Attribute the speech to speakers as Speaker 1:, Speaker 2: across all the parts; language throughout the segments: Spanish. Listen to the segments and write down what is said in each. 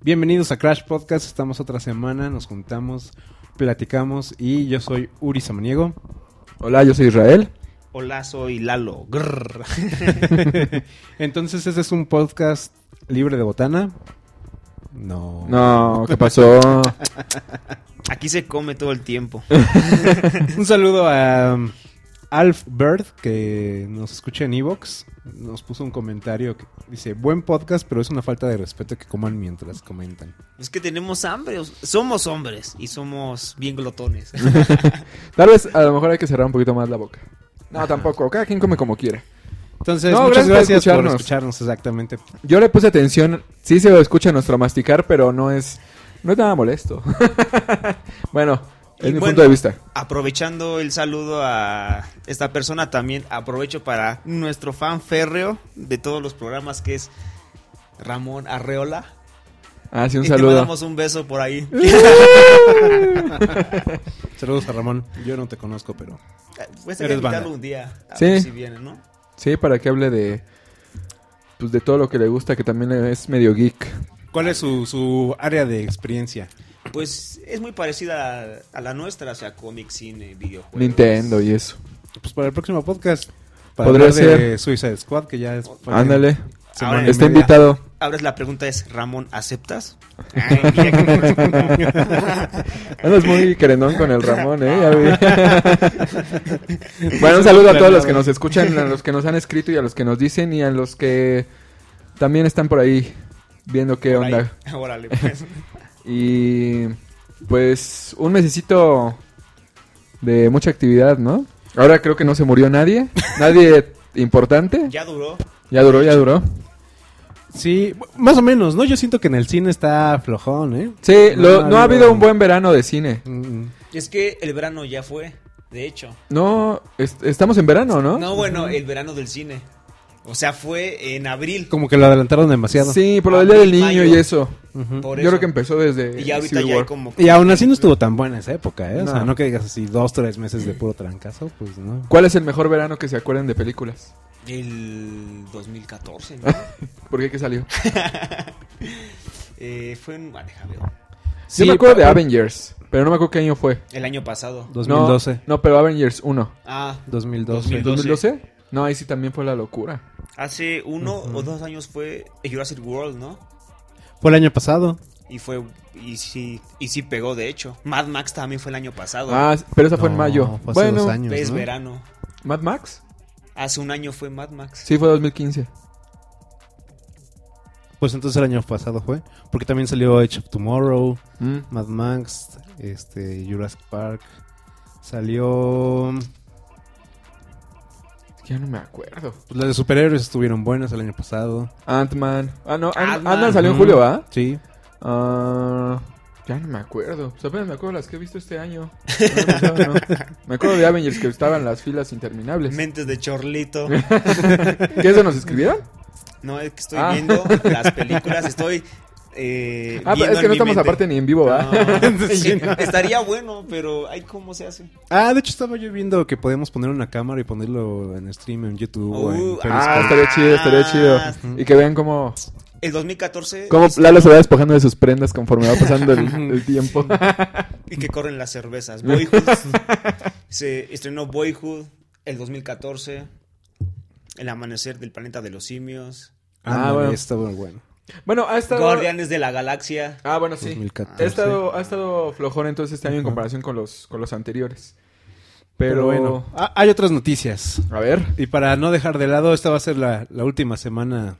Speaker 1: Bienvenidos a Crash Podcast, estamos otra semana, nos juntamos, platicamos y yo soy Uri Samaniego.
Speaker 2: Hola, yo soy Israel.
Speaker 3: Hola, soy Lalo. Grrr.
Speaker 1: Entonces, este es un podcast libre de botana. No.
Speaker 2: No, ¿qué pasó?
Speaker 3: Aquí se come todo el tiempo.
Speaker 1: Un saludo a um, Alf Bird, que nos escucha en Evox. Nos puso un comentario que dice: Buen podcast, pero es una falta de respeto que coman mientras comentan.
Speaker 3: Es que tenemos hambre. o- Somos hombres y somos bien glotones.
Speaker 2: Tal vez a lo mejor hay que cerrar un poquito más la boca. No, tampoco. Cada quien come como quiere.
Speaker 1: Entonces,
Speaker 2: No,
Speaker 1: muchas gracias,
Speaker 2: gracias por
Speaker 1: por
Speaker 2: escucharnos.
Speaker 1: escucharnos exactamente.
Speaker 2: Yo le puse atención. Sí se escucha nuestro masticar, pero no es, no es nada molesto. bueno, es
Speaker 3: Y
Speaker 2: mi
Speaker 3: bueno,
Speaker 2: punto de vista.
Speaker 3: Aprovechando el saludo a esta persona, también aprovecho para nuestro fan férreo de todos los programas que es Ramón Arreola.
Speaker 2: Ah, sí, un
Speaker 3: y te
Speaker 2: saludo.
Speaker 3: mandamos un beso por ahí.
Speaker 1: Saludos a Ramón. Yo no te conozco, pero.
Speaker 3: Pues hay que
Speaker 1: Eres banda.
Speaker 3: invitarlo un día. A
Speaker 2: Sí.
Speaker 3: ver si viene, ¿no?
Speaker 2: Sí, para que hable de, pues, de todo lo que le gusta, que también es medio geek.
Speaker 1: ¿Cuál es su, su área de experiencia?
Speaker 3: Pues es muy parecida a, a la nuestra, o sea, cómic, cine, videojuegos.
Speaker 2: Nintendo y eso.
Speaker 1: Pues para el próximo podcast. Para
Speaker 2: Podría
Speaker 1: hablar de
Speaker 2: ser.
Speaker 1: Suicide Squad, que ya es.
Speaker 2: Ándale.
Speaker 1: Semana
Speaker 3: Ahora,
Speaker 1: y
Speaker 2: Está
Speaker 1: media.
Speaker 2: invitado.
Speaker 3: Ahora la pregunta es, Ramón, ¿aceptas? Ay, mira qué bonito.
Speaker 2: Andas muy querendón con el Ramón, ¿eh? Ya vi. bueno, un saludo a todos los que nos escuchan, a los que nos han escrito y a los que nos dicen y a los que también están por ahí viendo qué
Speaker 3: Por ahí.
Speaker 2: onda.
Speaker 3: Órale, pues.
Speaker 2: Y pues un mesecito de mucha actividad, ¿no? Ahora creo que no se murió nadie, nadie importante.
Speaker 3: Ya duró.
Speaker 2: Ya duró, ya duró.
Speaker 1: Sí, más o menos, ¿no? Yo siento que en el cine está flojón, ¿eh?
Speaker 2: Sí, lo-
Speaker 1: No,
Speaker 2: no ha habido
Speaker 1: no.
Speaker 2: un buen verano de cine.
Speaker 1: Mm,
Speaker 3: Es que el verano ya fue, de hecho.
Speaker 2: No, es- estamos en verano, ¿no?
Speaker 3: No, bueno, el verano del cine. O sea, fue en abril.
Speaker 1: Como que lo adelantaron demasiado.
Speaker 2: Sí, por lo del Día del Niño
Speaker 3: Ah, Mayo.
Speaker 2: y eso.
Speaker 1: Ujú.
Speaker 3: Por
Speaker 2: Yo
Speaker 3: eso.
Speaker 2: creo que empezó desde.
Speaker 3: Y ya ahorita
Speaker 2: Civil
Speaker 3: ya hay
Speaker 2: War.
Speaker 3: como...
Speaker 1: Y aún así no estuvo tan buena esa época, ¿eh? O sea,
Speaker 2: No.
Speaker 1: no que digas así dos, tres meses de puro trancazo, pues no.
Speaker 2: ¿Cuál es el mejor verano que se acuerden de películas?
Speaker 3: El 2014, ¿no?
Speaker 2: ¿Ah? ¿Por qué que salió?
Speaker 3: Eh, fue en... ah, deja ver.
Speaker 1: Sí,
Speaker 2: Yo me acuerdo de
Speaker 1: pero-
Speaker 2: Avengers, pero no me acuerdo qué año fue.
Speaker 3: El año pasado.
Speaker 1: 2012.
Speaker 2: No, no, pero Avengers 1.
Speaker 3: Ah,
Speaker 1: 2012.
Speaker 3: 2012.
Speaker 2: 2012. No, ahí sí también fue la locura.
Speaker 3: hace uno o dos años fue Jurassic World, ¿no?
Speaker 1: Fue el año pasado.
Speaker 3: Y fue... Y sí, y sí pegó, de hecho. Mad Max también fue el año pasado.
Speaker 2: Ah, pero esa fue en
Speaker 1: No,
Speaker 2: mayo.
Speaker 1: fue hace
Speaker 2: bueno,
Speaker 1: dos años.
Speaker 3: es
Speaker 1: ¿no?
Speaker 3: verano.
Speaker 2: Mad Max.
Speaker 3: Hace un año fue Mad Max.
Speaker 2: Sí, fue 2015.
Speaker 1: Pues entonces el año pasado fue. Porque también salió Edge of Tomorrow,
Speaker 2: Mm.
Speaker 1: Mad Max, este, Jurassic Park. Salió.
Speaker 2: Ya no me acuerdo.
Speaker 1: Pues las de superhéroes estuvieron buenas el año pasado.
Speaker 2: Ant-Man. Ah, no, Ant-
Speaker 3: Ant-Man.
Speaker 2: Ant-Man salió en julio, ¿ah?
Speaker 1: Sí.
Speaker 2: Ah, ya no me acuerdo. O sea, apenas me acuerdo las que he visto este año. No, no, no, no. Me acuerdo de Avengers que estaban las filas interminables.
Speaker 3: Mentes de chorlito.
Speaker 2: ¿Qué eso nos escribieron?
Speaker 3: No, es que estoy
Speaker 2: Ah.
Speaker 3: viendo las películas, estoy. Eh,
Speaker 2: Ah, pero
Speaker 3: viendo
Speaker 2: es que
Speaker 3: en
Speaker 2: no
Speaker 3: mi
Speaker 2: estamos
Speaker 3: mente.
Speaker 2: aparte ni en vivo, ¿ah?
Speaker 3: No,
Speaker 1: Sí,
Speaker 3: es que
Speaker 1: no.
Speaker 3: Estaría bueno, pero ay, ¿cómo se hace?
Speaker 1: Ah, de hecho estaba yo viendo que podemos poner una cámara y ponerlo en stream en YouTube o en
Speaker 3: Uh,
Speaker 1: Periscope.
Speaker 2: Ah, estaría chido, estaría chido. Y que vean cómo,
Speaker 3: El 2014.
Speaker 2: cómo
Speaker 3: es-
Speaker 2: Lalo se va despojando de sus prendas conforme va pasando el, el tiempo.
Speaker 3: Y que corren las cervezas. Boyhood. se estrenó Boyhood. El 2014. El amanecer del planeta de los simios.
Speaker 1: Ah,
Speaker 2: Ah,
Speaker 1: bueno.
Speaker 2: bueno.
Speaker 1: Estaba bueno.
Speaker 2: Bueno, ha estado...
Speaker 3: Guardianes de la galaxia.
Speaker 2: Ah, bueno, sí.
Speaker 1: 2014.
Speaker 2: Ha estado, ha estado flojón entonces este año en comparación con los, con los anteriores. Pero,
Speaker 1: Pero bueno, ah, hay otras noticias.
Speaker 2: A ver.
Speaker 1: Y para no dejar de lado, esta va a ser la, la última semana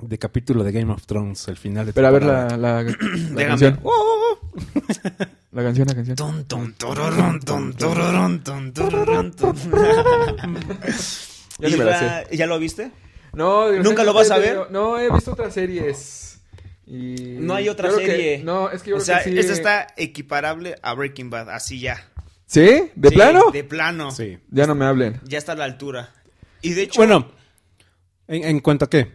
Speaker 1: de capítulo de Game of Thrones, el final de
Speaker 2: Pero a ver
Speaker 1: temporada.
Speaker 2: la, la, la
Speaker 3: Déjame.
Speaker 2: canción. La canción, la canción.
Speaker 3: Ton, ton, tororón, ton, tororón, ton, tororón, ton.
Speaker 2: Ya ni me la
Speaker 3: Isra, ¿Ya lo viste?
Speaker 2: No,
Speaker 3: ¿Nunca lo vas a ver?
Speaker 2: No, he visto otras series. Y...
Speaker 3: No hay otra
Speaker 2: yo creo que-
Speaker 3: serie.
Speaker 2: no, es que yo
Speaker 3: o
Speaker 2: creo
Speaker 3: sea,
Speaker 2: que sí-
Speaker 3: esta está equiparable a Breaking Bad, así ya.
Speaker 2: ¿Sí? ¿De
Speaker 3: Sí,
Speaker 2: plano?
Speaker 3: De plano.
Speaker 1: Sí.
Speaker 2: Ya no me hablen.
Speaker 3: Ya está a la altura. Y de hecho,
Speaker 1: Bueno, ¿en, en cuanto a qué?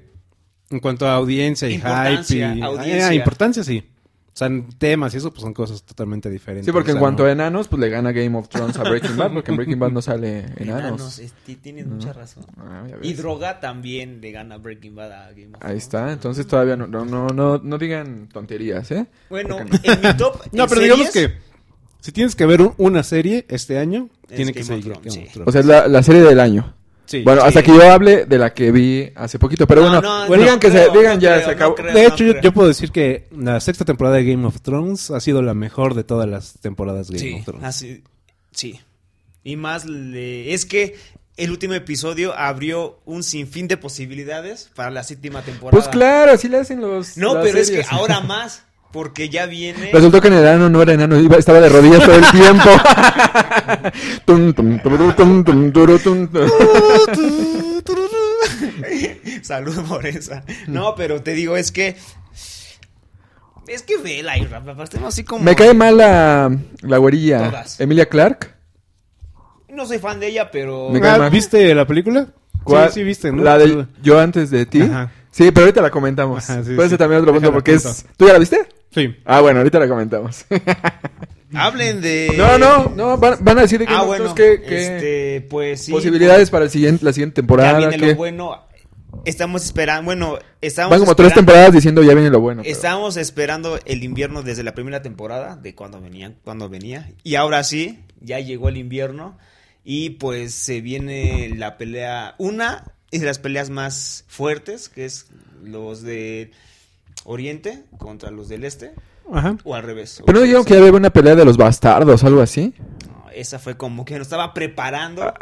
Speaker 1: En cuanto a audiencia y
Speaker 3: Importancia,
Speaker 1: hype y...
Speaker 3: audiencia.
Speaker 1: Ah, importancia, sí. O sea, en temas y eso pues son cosas totalmente diferentes.
Speaker 2: Sí, porque
Speaker 1: O
Speaker 2: en
Speaker 1: sea,
Speaker 2: cuanto
Speaker 1: no-
Speaker 2: a enanos, pues le gana Game of Thrones a Breaking Bad, porque en Breaking Bad no sale
Speaker 3: Enanos,
Speaker 2: enanos.
Speaker 3: es- Ah, ti- tienes mucha razón.
Speaker 2: Ah, ya ves.
Speaker 3: Y droga también le gana Breaking Bad a Game of
Speaker 2: Ahí
Speaker 3: Thrones.
Speaker 2: está, entonces todavía no, no, no, no, no digan tonterías, ¿eh?
Speaker 3: Bueno,
Speaker 2: Porque
Speaker 3: en mi top.
Speaker 1: No,
Speaker 3: en
Speaker 1: pero digamos
Speaker 3: series,
Speaker 1: que si tienes que ver un- una serie este año,
Speaker 3: Es
Speaker 1: tiene que
Speaker 3: Game
Speaker 1: ser
Speaker 3: of Thrones,
Speaker 1: Game of
Speaker 3: sí.
Speaker 1: Thrones.
Speaker 2: O sea, es la, la serie del año.
Speaker 1: Sí.
Speaker 2: bueno,
Speaker 3: sí.
Speaker 2: hasta que yo hable de la que vi hace poquito, pero
Speaker 3: No,
Speaker 2: bueno,
Speaker 3: no,
Speaker 1: no
Speaker 2: digan que
Speaker 3: creo,
Speaker 2: se, digan
Speaker 3: no
Speaker 2: ya,
Speaker 3: creo,
Speaker 2: se
Speaker 3: no
Speaker 2: acabó.
Speaker 3: creo.
Speaker 1: de hecho, yo,
Speaker 3: creo.
Speaker 1: yo puedo decir que la sexta temporada de Game of Thrones ha sido la mejor de todas las temporadas de Game
Speaker 3: Sí,
Speaker 1: of Thrones.
Speaker 3: así- sí. Y más, le- es que el último episodio abrió un sinfín de posibilidades para la séptima temporada.
Speaker 2: Pues claro, así le hacen los.
Speaker 3: No,
Speaker 2: las
Speaker 3: pero es que
Speaker 2: series.
Speaker 3: ahora más, porque ya viene.
Speaker 2: Resultó que en el enano no era enano, iba- estaba de rodillas todo el tiempo. Tum, tum, turu, tum, tum, turu, tum, tum.
Speaker 3: Salud por esa. No, pero te digo, es que. Es que vela, y estamos así como.
Speaker 2: Me cae mal la, la güerilla
Speaker 3: Todas.
Speaker 2: Emilia Clark.
Speaker 3: No soy fan de ella, pero.
Speaker 2: Me
Speaker 1: Ah,
Speaker 2: cae mal.
Speaker 1: ¿Viste la película?
Speaker 2: ¿Cuál?
Speaker 1: Sí, sí, viste, ¿no?
Speaker 2: La de Yo antes de ti.
Speaker 1: Ajá.
Speaker 2: Sí, pero ahorita la comentamos.
Speaker 1: Ajá, sí,
Speaker 2: pero ese
Speaker 1: sí.
Speaker 2: también otro punto
Speaker 1: Déjala,
Speaker 2: porque es.
Speaker 1: punto.
Speaker 2: ¿Tú ya la viste?
Speaker 1: Sí.
Speaker 2: Ah, bueno, ahorita la comentamos.
Speaker 3: Eh, Hablen de.
Speaker 2: no, no, no, van, van a decir de que
Speaker 3: Ah, bueno.
Speaker 2: que, que
Speaker 3: Este, pues sí.
Speaker 2: posibilidades para el siguiente, la siguiente temporada.
Speaker 3: Ya viene
Speaker 2: que-
Speaker 3: lo bueno. Estamos esperando. Bueno, estamos.
Speaker 2: Van como tres
Speaker 3: esperando-
Speaker 2: temporadas diciendo ya viene lo bueno. pero-
Speaker 3: Estábamos esperando el invierno desde la primera temporada, de cuando venían, cuando venía. Y ahora sí, ya llegó el invierno. Y pues se viene la pelea. Una es de las peleas más fuertes, que es los de Oriente contra los del Este.
Speaker 1: Ajá.
Speaker 3: O al revés.
Speaker 2: Pero no dijeron que ya había una pelea de los bastardos, algo así.
Speaker 3: No, esa fue como que nos estaba preparando.
Speaker 2: Ah,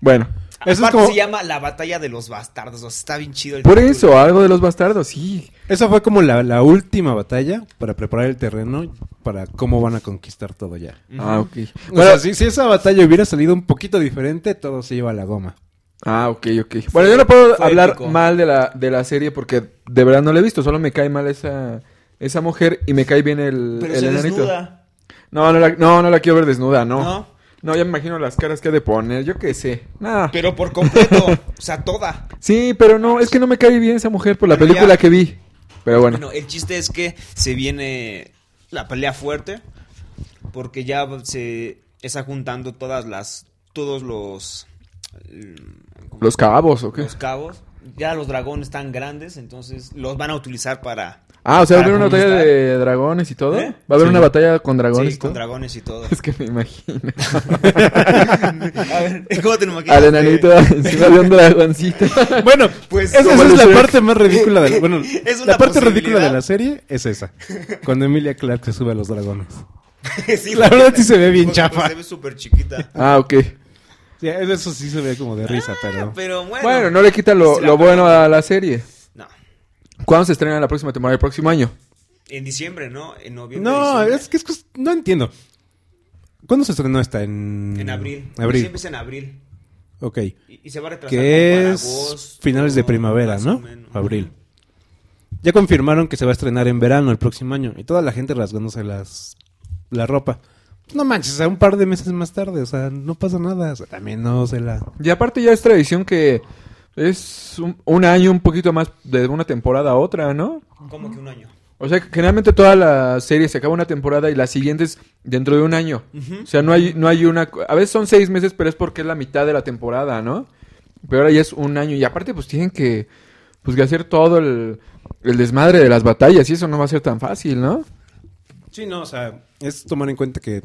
Speaker 2: Bueno,
Speaker 1: eso es
Speaker 3: Aparte
Speaker 1: como-
Speaker 3: se llama la batalla de los bastardos. o sea, está bien chido el
Speaker 2: por
Speaker 3: título.
Speaker 2: eso, algo de los bastardos, sí.
Speaker 1: Esa fue como la, la última batalla para preparar el terreno para cómo van a conquistar todo ya.
Speaker 2: Ah, ok.
Speaker 1: O
Speaker 2: Bueno,
Speaker 1: sea, si, si esa batalla hubiera salido un poquito diferente, todo se iba a la goma.
Speaker 2: Ah, ok, ok. Bueno, yo no puedo
Speaker 3: fue
Speaker 2: hablar
Speaker 3: épico.
Speaker 2: mal de la, de la serie porque de verdad no la he visto. Solo me cae mal esa, esa mujer y me cae bien el,
Speaker 3: Pero
Speaker 2: el
Speaker 3: se
Speaker 2: enanito.
Speaker 3: desnuda.
Speaker 2: No, no la, no, no la quiero ver desnuda, no.
Speaker 3: ¿No?
Speaker 2: No, ya me imagino las caras que ha de poner, yo qué sé. Nada.
Speaker 3: Pero por completo. o sea, toda.
Speaker 2: Sí, pero no, es que no me cae bien esa mujer por la
Speaker 3: Bueno,
Speaker 2: película
Speaker 3: ya.
Speaker 2: que vi. Pero bueno.
Speaker 3: Bueno, el chiste es que se viene la pelea fuerte porque ya se está juntando todas las todos los mm,
Speaker 2: Los cabos, ¿o qué?
Speaker 3: los cabos. Ya los dragones están grandes, entonces los van a utilizar para
Speaker 2: Ah, o sea, va a
Speaker 3: para
Speaker 2: haber una batalla
Speaker 3: conquistar.
Speaker 2: de dragones y todo.
Speaker 3: ¿Eh?
Speaker 2: Va a haber
Speaker 1: Sí.
Speaker 2: una batalla con dragones.
Speaker 3: Sí,
Speaker 2: y
Speaker 3: con
Speaker 2: todo?
Speaker 3: dragones y todo.
Speaker 2: Es que me imagino.
Speaker 3: a ver, ¿cómo te lo imaginas?
Speaker 2: Al enanito encima de un dragoncito.
Speaker 1: Bueno,
Speaker 3: Pues,
Speaker 1: pues esa,
Speaker 2: como
Speaker 1: esa
Speaker 2: el
Speaker 1: es la
Speaker 2: Shrek.
Speaker 1: parte más ridícula de la, bueno,
Speaker 3: Es una
Speaker 1: la parte ridícula
Speaker 3: posibilidad.
Speaker 1: de la serie es esa. Cuando Emilia Clark se sube a los dragones.
Speaker 3: Sí,
Speaker 1: La verdad sí se ve bien
Speaker 3: porque, pues,
Speaker 1: chafa.
Speaker 3: Se ve súper chiquita.
Speaker 2: Ah, ok.
Speaker 1: Sí, eso sí se ve como de risa, pero
Speaker 3: Ah, Pero bueno.
Speaker 2: Bueno, no le quita lo,
Speaker 3: se la
Speaker 2: lo
Speaker 3: pela.
Speaker 2: bueno a la serie.
Speaker 3: No.
Speaker 2: ¿Cuándo se estrena la próxima temporada? El próximo año.
Speaker 3: En diciembre, ¿no? En noviembre.
Speaker 1: no,
Speaker 3: diciembre.
Speaker 1: es que es cos- no entiendo. ¿Cuándo se estrenó esta? En,
Speaker 3: en abril.
Speaker 1: Mm, Abril.
Speaker 3: Siempre es en abril.
Speaker 1: Ok.
Speaker 3: Y, y se va a retrasar como
Speaker 1: Que
Speaker 3: para
Speaker 1: es
Speaker 3: agosto,
Speaker 1: finales de primavera,
Speaker 3: más o
Speaker 1: ¿no?
Speaker 3: menos.
Speaker 1: Abril. Ya confirmaron que se va a estrenar en verano el próximo año y toda la gente rasgándose las la ropa. No manches, o sea, un par de meses más tarde, o sea, no pasa nada, o sea, también no se la
Speaker 2: Y aparte ya es tradición que es un, un año un poquito más de una temporada a otra, ¿no?
Speaker 3: Como que un año.
Speaker 2: O sea, que generalmente toda la serie se acaba una temporada y la siguiente es dentro de un año. O sea, no hay, no hay una... A veces son seis meses, pero es porque es la mitad de la temporada, ¿no? Pero ahora ya es un año. Y aparte, pues tienen que, pues, que hacer todo el, el desmadre de las batallas. Y eso no va a ser tan fácil, ¿no?
Speaker 1: Sí, no, o sea, es tomar en cuenta que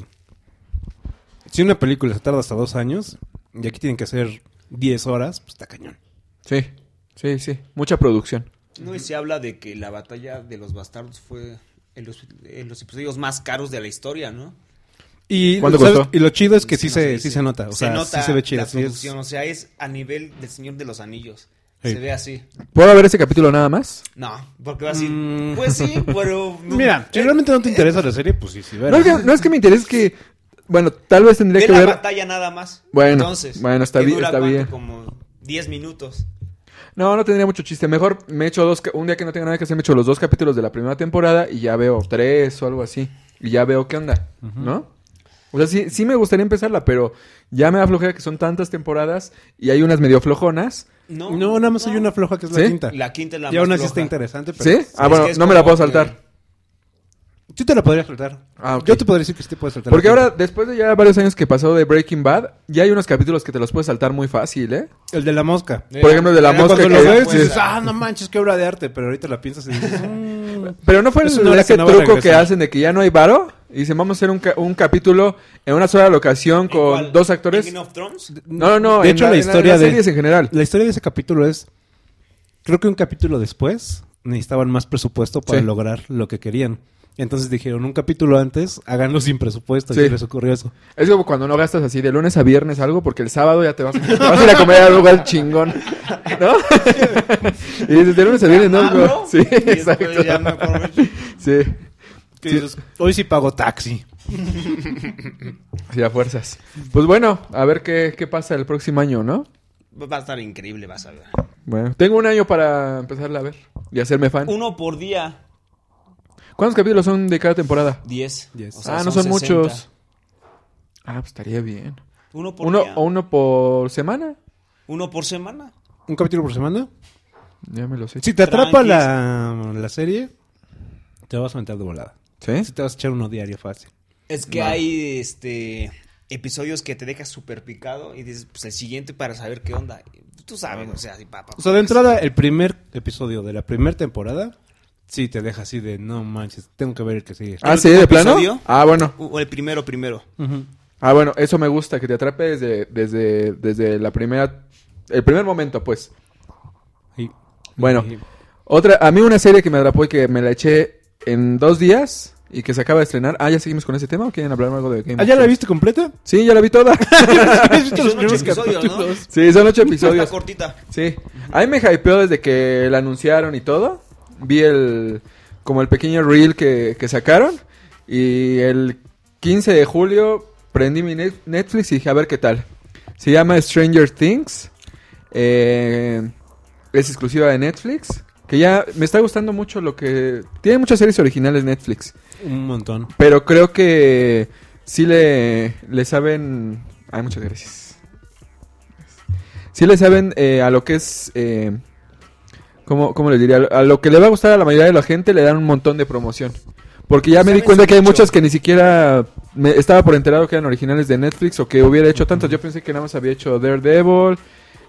Speaker 1: si una película se tarda hasta dos años y aquí tienen que hacer 10 horas, pues está cañón.
Speaker 2: Sí, sí, sí. Mucha producción.
Speaker 3: No, y se habla de que la batalla de los bastardos fue en los, en los episodios más caros de la historia, ¿no?
Speaker 1: Y,
Speaker 2: ¿Cuánto
Speaker 1: ¿sabes?
Speaker 2: costó?
Speaker 1: y lo chido es que sí,
Speaker 3: No
Speaker 1: se,
Speaker 3: dice.
Speaker 1: sí se nota, o sea, sí se ve chida.
Speaker 3: la
Speaker 1: sí es-
Speaker 3: producción, o sea, es a nivel del Señor de los Anillos.
Speaker 1: Sí.
Speaker 3: Se ve así.
Speaker 2: ¿Puedo ver ese capítulo nada más?
Speaker 3: No, porque va a decir,
Speaker 1: Mm.
Speaker 3: pues sí, pero... no.
Speaker 1: Mira, si
Speaker 3: Eh,
Speaker 1: realmente no te interesa la serie, pues sí, sí,
Speaker 2: No
Speaker 1: verás.
Speaker 2: es, que, no es que me interese, es que... Bueno, tal vez tendría
Speaker 3: ve
Speaker 2: que
Speaker 3: la
Speaker 2: ver...
Speaker 3: batalla nada más.
Speaker 2: Bueno,
Speaker 3: Entonces,
Speaker 2: bueno, está
Speaker 3: ¿qué
Speaker 2: bien,
Speaker 3: dura
Speaker 2: está
Speaker 3: cuánto?
Speaker 2: bien.
Speaker 3: Como 10 minutos.
Speaker 2: No, no tendría mucho chiste. Mejor me echo dos... ca- Un día que no tenga nada que hacer, me echo los dos capítulos de la primera temporada y ya veo tres o algo así. Y ya veo qué onda, ¿no? O sea, sí, sí me gustaría empezarla, pero ya me da flojera que son tantas temporadas y hay unas medio flojonas.
Speaker 3: No,
Speaker 1: No, nada más hay una floja que es la
Speaker 2: ¿Sí?
Speaker 1: quinta.
Speaker 3: La quinta es la
Speaker 1: y
Speaker 3: más
Speaker 1: aún así
Speaker 3: floja.
Speaker 1: está interesante. Pero...
Speaker 2: ¿Sí? Ah,
Speaker 3: es
Speaker 2: bueno,
Speaker 3: que es
Speaker 2: no me la
Speaker 3: como
Speaker 2: puedo saltar.
Speaker 1: Tú te la podrías saltar.
Speaker 2: Ah, ok.
Speaker 1: Yo te podría decir que sí te puedes saltar.
Speaker 2: Porque
Speaker 1: la
Speaker 2: ahora,
Speaker 1: película.
Speaker 2: después de ya varios años que pasó de Breaking Bad, ya hay unos capítulos que te los puedes saltar muy fácil, ¿eh?
Speaker 1: El de la mosca.
Speaker 2: Por ejemplo, de la
Speaker 1: Era
Speaker 2: mosca
Speaker 1: Cuando
Speaker 2: que-
Speaker 1: lo ves,
Speaker 2: Sí.
Speaker 1: dices, ah, no manches, qué obra de arte. Pero ahorita la piensas y dices, mm.
Speaker 2: Pero no fue
Speaker 1: Es
Speaker 2: el-
Speaker 1: una hora
Speaker 2: ese
Speaker 1: que no va a
Speaker 2: truco que
Speaker 1: regresar.
Speaker 2: hacen de que ya no hay varo. Y dicen, vamos a hacer un, ca- un capítulo en una sola locación con
Speaker 3: ¿En cuál?
Speaker 2: dos actores.
Speaker 3: ¿En Game of Thrones?
Speaker 2: No, no, no.
Speaker 1: De
Speaker 2: en
Speaker 1: hecho, la
Speaker 2: en
Speaker 1: historia
Speaker 2: en
Speaker 1: de-
Speaker 2: series en general.
Speaker 1: La historia de ese capítulo es. Creo que un capítulo después necesitaban más presupuesto para
Speaker 2: Sí.
Speaker 1: lograr lo que querían. Entonces dijeron, un capítulo antes, háganlo sin presupuesto.
Speaker 2: Sí.
Speaker 1: Y les ocurrió eso.
Speaker 2: Es como cuando no gastas así de lunes a viernes algo porque el sábado ya te vas a, te vas a ir a comer al lugar chingón. ¿No? y dices, de lunes a viernes
Speaker 1: Ah,
Speaker 2: no.
Speaker 3: Hablo,
Speaker 2: güey. Sí,
Speaker 3: y después
Speaker 2: exacto.
Speaker 3: ya me aprovecho.
Speaker 2: Sí,
Speaker 1: Que dices, Hoy sí pago taxi.
Speaker 2: sí, a fuerzas. Pues bueno, a ver qué, qué pasa el próximo año, ¿no?
Speaker 3: Va a estar increíble, vas a ver.
Speaker 2: Bueno, tengo un año para empezarla a ver y hacerme fan.
Speaker 3: Uno por día,
Speaker 2: ¿Cuántos capítulos son de cada temporada?
Speaker 3: 10.
Speaker 1: Diez.
Speaker 2: ah, no son, muchos. Ah, pues estaría bien.
Speaker 3: Uno por
Speaker 2: Uno,
Speaker 3: día.
Speaker 2: ¿O uno por semana?
Speaker 3: Uno por semana.
Speaker 1: ¿Un capítulo por semana?
Speaker 2: Ya me lo sé.
Speaker 1: Si te atrapa
Speaker 3: Tranquis.
Speaker 1: la, la serie, te vas a aventar de volada.
Speaker 2: ¿Sí?
Speaker 1: Si te vas a echar uno diario fácil.
Speaker 3: Es que hay este episodios que te dejas súper picado y dices, pues el siguiente para saber qué onda. Tú sabes, o sea, así papá.
Speaker 1: O sea, de entrada, el primer episodio de la primera temporada, sí te deja así de, no manches, tengo que ver el que sigue.
Speaker 2: Ah,
Speaker 3: ¿El
Speaker 2: sí,
Speaker 3: último
Speaker 2: de plano.
Speaker 3: episodio?
Speaker 2: Ah, bueno.
Speaker 3: O el primero, primero.
Speaker 1: Ujú.
Speaker 2: Ah, bueno, eso me gusta, que te atrape desde, desde, desde la primera. El primer momento, pues.
Speaker 1: Sí.
Speaker 2: Bueno,
Speaker 1: Sí.
Speaker 2: otra. A mí una serie que me atrapó y que me la eché en dos días y que se acaba de estrenar. Ah, ya seguimos con ese tema o quieren hablar algo de Game
Speaker 1: ¿Ah,
Speaker 2: of
Speaker 1: ya la
Speaker 2: Thrones?
Speaker 1: viste completa?
Speaker 2: Sí, ya la vi toda.
Speaker 1: ¿Has visto
Speaker 3: Son
Speaker 1: los
Speaker 3: ocho
Speaker 1: primeros
Speaker 3: episodios, ¿no?
Speaker 1: capítulos?
Speaker 2: sí, son ocho
Speaker 3: Está
Speaker 2: episodios.
Speaker 3: cortita.
Speaker 2: Sí, a mí me hypeó desde que la anunciaron y todo. Vi el como el pequeño reel que, que sacaron y el 15 de julio prendí mi net- Netflix y dije a ver qué tal. Se llama Stranger Things. Eh, es exclusiva de Netflix. Que ya me está gustando mucho lo que... Tiene muchas series originales Netflix.
Speaker 1: Un montón.
Speaker 2: Pero creo que sí le, le saben... Ay, muchas gracias. Sí le saben eh, a lo que es... Eh, ¿cómo, ¿Cómo les diría? A lo que le va a gustar a la mayoría de la gente le dan un montón de promoción. Porque ya me di
Speaker 3: Sabes
Speaker 2: cuenta que hay
Speaker 3: mucho.
Speaker 2: muchas que ni siquiera me estaba por enterado que eran originales de Netflix o que hubiera hecho tantas. Yo pensé que nada más había hecho Daredevil,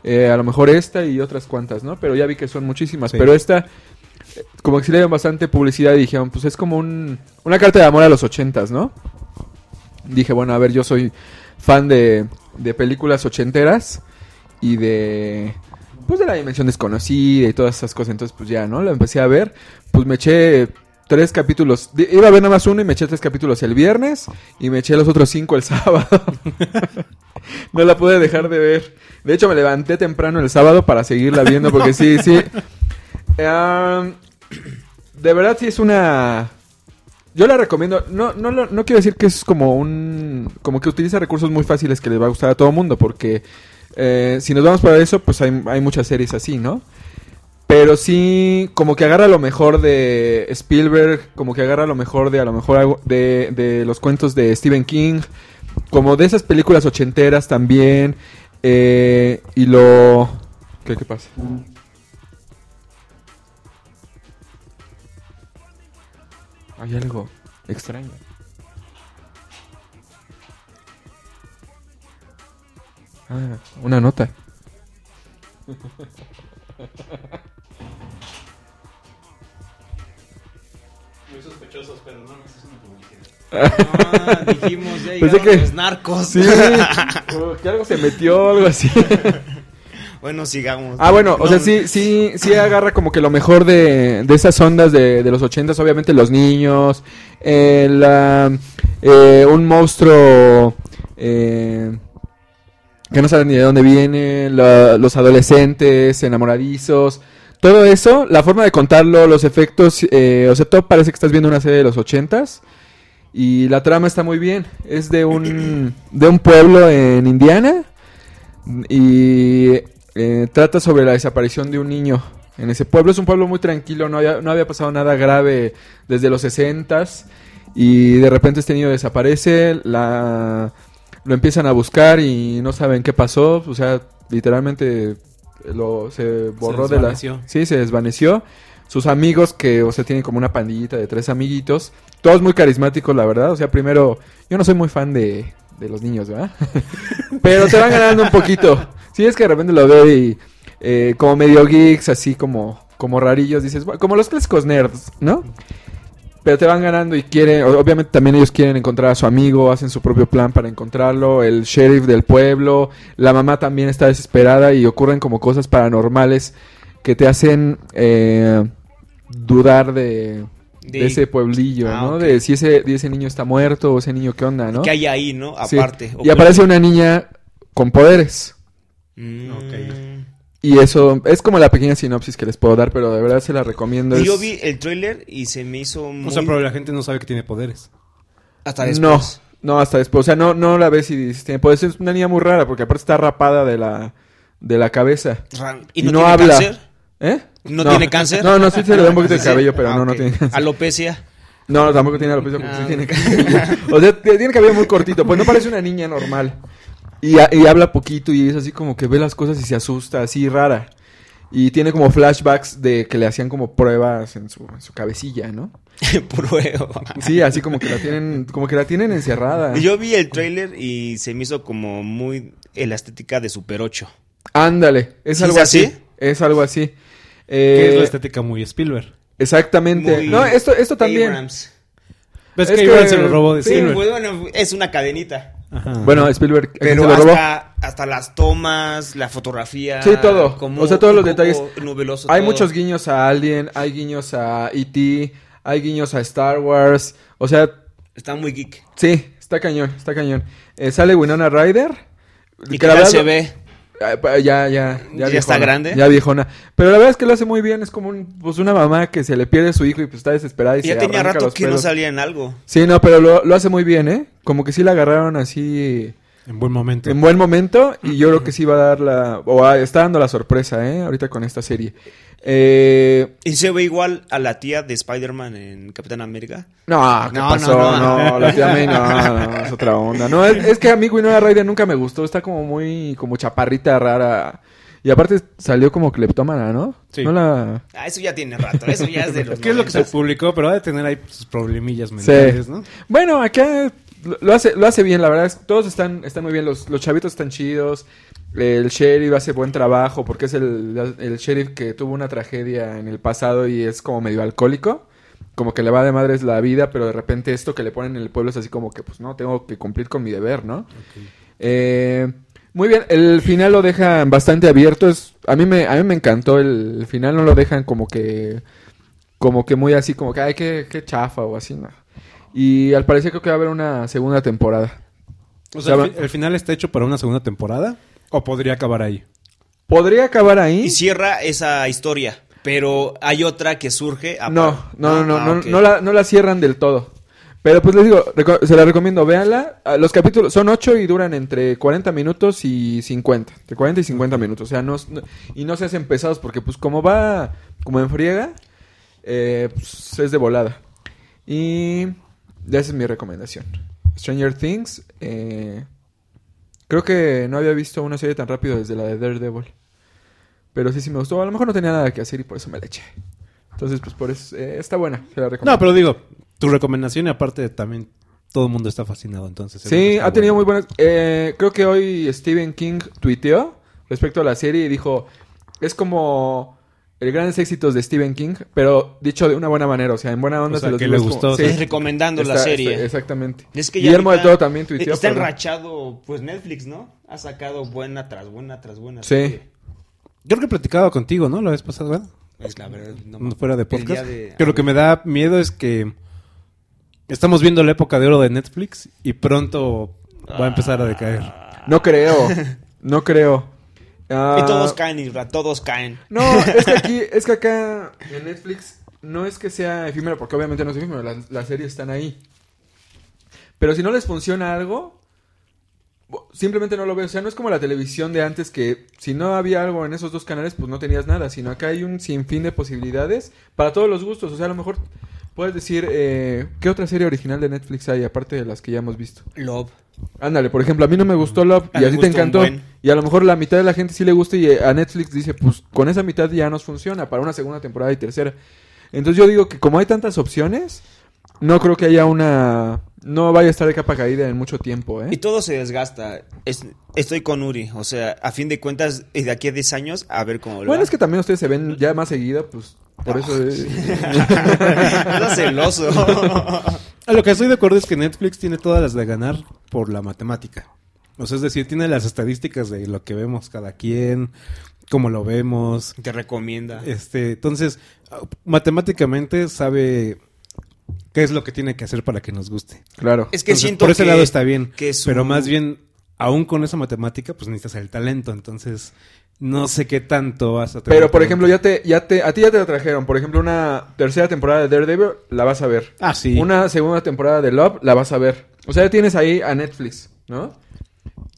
Speaker 2: eh, a lo mejor esta y otras cuantas, ¿no? Pero ya vi que son muchísimas.
Speaker 1: Sí.
Speaker 2: Pero esta, eh, como que sí le dieron bastante publicidad y dijeron, pues es como un, una carta de amor a los ochentas, ¿no? Dije, bueno, a ver, yo soy fan de, de películas ochenteras y de... Pues de la dimensión desconocida y todas esas cosas. Entonces, pues ya, ¿no? La empecé a ver. Pues me eché tres capítulos. Di- Iba a ver nada más uno y me eché tres capítulos el viernes. Y me eché los otros cinco el sábado. no la pude dejar de ver. De hecho, me levanté temprano el sábado para seguirla viendo porque sí, sí. Em, de verdad, sí es una... Yo la recomiendo, no, no, lo- no quiero decir que es como un... Como que utiliza recursos muy fáciles que les va a gustar a todo mundo, porque eh, si nos vamos para eso, pues hay, hay muchas series así, ¿no? Pero sí, como que agarra lo mejor de Spielberg, como que agarra lo mejor de a lo mejor algo- de, de los cuentos de Stephen King, como de esas películas ochenteras también, eh, y lo... ¿Qué, qué pasa? Hay algo extraño. Ah, una nota.
Speaker 3: Ah, dijimos, ya
Speaker 2: Pensé
Speaker 3: llegaron
Speaker 2: que-
Speaker 3: los narcos.
Speaker 2: Sí, como que algo se metió, algo así.
Speaker 3: Bueno, sigamos.
Speaker 2: Ah, bueno, o
Speaker 3: No,
Speaker 2: sea, sí, sí, sí agarra como que lo mejor de, de esas ondas de, de los ochentas, obviamente los niños, eh, la, eh, un monstruo eh, que no sabe ni de dónde viene, la- los adolescentes enamoradizos, todo eso, la forma de contarlo, los efectos, eh, o sea, todo parece que estás viendo una serie de los ochentas. Y la trama está muy bien. Es de un, de un pueblo en Indiana. Y eh, trata sobre la desaparición de un niño en ese pueblo. Es un pueblo muy tranquilo, no había, no había pasado nada grave desde los 60 Y de repente este niño desaparece, la, lo empiezan a buscar y no saben qué pasó. O sea, literalmente lo, se borró de la...
Speaker 1: desvaneció.
Speaker 2: Sí, se desvaneció. sus amigos que, o sea, tienen como una pandillita de tres amiguitos. Todos muy carismáticos, la verdad. O sea, primero, yo no soy muy fan de, de los niños, ¿verdad? Pero te van ganando un poquito. Sí, es que de repente lo veo y eh, como medio geeks, así como, como rarillos, dices, "Bueno", como los clásicos nerds, ¿no? Pero te van ganando y quieren, o- obviamente también ellos quieren encontrar a su amigo, hacen su propio plan para encontrarlo, el sheriff del pueblo, la mamá también está desesperada y ocurren como cosas paranormales que te hacen eh, dudar de, de
Speaker 3: De-
Speaker 2: ese pueblillo,
Speaker 3: Ah,
Speaker 2: ¿no?
Speaker 3: ok.
Speaker 2: De si ese, de ese niño está muerto o ese niño qué onda, ¿no?
Speaker 3: Que hay ahí, ¿no?
Speaker 2: Sí.
Speaker 3: Aparte.
Speaker 2: Y aparece una niña con poderes.
Speaker 3: Mm.
Speaker 1: Ok.
Speaker 2: Y eso es como la pequeña sinopsis que les puedo dar, pero de verdad se la recomiendo.
Speaker 3: Y Yo
Speaker 2: es-
Speaker 3: vi el tráiler y se me hizo muy...
Speaker 1: O sea, pero la gente no sabe que tiene poderes.
Speaker 3: Hasta después.
Speaker 2: No, no, hasta después. O sea, no, no la ves y dices, tiene poderes. Es una niña muy rara porque aparte está rapada de la, de la cabeza.
Speaker 3: Ra- Y no, tiene cáncer.
Speaker 2: ¿Eh?
Speaker 3: ¿No tiene cáncer?
Speaker 2: No, no, sí se le da un poquito de
Speaker 3: Sí, sí.
Speaker 2: cabello, pero
Speaker 3: Ah,
Speaker 2: no, no
Speaker 3: ok.
Speaker 2: tiene cáncer.
Speaker 3: Alopecia.
Speaker 2: No, tampoco tiene alopecia porque
Speaker 3: Ah,
Speaker 2: sí
Speaker 3: ok.
Speaker 2: tiene cabello. O sea, t- tiene cabello muy cortito, pues no parece una niña normal. Y, ha- y habla poquito y es así como que ve las cosas y se asusta, así rara. Y tiene como flashbacks de que le hacían como pruebas en su, en su cabecilla, ¿no?
Speaker 3: Prueba.
Speaker 2: Sí, así como que la tienen, como que la tienen encerrada.
Speaker 3: Yo vi el tráiler y se me hizo como muy en la estética de Super 8.
Speaker 2: Ándale, es
Speaker 3: ¿Sí
Speaker 2: algo
Speaker 3: es
Speaker 2: así?
Speaker 3: así?
Speaker 2: Es algo así.
Speaker 1: que
Speaker 2: Eh,
Speaker 1: es este la estética muy Spielberg.
Speaker 2: exactamente.
Speaker 3: Muy
Speaker 2: No, esto, esto también.
Speaker 3: Abrams.
Speaker 1: ¿Ves
Speaker 2: es
Speaker 1: que,
Speaker 2: que-
Speaker 1: Spielberg se lo robó de
Speaker 2: sí,
Speaker 3: Sí,
Speaker 1: Spielberg?
Speaker 3: bueno, es una cadenita.
Speaker 1: Ajá.
Speaker 2: Bueno, Spielberg ¿a quién
Speaker 3: Pero
Speaker 2: se lo robó?
Speaker 3: hasta, hasta las tomas, la fotografía.
Speaker 2: Sí, todo.
Speaker 3: como
Speaker 2: O sea, todos
Speaker 3: un
Speaker 2: los
Speaker 3: poco
Speaker 2: detalles.
Speaker 3: Nubeloso,
Speaker 2: Hay
Speaker 3: todo.
Speaker 2: muchos guiños a Alien, hay guiños a E.T., hay guiños a Star Wars. O sea,
Speaker 3: Está muy geek.
Speaker 2: sí, está cañón, está cañón. Eh, sale Winona Ryder.
Speaker 3: ¿Y
Speaker 2: que
Speaker 3: qué
Speaker 2: la
Speaker 3: tal
Speaker 2: verdad-
Speaker 3: se ve?
Speaker 2: Ah, pa- Ya, ya,
Speaker 3: ¿Ya está grande?
Speaker 2: Ya viejona. Pero la verdad es que lo hace muy bien. Es como un- pues una mamá que se le pierde su hijo y pues está desesperada. Y
Speaker 3: Ya
Speaker 2: se
Speaker 3: tenía
Speaker 2: arranca
Speaker 3: rato
Speaker 2: los
Speaker 3: que no
Speaker 2: pelos.
Speaker 3: salía en algo.
Speaker 2: Sí, no, pero lo, lo hace muy bien, ¿eh? Como que sí la agarraron así
Speaker 1: En buen momento.
Speaker 2: en buen momento y yo creo que sí va a dar la... o a- está dando la sorpresa, ¿eh? Ahorita con esta serie. Eh,
Speaker 3: Y se ve igual a la tía de Spider-Man en Capitán América.
Speaker 2: no, ¿qué
Speaker 3: No, no,
Speaker 2: pasó? No,
Speaker 3: no.
Speaker 2: la tía May no, no, es otra onda. No, es, es que a mí Winona Ryder nunca me gustó. Está como muy... como chaparrita rara. Y aparte salió como cleptómana, ¿no?
Speaker 1: Sí.
Speaker 2: No la...
Speaker 3: Ah, eso ya tiene rato. Eso ya es de los.
Speaker 1: ¿Qué es lo que se
Speaker 3: 90s.
Speaker 1: publicó? Pero ha de tener ahí sus problemillas mentales, ¿no?
Speaker 2: Bueno, acá lo- lo hace, lo hace bien, la verdad. es que Todos están, están muy bien. Los, los chavitos están chidos. El sheriff hace buen trabajo porque es el, el sheriff que tuvo una tragedia en el pasado y es como medio alcohólico. Como que le va de madres la vida, pero de repente esto que le ponen en el pueblo es así como que, pues no, tengo que cumplir con mi deber, ¿no? Eh, muy bien, el final lo dejan bastante abierto. Es, a, mí me, a mí me encantó el, el final, no lo dejan como que como que muy así, como que, ay, qué, qué chafa o así, no. Y al parecer creo que va a haber una segunda temporada.
Speaker 1: O sea,
Speaker 2: O
Speaker 1: el,
Speaker 2: sea,
Speaker 1: fi- el final está hecho para una segunda temporada. ¿O podría acabar ahí?
Speaker 2: ¿Podría acabar ahí?
Speaker 3: Y cierra esa historia. Pero hay otra que surge. a-
Speaker 2: no, no, no, no,
Speaker 3: Ah,
Speaker 2: no,
Speaker 3: ok.
Speaker 2: no la, no la cierran del todo. Pero pues les digo, reco- se la recomiendo, véanla. Ah, Los capítulos son 8 y duran entre 40 minutos y 50. Entre 40 y 50 minutos. O sea, no, no- y no se hacen pesados porque pues como va como en friega, eh, pues, es de volada. Y esa es mi recomendación. Stranger Things. eh, creo que no había visto una serie tan rápido desde la de Daredevil. Pero sí, sí me gustó. A lo mejor no tenía nada que hacer y por eso me la eché. Entonces, pues por eso eh, está buena. Se la recomiendo.
Speaker 1: No, pero digo, tu recomendación y aparte también todo el mundo está fascinado, entonces. seguro
Speaker 2: Sí,
Speaker 1: está
Speaker 2: ha tenido muy
Speaker 1: bueno.
Speaker 2: buenas. eh, creo que hoy Stephen King tuiteó respecto a la serie y dijo: Es como el grandes éxitos de Stephen King, pero dicho de una buena manera, o sea, en buena onda
Speaker 1: O sea,
Speaker 2: se los
Speaker 1: que
Speaker 2: digo,
Speaker 1: le
Speaker 2: es como-
Speaker 1: gustó, o sea,
Speaker 3: Es recomendando la
Speaker 2: Está-
Speaker 3: serie.
Speaker 2: está- exactamente.
Speaker 3: Es que ya
Speaker 2: Guillermo del
Speaker 3: ahorita
Speaker 2: Toro también tuiteó.
Speaker 3: Está
Speaker 2: pero-
Speaker 3: enrachado, pues Netflix, ¿no? Ha sacado buena tras buena tras buena.
Speaker 2: Sí.
Speaker 3: serie.
Speaker 1: Yo creo que he platicado contigo, ¿no? La vez pasada, ¿verdad?
Speaker 3: Es la verdad. no
Speaker 1: No,
Speaker 3: me-
Speaker 1: fuera de
Speaker 3: el día
Speaker 1: podcast.
Speaker 3: de-
Speaker 1: Que lo que me da miedo es que estamos viendo la época de oro de Netflix y pronto va a empezar a decaer.
Speaker 3: Ah.
Speaker 2: No creo. No creo. Ah,
Speaker 3: Y todos caen, Isra, todos caen.
Speaker 2: No, es que aquí, es que acá en Netflix no es que sea efímero, porque obviamente no es efímero, las, las series están ahí. Pero si no les funciona algo, bo- simplemente no lo veo. O sea, no es como la televisión de antes que si no había algo en esos dos canales, pues no tenías nada, sino acá hay un sinfín de posibilidades para todos los gustos. O sea, a lo mejor Puedes decir, eh, ¿qué otra serie original de Netflix hay aparte de las que ya hemos visto?
Speaker 3: Love.
Speaker 2: Ándale, por ejemplo, a mí no me gustó Love
Speaker 3: A
Speaker 2: y
Speaker 3: mí
Speaker 2: a ti
Speaker 3: me
Speaker 2: te
Speaker 3: Ah, gustó un
Speaker 2: encantó.
Speaker 3: buen.
Speaker 2: Y a lo mejor la mitad de la gente sí le gusta y eh, a Netflix dice, pues con esa mitad ya nos funciona para una segunda temporada y tercera. Entonces yo digo que como hay tantas opciones, no creo que haya una... No vaya a estar de capa caída en mucho tiempo,
Speaker 3: Y
Speaker 2: ¿eh?
Speaker 3: todo se desgasta. Es- estoy con Uri. O sea, a fin de cuentas, eh, de aquí a 10 años, a ver cómo lo
Speaker 2: Bueno, es que también ustedes se ven ya más seguida, pues por eso... eh,
Speaker 3: Estás celoso.
Speaker 1: A lo que estoy de acuerdo es que Netflix tiene todas las de ganar por la matemática. O sea, es decir, tiene las estadísticas de lo que vemos cada quien, cómo lo vemos.
Speaker 3: Te recomienda.
Speaker 1: Este, entonces, matemáticamente sabe qué es lo que tiene que hacer para que nos guste.
Speaker 2: claro.
Speaker 3: Es que
Speaker 1: Entonces,
Speaker 3: siento
Speaker 1: por ese
Speaker 3: que-
Speaker 1: lado está bien,
Speaker 3: que su-
Speaker 1: pero más bien aún con esa matemática pues necesitas el talento, entonces no sé qué tanto vas a tener.
Speaker 2: Pero por ejemplo, ya te, ya te, a ti ya te la trajeron. Por ejemplo, una tercera temporada de Daredevil la vas a ver.
Speaker 1: ah sí,
Speaker 2: Una segunda temporada de Love la vas a ver. O sea, ya tienes ahí a Netflix, ¿no?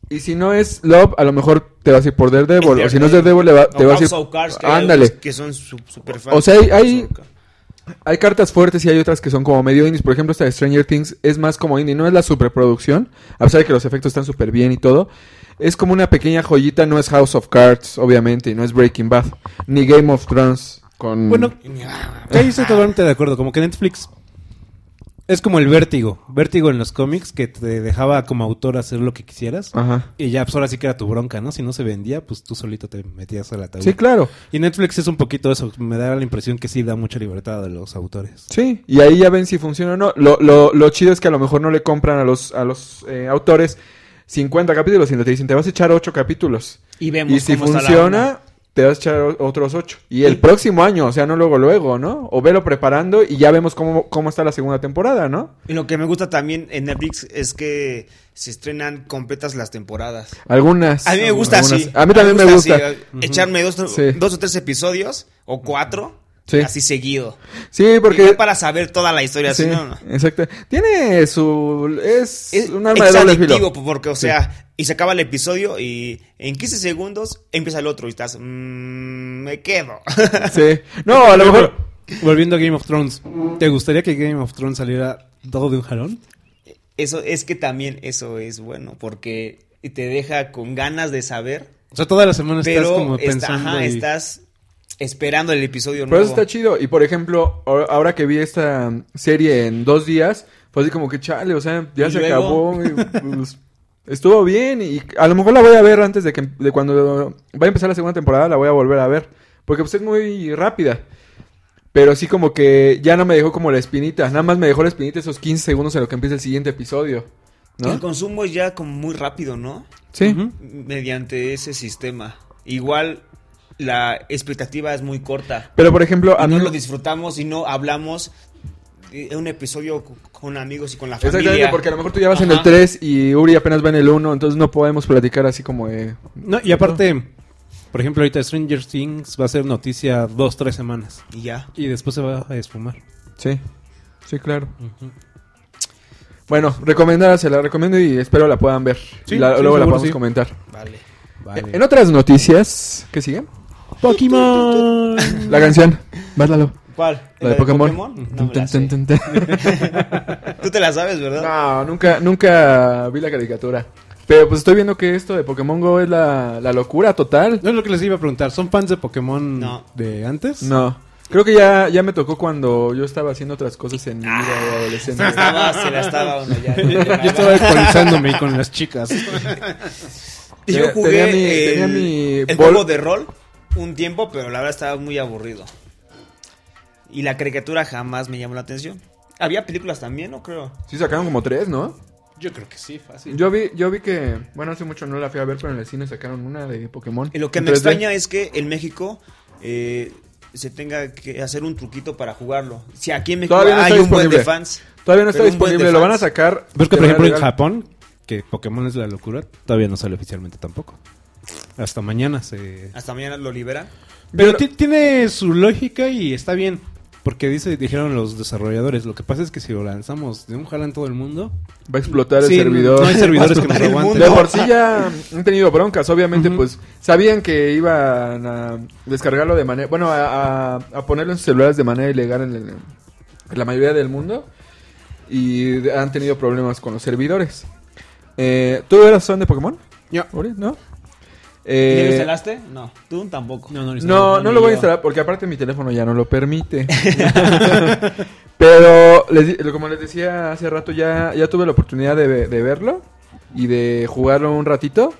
Speaker 2: Y si no es Love, a lo mejor te vas a ir por Daredevil. O si no es Daredevil, le va- te
Speaker 3: O
Speaker 2: vas a ir.
Speaker 3: House of Cards, que hay
Speaker 2: Ándale.
Speaker 3: algunos Que son su- super
Speaker 2: O sea, hay- hay-
Speaker 3: House of Cards.
Speaker 2: Hay cartas fuertes y hay otras que son como medio indies. Por ejemplo, esta de Stranger Things es más como indie. No es la superproducción, a pesar de que los efectos están súper bien y todo. Es como una pequeña joyita. No es House of Cards, obviamente, y no es Breaking Bad. Ni Game of Thrones con...
Speaker 1: Bueno,
Speaker 3: ah.
Speaker 1: que ahí estoy totalmente de acuerdo, como que Netflix es como el vértigo, vértigo en los cómics que te dejaba como autor hacer lo que quisieras
Speaker 2: Ajá.
Speaker 1: y ya pues ahora sí que era tu bronca, ¿no? Si no se vendía, pues tú solito te metías al ataúd.
Speaker 2: Sí, claro.
Speaker 1: Y Netflix es un poquito eso, me da la impresión que sí da mucha libertad a los autores.
Speaker 2: Sí, y ahí ya ven si funciona o no. Lo, lo, lo chido es que a lo mejor no le compran a los, a los eh, autores 50 capítulos, sino te dicen, te vas a echar 8 capítulos.
Speaker 3: Y vemos
Speaker 2: Y si
Speaker 3: cómo está la onda.
Speaker 2: funciona, te vas a echar o- otros 8. Y el próximo año, o sea, no luego, luego, ¿no? O velo preparando y ya vemos cómo, cómo está la segunda temporada, ¿no?
Speaker 3: Y lo que me gusta también en Netflix es que se estrenan completas las temporadas.
Speaker 2: Algunas.
Speaker 3: A mí me gusta
Speaker 2: algunas-
Speaker 3: así.
Speaker 2: A mí también me gusta.
Speaker 3: así, eh, Echarme dos,
Speaker 2: Sí.
Speaker 3: dos o tres episodios o cuatro
Speaker 2: Sí.
Speaker 3: así seguido.
Speaker 2: Sí,
Speaker 3: Porque
Speaker 2: porque...
Speaker 3: para saber toda la historia,
Speaker 2: Sí,
Speaker 3: si no, no.
Speaker 2: exacto. Tiene su... Es,
Speaker 3: Es,
Speaker 2: un arma
Speaker 3: es
Speaker 2: de doble
Speaker 3: adictivo,
Speaker 2: filo.
Speaker 3: porque, o
Speaker 2: Sí.
Speaker 3: sea, y se acaba el episodio y en 15 segundos empieza el otro y estás, "Mm, me quedo.
Speaker 2: Sí. No, a lo mejor...
Speaker 1: Volviendo a Game of Thrones, ¿te gustaría que Game of Thrones saliera todo de un jalón?
Speaker 3: Eso es que también eso es bueno, porque te deja con ganas de saber,
Speaker 1: O sea, toda la semana estás
Speaker 3: pero
Speaker 1: como
Speaker 3: está-
Speaker 1: pensando
Speaker 3: ajá,
Speaker 1: y-
Speaker 3: estás esperando el episodio
Speaker 2: Pero
Speaker 3: nuevo.
Speaker 2: eso está chido. Y por ejemplo, ahor- ahora que vi esta mm, serie en dos días, fue así como que chale, o sea, ya
Speaker 3: ¿Y
Speaker 2: se
Speaker 3: luego?
Speaker 2: acabó. y, pues, estuvo bien. Y a lo mejor la voy a ver antes de que de cuando va a empezar la segunda temporada, la voy a volver a ver. Porque pues es muy rápida. Pero sí como que ya no me dejó como la espinita. Nada más me dejó la espinita esos 15 segundos en lo que empieza el siguiente episodio.
Speaker 3: El
Speaker 2: ¿No?
Speaker 3: consumo es ya como muy rápido, ¿no?
Speaker 2: Sí.
Speaker 1: Ujú.
Speaker 3: Mediante ese sistema. Igual la expectativa es muy corta.
Speaker 2: Pero por ejemplo, a
Speaker 3: Y
Speaker 2: mí...
Speaker 3: no lo disfrutamos y no hablamos de un episodio co- con amigos y con la familia.
Speaker 2: Exactamente, porque a lo mejor tú ya vas en
Speaker 3: Ajá.
Speaker 2: el 3 y Uri apenas va en el 1, entonces no podemos platicar así como... eh,
Speaker 1: No, y aparte, por ejemplo, ahorita Stranger Things va a ser noticia dos, tres semanas.
Speaker 3: Y ya.
Speaker 1: Y después se va a esfumar.
Speaker 2: Sí, sí, claro. Bueno, recomendada, se la recomiendo y espero la puedan ver.
Speaker 1: Sí,
Speaker 2: La-
Speaker 1: sí,
Speaker 2: luego
Speaker 1: seguro,
Speaker 2: la podemos
Speaker 1: sí.
Speaker 2: comentar.
Speaker 3: Vale.
Speaker 1: Vale.
Speaker 2: En otras noticias, ¿qué sigue?
Speaker 1: Pokémon.
Speaker 2: La canción, báilalo.
Speaker 3: ¿Cuál?
Speaker 2: La de Pokémon.
Speaker 3: No, me la
Speaker 2: Tun,
Speaker 3: sé.
Speaker 2: tun, tun, tun.
Speaker 3: Tú te la sabes, ¿verdad?
Speaker 2: No, nunca, nunca vi la caricatura. Pero pues estoy viendo que esto de Pokémon Go es la, la locura total.
Speaker 1: No es lo que les iba a preguntar. ¿Son fans de Pokémon
Speaker 3: No.
Speaker 1: de antes?
Speaker 2: No. Creo que ya, ya me tocó cuando yo estaba haciendo otras cosas en mi vida de adolescente.
Speaker 3: Se la estaba, se la estaba uno ya.
Speaker 1: Yo estaba actualizándome con las chicas.
Speaker 3: Y
Speaker 2: Tenía-
Speaker 3: Yo jugué
Speaker 2: tenía mi-
Speaker 3: el,
Speaker 2: tenía mi bol-
Speaker 3: el juego de rol un tiempo, pero la verdad estaba muy aburrido. Y la caricatura jamás me llamó la atención. Había películas también, ¿no? Creo.
Speaker 2: Sí, sacaron como tres, ¿no?
Speaker 1: Yo creo que sí, fácil.
Speaker 2: Yo vi, yo vi que, bueno, hace mucho no la fui a ver, pero en el cine sacaron una de Pokémon.
Speaker 3: Y lo que me
Speaker 2: Entonces,
Speaker 3: extraña es que en México eh, se tenga que hacer un truquito para jugarlo. Si aquí en México
Speaker 2: Todavía no
Speaker 3: hay
Speaker 2: está
Speaker 3: un buen de
Speaker 2: disponible.
Speaker 3: fans.
Speaker 2: Todavía no está
Speaker 3: pero un buen de
Speaker 2: disponible, lo van a
Speaker 3: fans.
Speaker 2: sacar.
Speaker 1: Ves que,
Speaker 2: de
Speaker 1: por ejemplo, en
Speaker 2: manera legal.
Speaker 1: Japón, que Pokémon es la locura, todavía no sale oficialmente tampoco. Hasta mañana se...
Speaker 3: Hasta mañana lo liberan.
Speaker 1: Pero
Speaker 2: Yo-
Speaker 1: ti- tiene su lógica y está bien. Porque dice, dijeron los desarrolladores, lo que pasa es que si lo lanzamos de un jalón todo el mundo,
Speaker 2: Va a explotar
Speaker 1: sí,
Speaker 2: el servidor.
Speaker 1: no hay servidores
Speaker 3: Va a
Speaker 1: que nos
Speaker 3: explotar el
Speaker 1: aguanten.
Speaker 2: De
Speaker 3: mundo.
Speaker 2: por sí ya han tenido broncas, obviamente,
Speaker 1: Ujú.
Speaker 2: pues sabían que iban a descargarlo de manera. Bueno, a, a- a ponerlo en sus celulares de manera ilegal en el, la mayoría del mundo y han tenido problemas con los servidores. Eh, ¿Tú eras fan de Pokémon?
Speaker 1: Ya.
Speaker 2: Uri? ¿No?
Speaker 3: ¿Ya lo
Speaker 2: Eh,
Speaker 3: instalaste? No, tú tampoco.
Speaker 4: No, no,
Speaker 2: no, no lo voy a
Speaker 3: yo.
Speaker 2: instalar porque aparte mi teléfono ya no lo permite. Pero les di- como les decía hace rato, ya, ya tuve la oportunidad de, ve- de verlo y de jugarlo un ratito.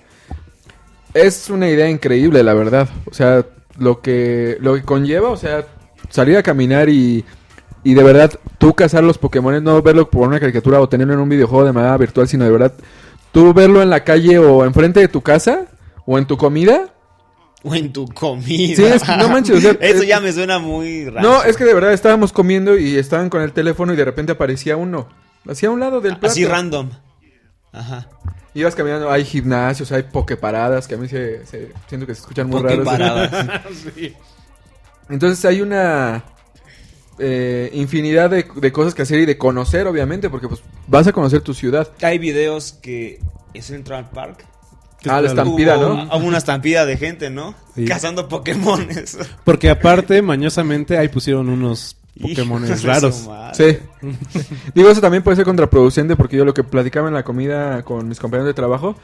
Speaker 2: Es una idea increíble, la verdad. O sea, lo que, lo que conlleva, o sea, salir a caminar y, y de verdad tú cazar los Pokémon, no verlo por una caricatura o tenerlo en un videojuego de manera virtual, sino de verdad tú verlo en la calle o enfrente de tu casa o en tu comida.
Speaker 3: O en tu comida.
Speaker 2: Sí, es que no manches, o sea,
Speaker 3: Eso
Speaker 2: es-
Speaker 3: ya me suena muy raro.
Speaker 2: No, es que de verdad estábamos comiendo y estaban con el teléfono y de repente aparecía uno. Hacia un lado del plato.
Speaker 3: Así random. Ajá.
Speaker 2: Ibas caminando, hay gimnasios, hay pokeparadas, que a mí se, se- siento que se escuchan muy raros.
Speaker 3: Poképaradas.
Speaker 2: Entonces hay una eh, infinidad de, de cosas que hacer y de conocer, obviamente, porque pues vas a conocer tu ciudad.
Speaker 3: Hay videos que en Central Park.
Speaker 2: Ah, la estampida,
Speaker 3: hubo-
Speaker 2: ¿no?
Speaker 3: Hubo una estampida de gente, ¿no?
Speaker 1: Sí.
Speaker 3: Cazando Pokémones.
Speaker 1: Porque aparte, mañosamente, ahí pusieron unos
Speaker 3: Hijos
Speaker 1: Pokémones
Speaker 3: de
Speaker 1: raros.
Speaker 3: su madre.
Speaker 2: Sí. Digo, eso también puede ser contraproducente porque yo lo que platicaba en la comida con mis compañeros de trabajo,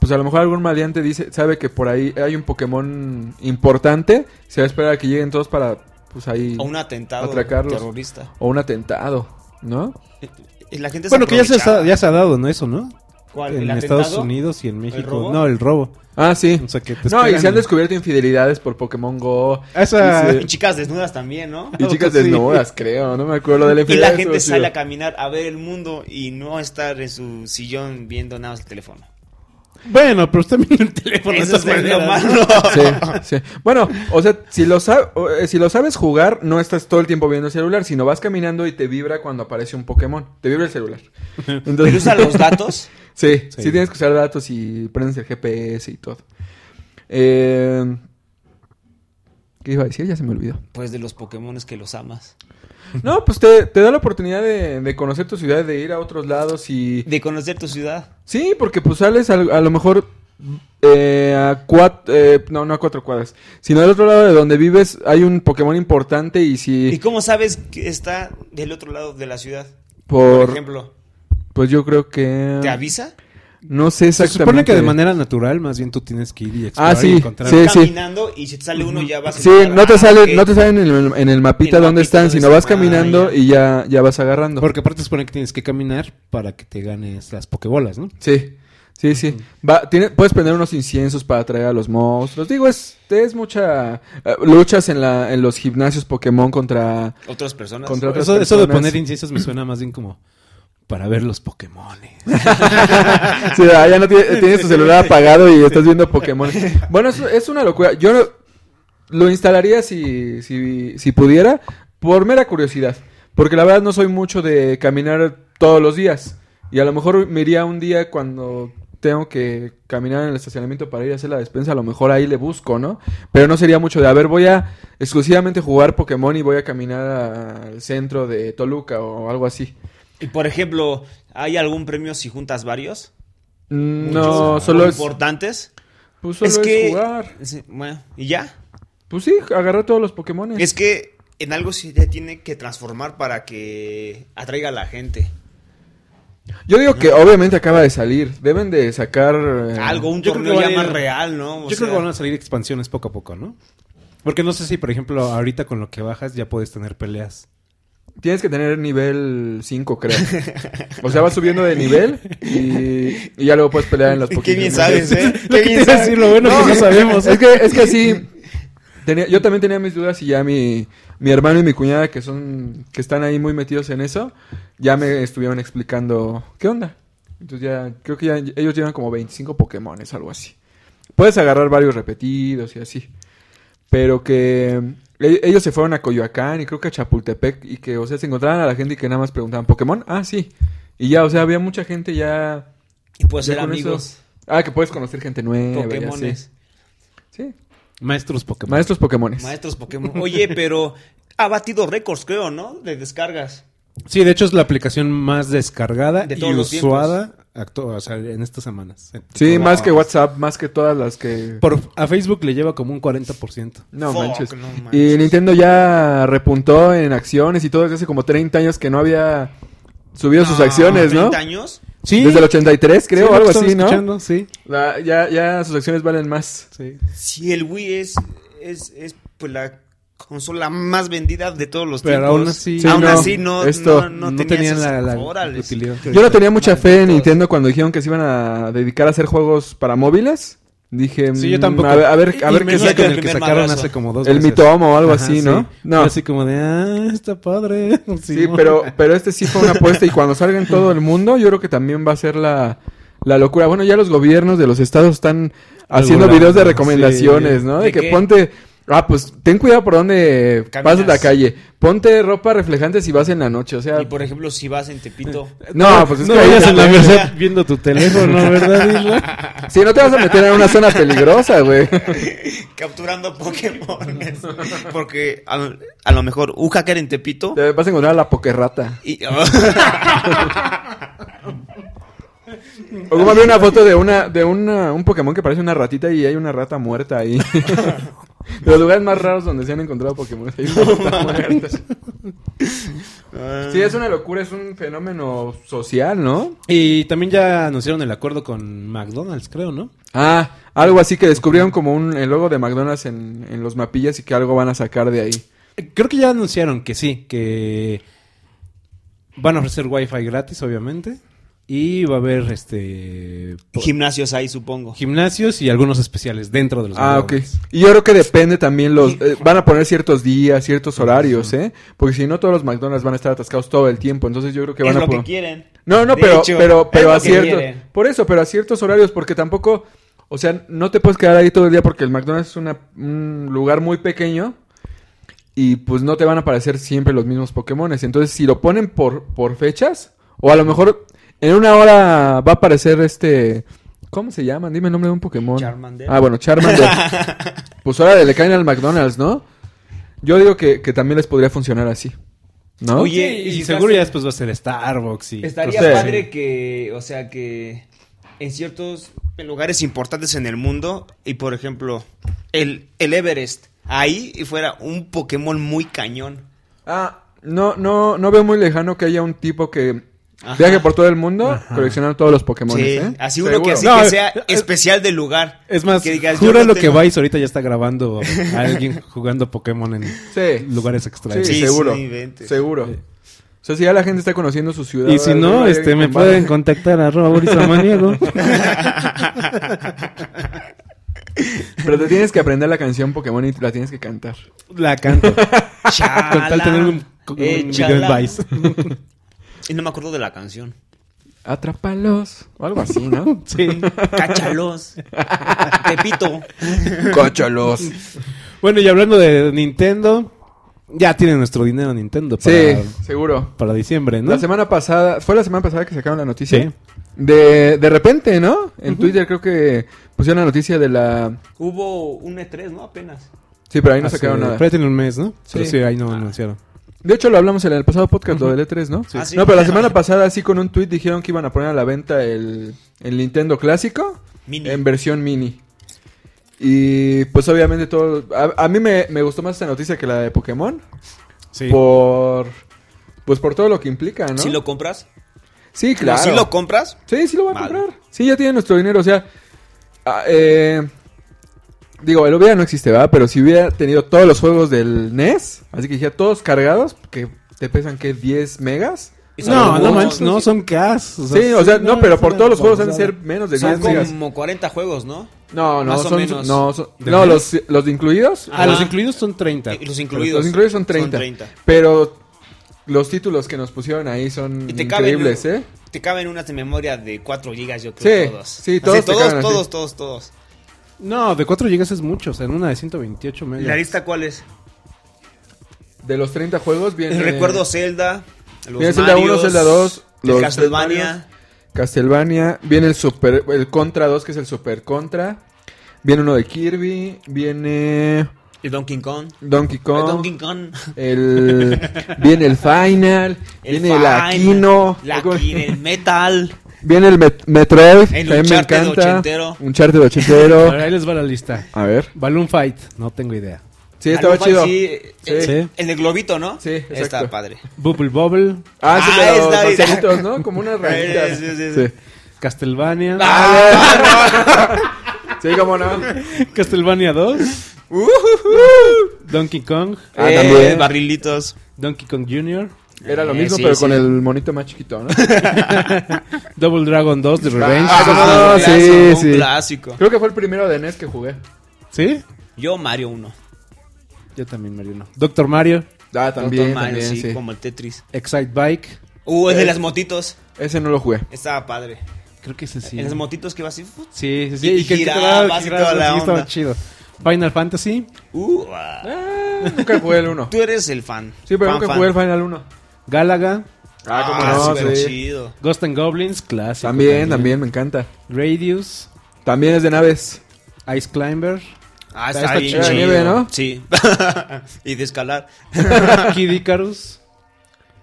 Speaker 2: pues a lo mejor algún maleante dice, sabe que por ahí hay un Pokémon importante, se va a esperar a que lleguen todos para, pues ahí...
Speaker 3: O un atentado
Speaker 2: Atracarlos.
Speaker 3: terrorista.
Speaker 2: o un atentado, ¿no?
Speaker 3: Y La gente
Speaker 1: Bueno, que ya se,
Speaker 3: aprovechaba.
Speaker 1: ha- ya se ha dado, ¿no? Eso, ¿no?
Speaker 3: ¿Cuál?
Speaker 1: En
Speaker 3: ¿El
Speaker 1: Estados
Speaker 3: atentado?
Speaker 1: Unidos y en México.
Speaker 3: robo?
Speaker 1: No, el robo.
Speaker 2: Ah, sí.
Speaker 1: O sea, que te
Speaker 2: No, y
Speaker 1: esperan.
Speaker 2: se han descubierto infidelidades por Pokémon Go.
Speaker 3: Ah,
Speaker 1: Esa...
Speaker 3: Y chicas desnudas también, ¿no?
Speaker 2: Y chicas
Speaker 1: Sí.
Speaker 2: desnudas, creo, no me acuerdo de la
Speaker 3: Y la
Speaker 2: infidelidad.
Speaker 3: gente
Speaker 2: estuvo
Speaker 3: sale a
Speaker 2: chido.
Speaker 3: caminar a ver el mundo y no estar en su sillón viendo nada más el teléfono.
Speaker 1: Bueno, pero usted mira el teléfono. de
Speaker 3: Eso es
Speaker 1: todas
Speaker 3: de lo
Speaker 1: maneras, ¿no?
Speaker 3: malo.
Speaker 2: Sí, sí. Bueno, o sea, si lo, sab- o, eh, si lo sabes jugar, no estás todo el tiempo viendo el celular, sino vas caminando y te vibra cuando aparece un Pokémon. Te vibra el celular.
Speaker 3: Pero
Speaker 2: Entonces,
Speaker 3: usa los datos.
Speaker 2: Sí, sí,
Speaker 1: Sí.
Speaker 2: tienes que usar datos y prendes el GPS y todo. Eh, ¿Qué iba a decir? Ya se me olvidó.
Speaker 3: Pues de los Pokémon que los amas.
Speaker 2: No, pues te, te da la oportunidad de, de conocer tu ciudad, de ir a otros lados y...
Speaker 3: De conocer tu ciudad.
Speaker 2: Sí, porque pues sales al- a, lo mejor eh, a cuatro... no, no a cuatro cuadras. Sino del otro lado de donde vives hay un Pokémon importante y
Speaker 3: ¿Y
Speaker 2: si...
Speaker 3: cómo sabes que está del otro lado de la ciudad? Por,
Speaker 2: Por...
Speaker 3: ejemplo,
Speaker 2: pues yo creo que...
Speaker 1: Ah.
Speaker 3: ¿te avisa?
Speaker 2: No sé
Speaker 1: Se
Speaker 2: exactamente.
Speaker 1: supone que de manera natural, más bien tú tienes que ir y explorar
Speaker 2: Ah, sí,
Speaker 1: y encontrar.
Speaker 2: sí.
Speaker 3: Caminando y si te sale uno ya vas a
Speaker 2: Sí,
Speaker 3: encontrar,
Speaker 2: no te
Speaker 3: ah,
Speaker 2: salen,
Speaker 3: ok.
Speaker 2: no te salen en el, en el mapita
Speaker 3: El
Speaker 2: dónde
Speaker 3: mapita
Speaker 2: están,
Speaker 3: donde
Speaker 2: sino
Speaker 3: está.
Speaker 2: vas caminando
Speaker 3: Ah, ya.
Speaker 2: y ya, ya vas agarrando.
Speaker 1: Porque aparte se supone que tienes que caminar para que te ganes las pokebolas, ¿no?
Speaker 2: Sí, sí, sí. Va, tiene- puedes prender unos inciensos para atraer a los monstruos. Digo, es, es mucha... eh, luchas en, la, en los gimnasios Pokémon contra...
Speaker 3: Otras personas.
Speaker 2: Contra- otras
Speaker 1: Eso, eso de
Speaker 2: personas.
Speaker 1: poner inciensos me suena más bien como para ver los Pokémones.
Speaker 2: Sí, ah, ya no tiene- tienes tu celular apagado y estás viendo Pokémon. Bueno, es, es una locura. Yo no- lo instalaría si, si, si pudiera, por mera curiosidad. Porque la verdad no soy mucho de caminar todos los días. Y a lo mejor me iría un día cuando tengo que caminar en el estacionamiento para ir a hacer la despensa. A lo mejor ahí le busco, ¿no? Pero no sería mucho de, a ver, voy a exclusivamente jugar Pokémon y voy a caminar al centro de Toluca o algo así.
Speaker 3: Y por ejemplo, ¿hay algún premio si juntas varios?
Speaker 2: Mm, No,
Speaker 3: Muchos,
Speaker 2: solo es,
Speaker 3: importantes.
Speaker 2: pues solo
Speaker 3: es que
Speaker 2: es jugar.
Speaker 3: Sí, bueno, y ya.
Speaker 2: Pues sí, agarré todos los Pokémon.
Speaker 3: Es que en algo se te tiene que transformar para que atraiga a la gente.
Speaker 2: Yo digo que obviamente acaba de salir. Deben de sacar... eh,
Speaker 3: Algo, un
Speaker 1: yo creo
Speaker 3: torneo
Speaker 1: que
Speaker 3: ya
Speaker 1: van a
Speaker 3: más
Speaker 1: ir-
Speaker 3: real, ¿no? O
Speaker 1: Yo creo que
Speaker 3: sea,
Speaker 1: van a salir expansiones poco a poco, ¿no? Porque no sé si, por ejemplo, ahorita con lo que bajas ya puedes tener peleas.
Speaker 2: Tienes que tener nivel 5, creo. O sea, vas subiendo de nivel y, y ya luego puedes pelear en los Pokémon.
Speaker 3: Qué bien sabes, ¿eh?
Speaker 1: Lo
Speaker 3: Qué
Speaker 1: que te
Speaker 3: bien
Speaker 1: iba a
Speaker 3: sabes.
Speaker 1: decir, lo bueno que no sabemos. ¿eh?
Speaker 2: Es que, es que sí... tenía- yo también tenía mis dudas y ya mi, mi hermano y mi cuñada que son que están ahí muy metidos en eso, ya me estuvieron explicando qué onda. Entonces ya creo que ya ellos llevan como 25 Pokémones, algo así. Puedes agarrar varios repetidos y así. Pero que e- ellos se fueron a Coyoacán y creo que a Chapultepec y que, o sea, se encontraban a la gente y que nada más preguntaban, ¿Pokémon? Ah, sí. Y ya, o sea, había mucha gente ya...
Speaker 3: Y puedes
Speaker 2: ya
Speaker 3: ser
Speaker 2: con
Speaker 3: amigos,
Speaker 2: eso. Ah, que puedes conocer gente nueva. y así.
Speaker 3: Pokémones,
Speaker 2: Sí.
Speaker 1: Maestros Pokémon.
Speaker 2: Maestros Pokémones.
Speaker 3: maestros Pokémon. Oye, pero ha batido récords, creo, ¿no? De descargas.
Speaker 1: Sí, de hecho es la aplicación más descargada
Speaker 3: De
Speaker 1: y
Speaker 3: todos los
Speaker 1: usada acto- o sea, en estas semanas.
Speaker 2: Sí, más que WhatsApp, más que todas las que...
Speaker 1: Por, a Facebook le lleva como un 40%.
Speaker 2: No
Speaker 3: Fuck,
Speaker 2: manches.
Speaker 3: no manches.
Speaker 2: Y Nintendo ya repuntó en acciones y todo desde hace como 30 años que no había subido sus
Speaker 3: No,
Speaker 2: acciones, ¿no?
Speaker 3: 30 años?
Speaker 1: Sí.
Speaker 2: Desde el 83, creo,
Speaker 1: Sí,
Speaker 2: o
Speaker 1: lo
Speaker 2: algo
Speaker 1: que
Speaker 2: así,
Speaker 1: estamos
Speaker 2: ¿no?
Speaker 1: escuchando, Sí,
Speaker 2: La- ya, ya sus acciones valen más.
Speaker 1: sí.
Speaker 3: Sí, el Wii es, es, es pues, la consola más vendida de todos los
Speaker 1: Pero
Speaker 3: tiempos.
Speaker 1: aún así- Sí,
Speaker 3: aún
Speaker 2: no,
Speaker 3: así no,
Speaker 2: esto,
Speaker 3: no, no
Speaker 1: no
Speaker 3: tenías
Speaker 1: tenían la,
Speaker 3: esas-
Speaker 1: la
Speaker 3: órale.
Speaker 1: utilidad.
Speaker 2: Yo no tenía mucha fe en Nintendo cuando dijeron que se iban a dedicar a hacer juegos para móviles. Dije,
Speaker 1: Sí, yo
Speaker 2: mm,
Speaker 1: tampoco.
Speaker 2: A ver, a ver, a
Speaker 1: Y
Speaker 2: ver qué
Speaker 1: menos
Speaker 3: sacan
Speaker 1: con
Speaker 3: el
Speaker 1: el que
Speaker 3: primer
Speaker 1: sacaron
Speaker 3: madrazo.
Speaker 1: hace como dos
Speaker 2: El
Speaker 1: meses.
Speaker 2: Mitomo o algo así,
Speaker 1: sí.
Speaker 2: ¿no? No.
Speaker 1: Fue Así como de, ah, está padre.
Speaker 2: Sí, pero, pero este sí fue una apuesta y cuando salga en todo el mundo, yo creo que también va a ser la, la locura. Bueno, ya los gobiernos de los estados están haciendo
Speaker 1: Algo
Speaker 2: videos de
Speaker 1: raro,
Speaker 2: recomendaciones,
Speaker 1: sí.
Speaker 2: ¿no? De,
Speaker 3: ¿De
Speaker 2: que
Speaker 3: qué?
Speaker 2: ponte, ah, pues ten cuidado por dónde
Speaker 3: Caminas.
Speaker 2: pasas la calle. Ponte ropa reflejante si vas en la noche, o sea...
Speaker 3: Y por ejemplo, si vas en Tepito,
Speaker 2: No, pues es
Speaker 1: no
Speaker 2: que ahí
Speaker 1: vayas
Speaker 2: ya
Speaker 1: en la
Speaker 2: también-
Speaker 1: verdad viendo tu teléfono, ¿verdad, Isla?
Speaker 2: Si no te vas a meter en una zona peligrosa, güey.
Speaker 3: capturando Pokémon. Porque a, a lo mejor un hacker en Tepito.
Speaker 2: Te vas a encontrar a la pokerrata.
Speaker 3: Y, oh,
Speaker 2: O como había una foto de una de una, un Pokémon que parece una ratita y hay una rata muerta ahí. de los lugares más raros donde se han encontrado Pokémon. hay una rata muerta.
Speaker 3: Ah,
Speaker 2: Sí, es una locura, es un fenómeno social, ¿no?
Speaker 1: Y también ya anunciaron el acuerdo con McDonald's, creo, ¿no?
Speaker 2: Ah, algo así que descubrieron como un, el logo de McDonald's en, en los mapillas y que algo van a sacar de ahí.
Speaker 1: Eh, Creo que ya anunciaron que sí, que van a ofrecer Wi-Fi gratis, obviamente. Y va a haber este po-
Speaker 3: Gimnasios ahí, supongo.
Speaker 1: gimnasios y algunos especiales dentro de los
Speaker 2: Ah, ok.
Speaker 1: McDonald's.
Speaker 2: Y yo creo que depende también los... eh, van a poner ciertos días, ciertos horarios, ¿eh? Porque si no, todos los McDonald's van a estar atascados todo el tiempo. Entonces yo creo que
Speaker 3: es
Speaker 2: van a...
Speaker 3: lo que
Speaker 2: pon-
Speaker 3: quieren.
Speaker 2: No, no,
Speaker 3: De
Speaker 2: pero,
Speaker 3: hecho,
Speaker 2: pero,
Speaker 3: es
Speaker 2: pero
Speaker 3: lo
Speaker 2: a
Speaker 3: que
Speaker 2: ciertos.
Speaker 3: quieren.
Speaker 2: Por eso, pero a ciertos horarios, porque tampoco. O sea, no te puedes quedar ahí todo el día porque el McDonald's es una- un lugar muy pequeño. Y pues no te van a aparecer siempre los mismos Pokémones. Entonces, si lo ponen por, por fechas, o a lo mejor en una hora va a aparecer este. ¿Cómo se llama? Dime el nombre de un Pokémon.
Speaker 3: Charmander.
Speaker 2: Ah, bueno, Charmander. pues ahora le caen al McDonald's, ¿no? Yo digo que, que también les podría funcionar así. ¿No?
Speaker 3: Oye,
Speaker 1: Sí,
Speaker 3: y
Speaker 1: y,
Speaker 3: quizás-
Speaker 1: seguro ya después va a ser Starbucks y
Speaker 3: Estaría
Speaker 2: Sí.
Speaker 1: cosas así.
Speaker 3: padre que, o sea, que en ciertos lugares importantes en el mundo, y por ejemplo, el, el Everest, ahí fuera un Pokémon muy cañón.
Speaker 2: Ah, no, no, no veo muy lejano que haya un tipo que
Speaker 3: Ajá.
Speaker 2: viaje por todo el mundo coleccionando todos los Pokémon.
Speaker 3: Sí, así uno que así
Speaker 1: No,
Speaker 3: que
Speaker 1: eh,
Speaker 3: sea
Speaker 1: eh,
Speaker 3: especial del lugar.
Speaker 1: Es más,
Speaker 3: que digas, yo
Speaker 1: jura lo
Speaker 3: tengo-
Speaker 1: que vais ahorita ya está grabando a alguien jugando Pokémon en
Speaker 2: Sí.
Speaker 1: lugares
Speaker 2: Sí,
Speaker 1: extraños.
Speaker 3: Sí, sí,
Speaker 2: seguro.
Speaker 3: no inventes.
Speaker 2: seguro.
Speaker 1: Sí.
Speaker 2: O sea, si ya la gente está conociendo su ciudad.
Speaker 1: Y si no,
Speaker 2: hay
Speaker 1: este
Speaker 2: alguien
Speaker 1: me
Speaker 2: que
Speaker 1: pueden
Speaker 2: va-
Speaker 1: contactar a Maniego.
Speaker 2: Pero te tienes que aprender la canción Pokémon y la tienes que cantar.
Speaker 1: La canto.
Speaker 3: Chala,
Speaker 1: Con tal tener un, un video
Speaker 3: eh,
Speaker 1: en
Speaker 3: chala.
Speaker 1: Vice.
Speaker 3: Y no me acuerdo de la canción.
Speaker 2: Atrápalos. O algo así, ¿no?
Speaker 1: Sí.
Speaker 3: Cáchalos. Tepito.
Speaker 2: Cóchalos.
Speaker 1: Bueno, y hablando de Nintendo, ya tiene nuestro dinero Nintendo
Speaker 2: Sí,
Speaker 1: para,
Speaker 2: seguro.
Speaker 1: para diciembre, ¿no?
Speaker 2: La semana pasada, fue la semana pasada que sacaron la noticia.
Speaker 1: Sí.
Speaker 2: De, de repente, ¿no? En Twitter creo que pusieron la noticia de la...
Speaker 3: Hubo un E3, ¿no? Apenas.
Speaker 2: Sí, pero ahí no
Speaker 1: Hace-
Speaker 2: sacaron nada.
Speaker 1: pero ya tiene un mes, ¿no? Pero
Speaker 2: Sí. Ah.
Speaker 1: sí, ahí no anunciaron.
Speaker 2: De hecho, lo hablamos en el pasado podcast, lo del E3, ¿no?
Speaker 3: Ah, sí.
Speaker 2: No, pero la semana pasada, sí, con un tweet dijeron que iban a poner a la venta el, el Nintendo clásico
Speaker 3: Mini.
Speaker 2: en versión mini. Y pues, obviamente, todo. A, a mí me, me gustó más esta noticia que la de Pokémon.
Speaker 1: Sí.
Speaker 2: Por. Pues por todo lo que implica, ¿no?
Speaker 3: ¿Si lo compras?
Speaker 2: Sí, claro.
Speaker 3: ¿Si lo compras?
Speaker 2: Sí, sí lo va a
Speaker 3: Vale.
Speaker 2: comprar. Sí, ya tiene nuestro dinero. O sea, ah, eh, digo, el OVA no existe, ¿verdad? Pero si hubiera tenido todos los juegos del NES, así que ya todos cargados, que te pesan, ¿qué? ¿10 megas?
Speaker 3: Y son
Speaker 1: No,
Speaker 3: como-
Speaker 1: no manches, no, son CAS.
Speaker 2: sí, o sea, no, pero por todos los juegos
Speaker 1: han
Speaker 2: han de ser menos de 10
Speaker 3: Son
Speaker 2: megas.
Speaker 3: como 40 juegos, ¿no?
Speaker 2: No, no,
Speaker 3: más o
Speaker 2: son,
Speaker 3: menos.
Speaker 2: no, son-
Speaker 1: ¿De
Speaker 2: no,
Speaker 1: NES?
Speaker 2: los, los incluidos.
Speaker 1: Ah, los
Speaker 3: Ajá.
Speaker 1: incluidos son 30.
Speaker 3: Y Los incluidos.
Speaker 2: Los incluidos son 30, Pero los títulos que nos pusieron ahí son
Speaker 3: Y te caben,
Speaker 2: increíbles, ¿eh?
Speaker 3: Te caben unas de memoria de 4 gigas, yo creo.
Speaker 2: Sí,
Speaker 3: todos.
Speaker 2: sí, todos
Speaker 3: Así,
Speaker 2: te
Speaker 3: todos,
Speaker 2: caben así.
Speaker 3: todos, todos, todos.
Speaker 1: No, de 4 GB es mucho, o sea, en una de 128 megas.
Speaker 3: ¿La lista cuál es?
Speaker 2: De los 30 juegos viene...
Speaker 3: Recuerdo Zelda, los
Speaker 2: Viene Eh, Zelda 1,
Speaker 3: Marios,
Speaker 2: Zelda 2,
Speaker 3: el
Speaker 2: los
Speaker 3: Castlevania.
Speaker 2: Castlevania, viene el Super el Contra 2 que es el Super Contra, viene uno de Kirby, viene
Speaker 3: Y Donkey Kong.
Speaker 2: Donkey
Speaker 3: Eh,
Speaker 2: Kong,
Speaker 3: Donkey Kong.
Speaker 2: el viene el Final,
Speaker 3: El
Speaker 2: viene el
Speaker 3: Final,
Speaker 2: Aquino,
Speaker 3: La Kino, el Metal.
Speaker 2: Viene el Met- Metroid. también
Speaker 3: El
Speaker 2: me
Speaker 3: Uncharted
Speaker 2: encanta.
Speaker 3: ochentero.
Speaker 2: Un charte de ochentero.
Speaker 1: Ahora ahí les va la lista.
Speaker 2: A ver.
Speaker 1: Balloon Fight, no tengo idea.
Speaker 2: Sí, estaba
Speaker 3: Algo
Speaker 2: chido.
Speaker 3: así, eh,
Speaker 1: Sí.
Speaker 3: En el globito, ¿no?
Speaker 2: Sí, exacto.
Speaker 3: Está padre.
Speaker 1: Bubble Bobble,
Speaker 2: Ah, sí,
Speaker 3: Ah,
Speaker 2: pero
Speaker 3: es la-
Speaker 2: los marcianitos, ¿no? Como unas rayitas.
Speaker 3: Sí, sí, sí, Ah, sí.
Speaker 2: Sí.
Speaker 1: Castlevania,
Speaker 2: Ah. Sí, cómo no.
Speaker 1: Castlevania 2,
Speaker 2: Uh,
Speaker 1: Donkey Kong,
Speaker 2: Ah,
Speaker 3: Eh,
Speaker 2: también.
Speaker 3: Barrilitos.
Speaker 1: Donkey Kong Jr.,
Speaker 2: Era lo
Speaker 3: Eh,
Speaker 2: mismo,
Speaker 3: sí,
Speaker 2: pero
Speaker 3: sí.
Speaker 2: con el monito más chiquito, ¿no?
Speaker 1: Double Dragon 2 de Revenge.
Speaker 2: Ah, cómo no,
Speaker 3: un
Speaker 2: sí,
Speaker 3: clásico,
Speaker 2: sí.
Speaker 3: Un clásico.
Speaker 2: Creo que fue el primero de NES que jugué.
Speaker 1: ¿Sí?
Speaker 3: Yo Mario 1.
Speaker 1: Yo también, Mariano. Doctor Mario,
Speaker 2: Ah, también,
Speaker 3: Mario,
Speaker 2: también, sí.
Speaker 3: como el Tetris.
Speaker 1: Excite Bike.
Speaker 3: Uh, es
Speaker 2: Eh.
Speaker 3: de las motitos.
Speaker 2: Ese no lo jugué.
Speaker 3: Estaba padre.
Speaker 1: Creo que ese sí. ¿eh?
Speaker 3: En las motitos que va así. put.
Speaker 1: Sí, sí, sí.
Speaker 3: Y
Speaker 1: Y que- que
Speaker 3: girabas
Speaker 1: estaba-
Speaker 3: y
Speaker 1: que
Speaker 3: toda
Speaker 1: girabas,
Speaker 3: la
Speaker 1: sí, estaba
Speaker 3: onda.
Speaker 1: chido. Final Fantasy,
Speaker 3: Uh,
Speaker 1: Eh.
Speaker 3: ah.
Speaker 2: Ah, nunca jugué el 1.
Speaker 3: Tú eres el fan.
Speaker 2: Sí, pero
Speaker 3: Fan,
Speaker 2: nunca
Speaker 3: fan.
Speaker 2: jugué el Final 1.
Speaker 1: Galaga,
Speaker 3: Ah,
Speaker 2: cómo
Speaker 3: súper chido.
Speaker 1: Ghost and Goblins, clásico.
Speaker 2: También, también, me encanta.
Speaker 1: Radius,
Speaker 2: También es de naves.
Speaker 1: Ice Climber,
Speaker 3: Ah,
Speaker 1: Está-
Speaker 3: está,
Speaker 1: está
Speaker 3: bien
Speaker 1: chido.
Speaker 3: chido.
Speaker 2: Nieve, ¿no?
Speaker 3: Sí. y de escalar.
Speaker 1: Kid Icarus.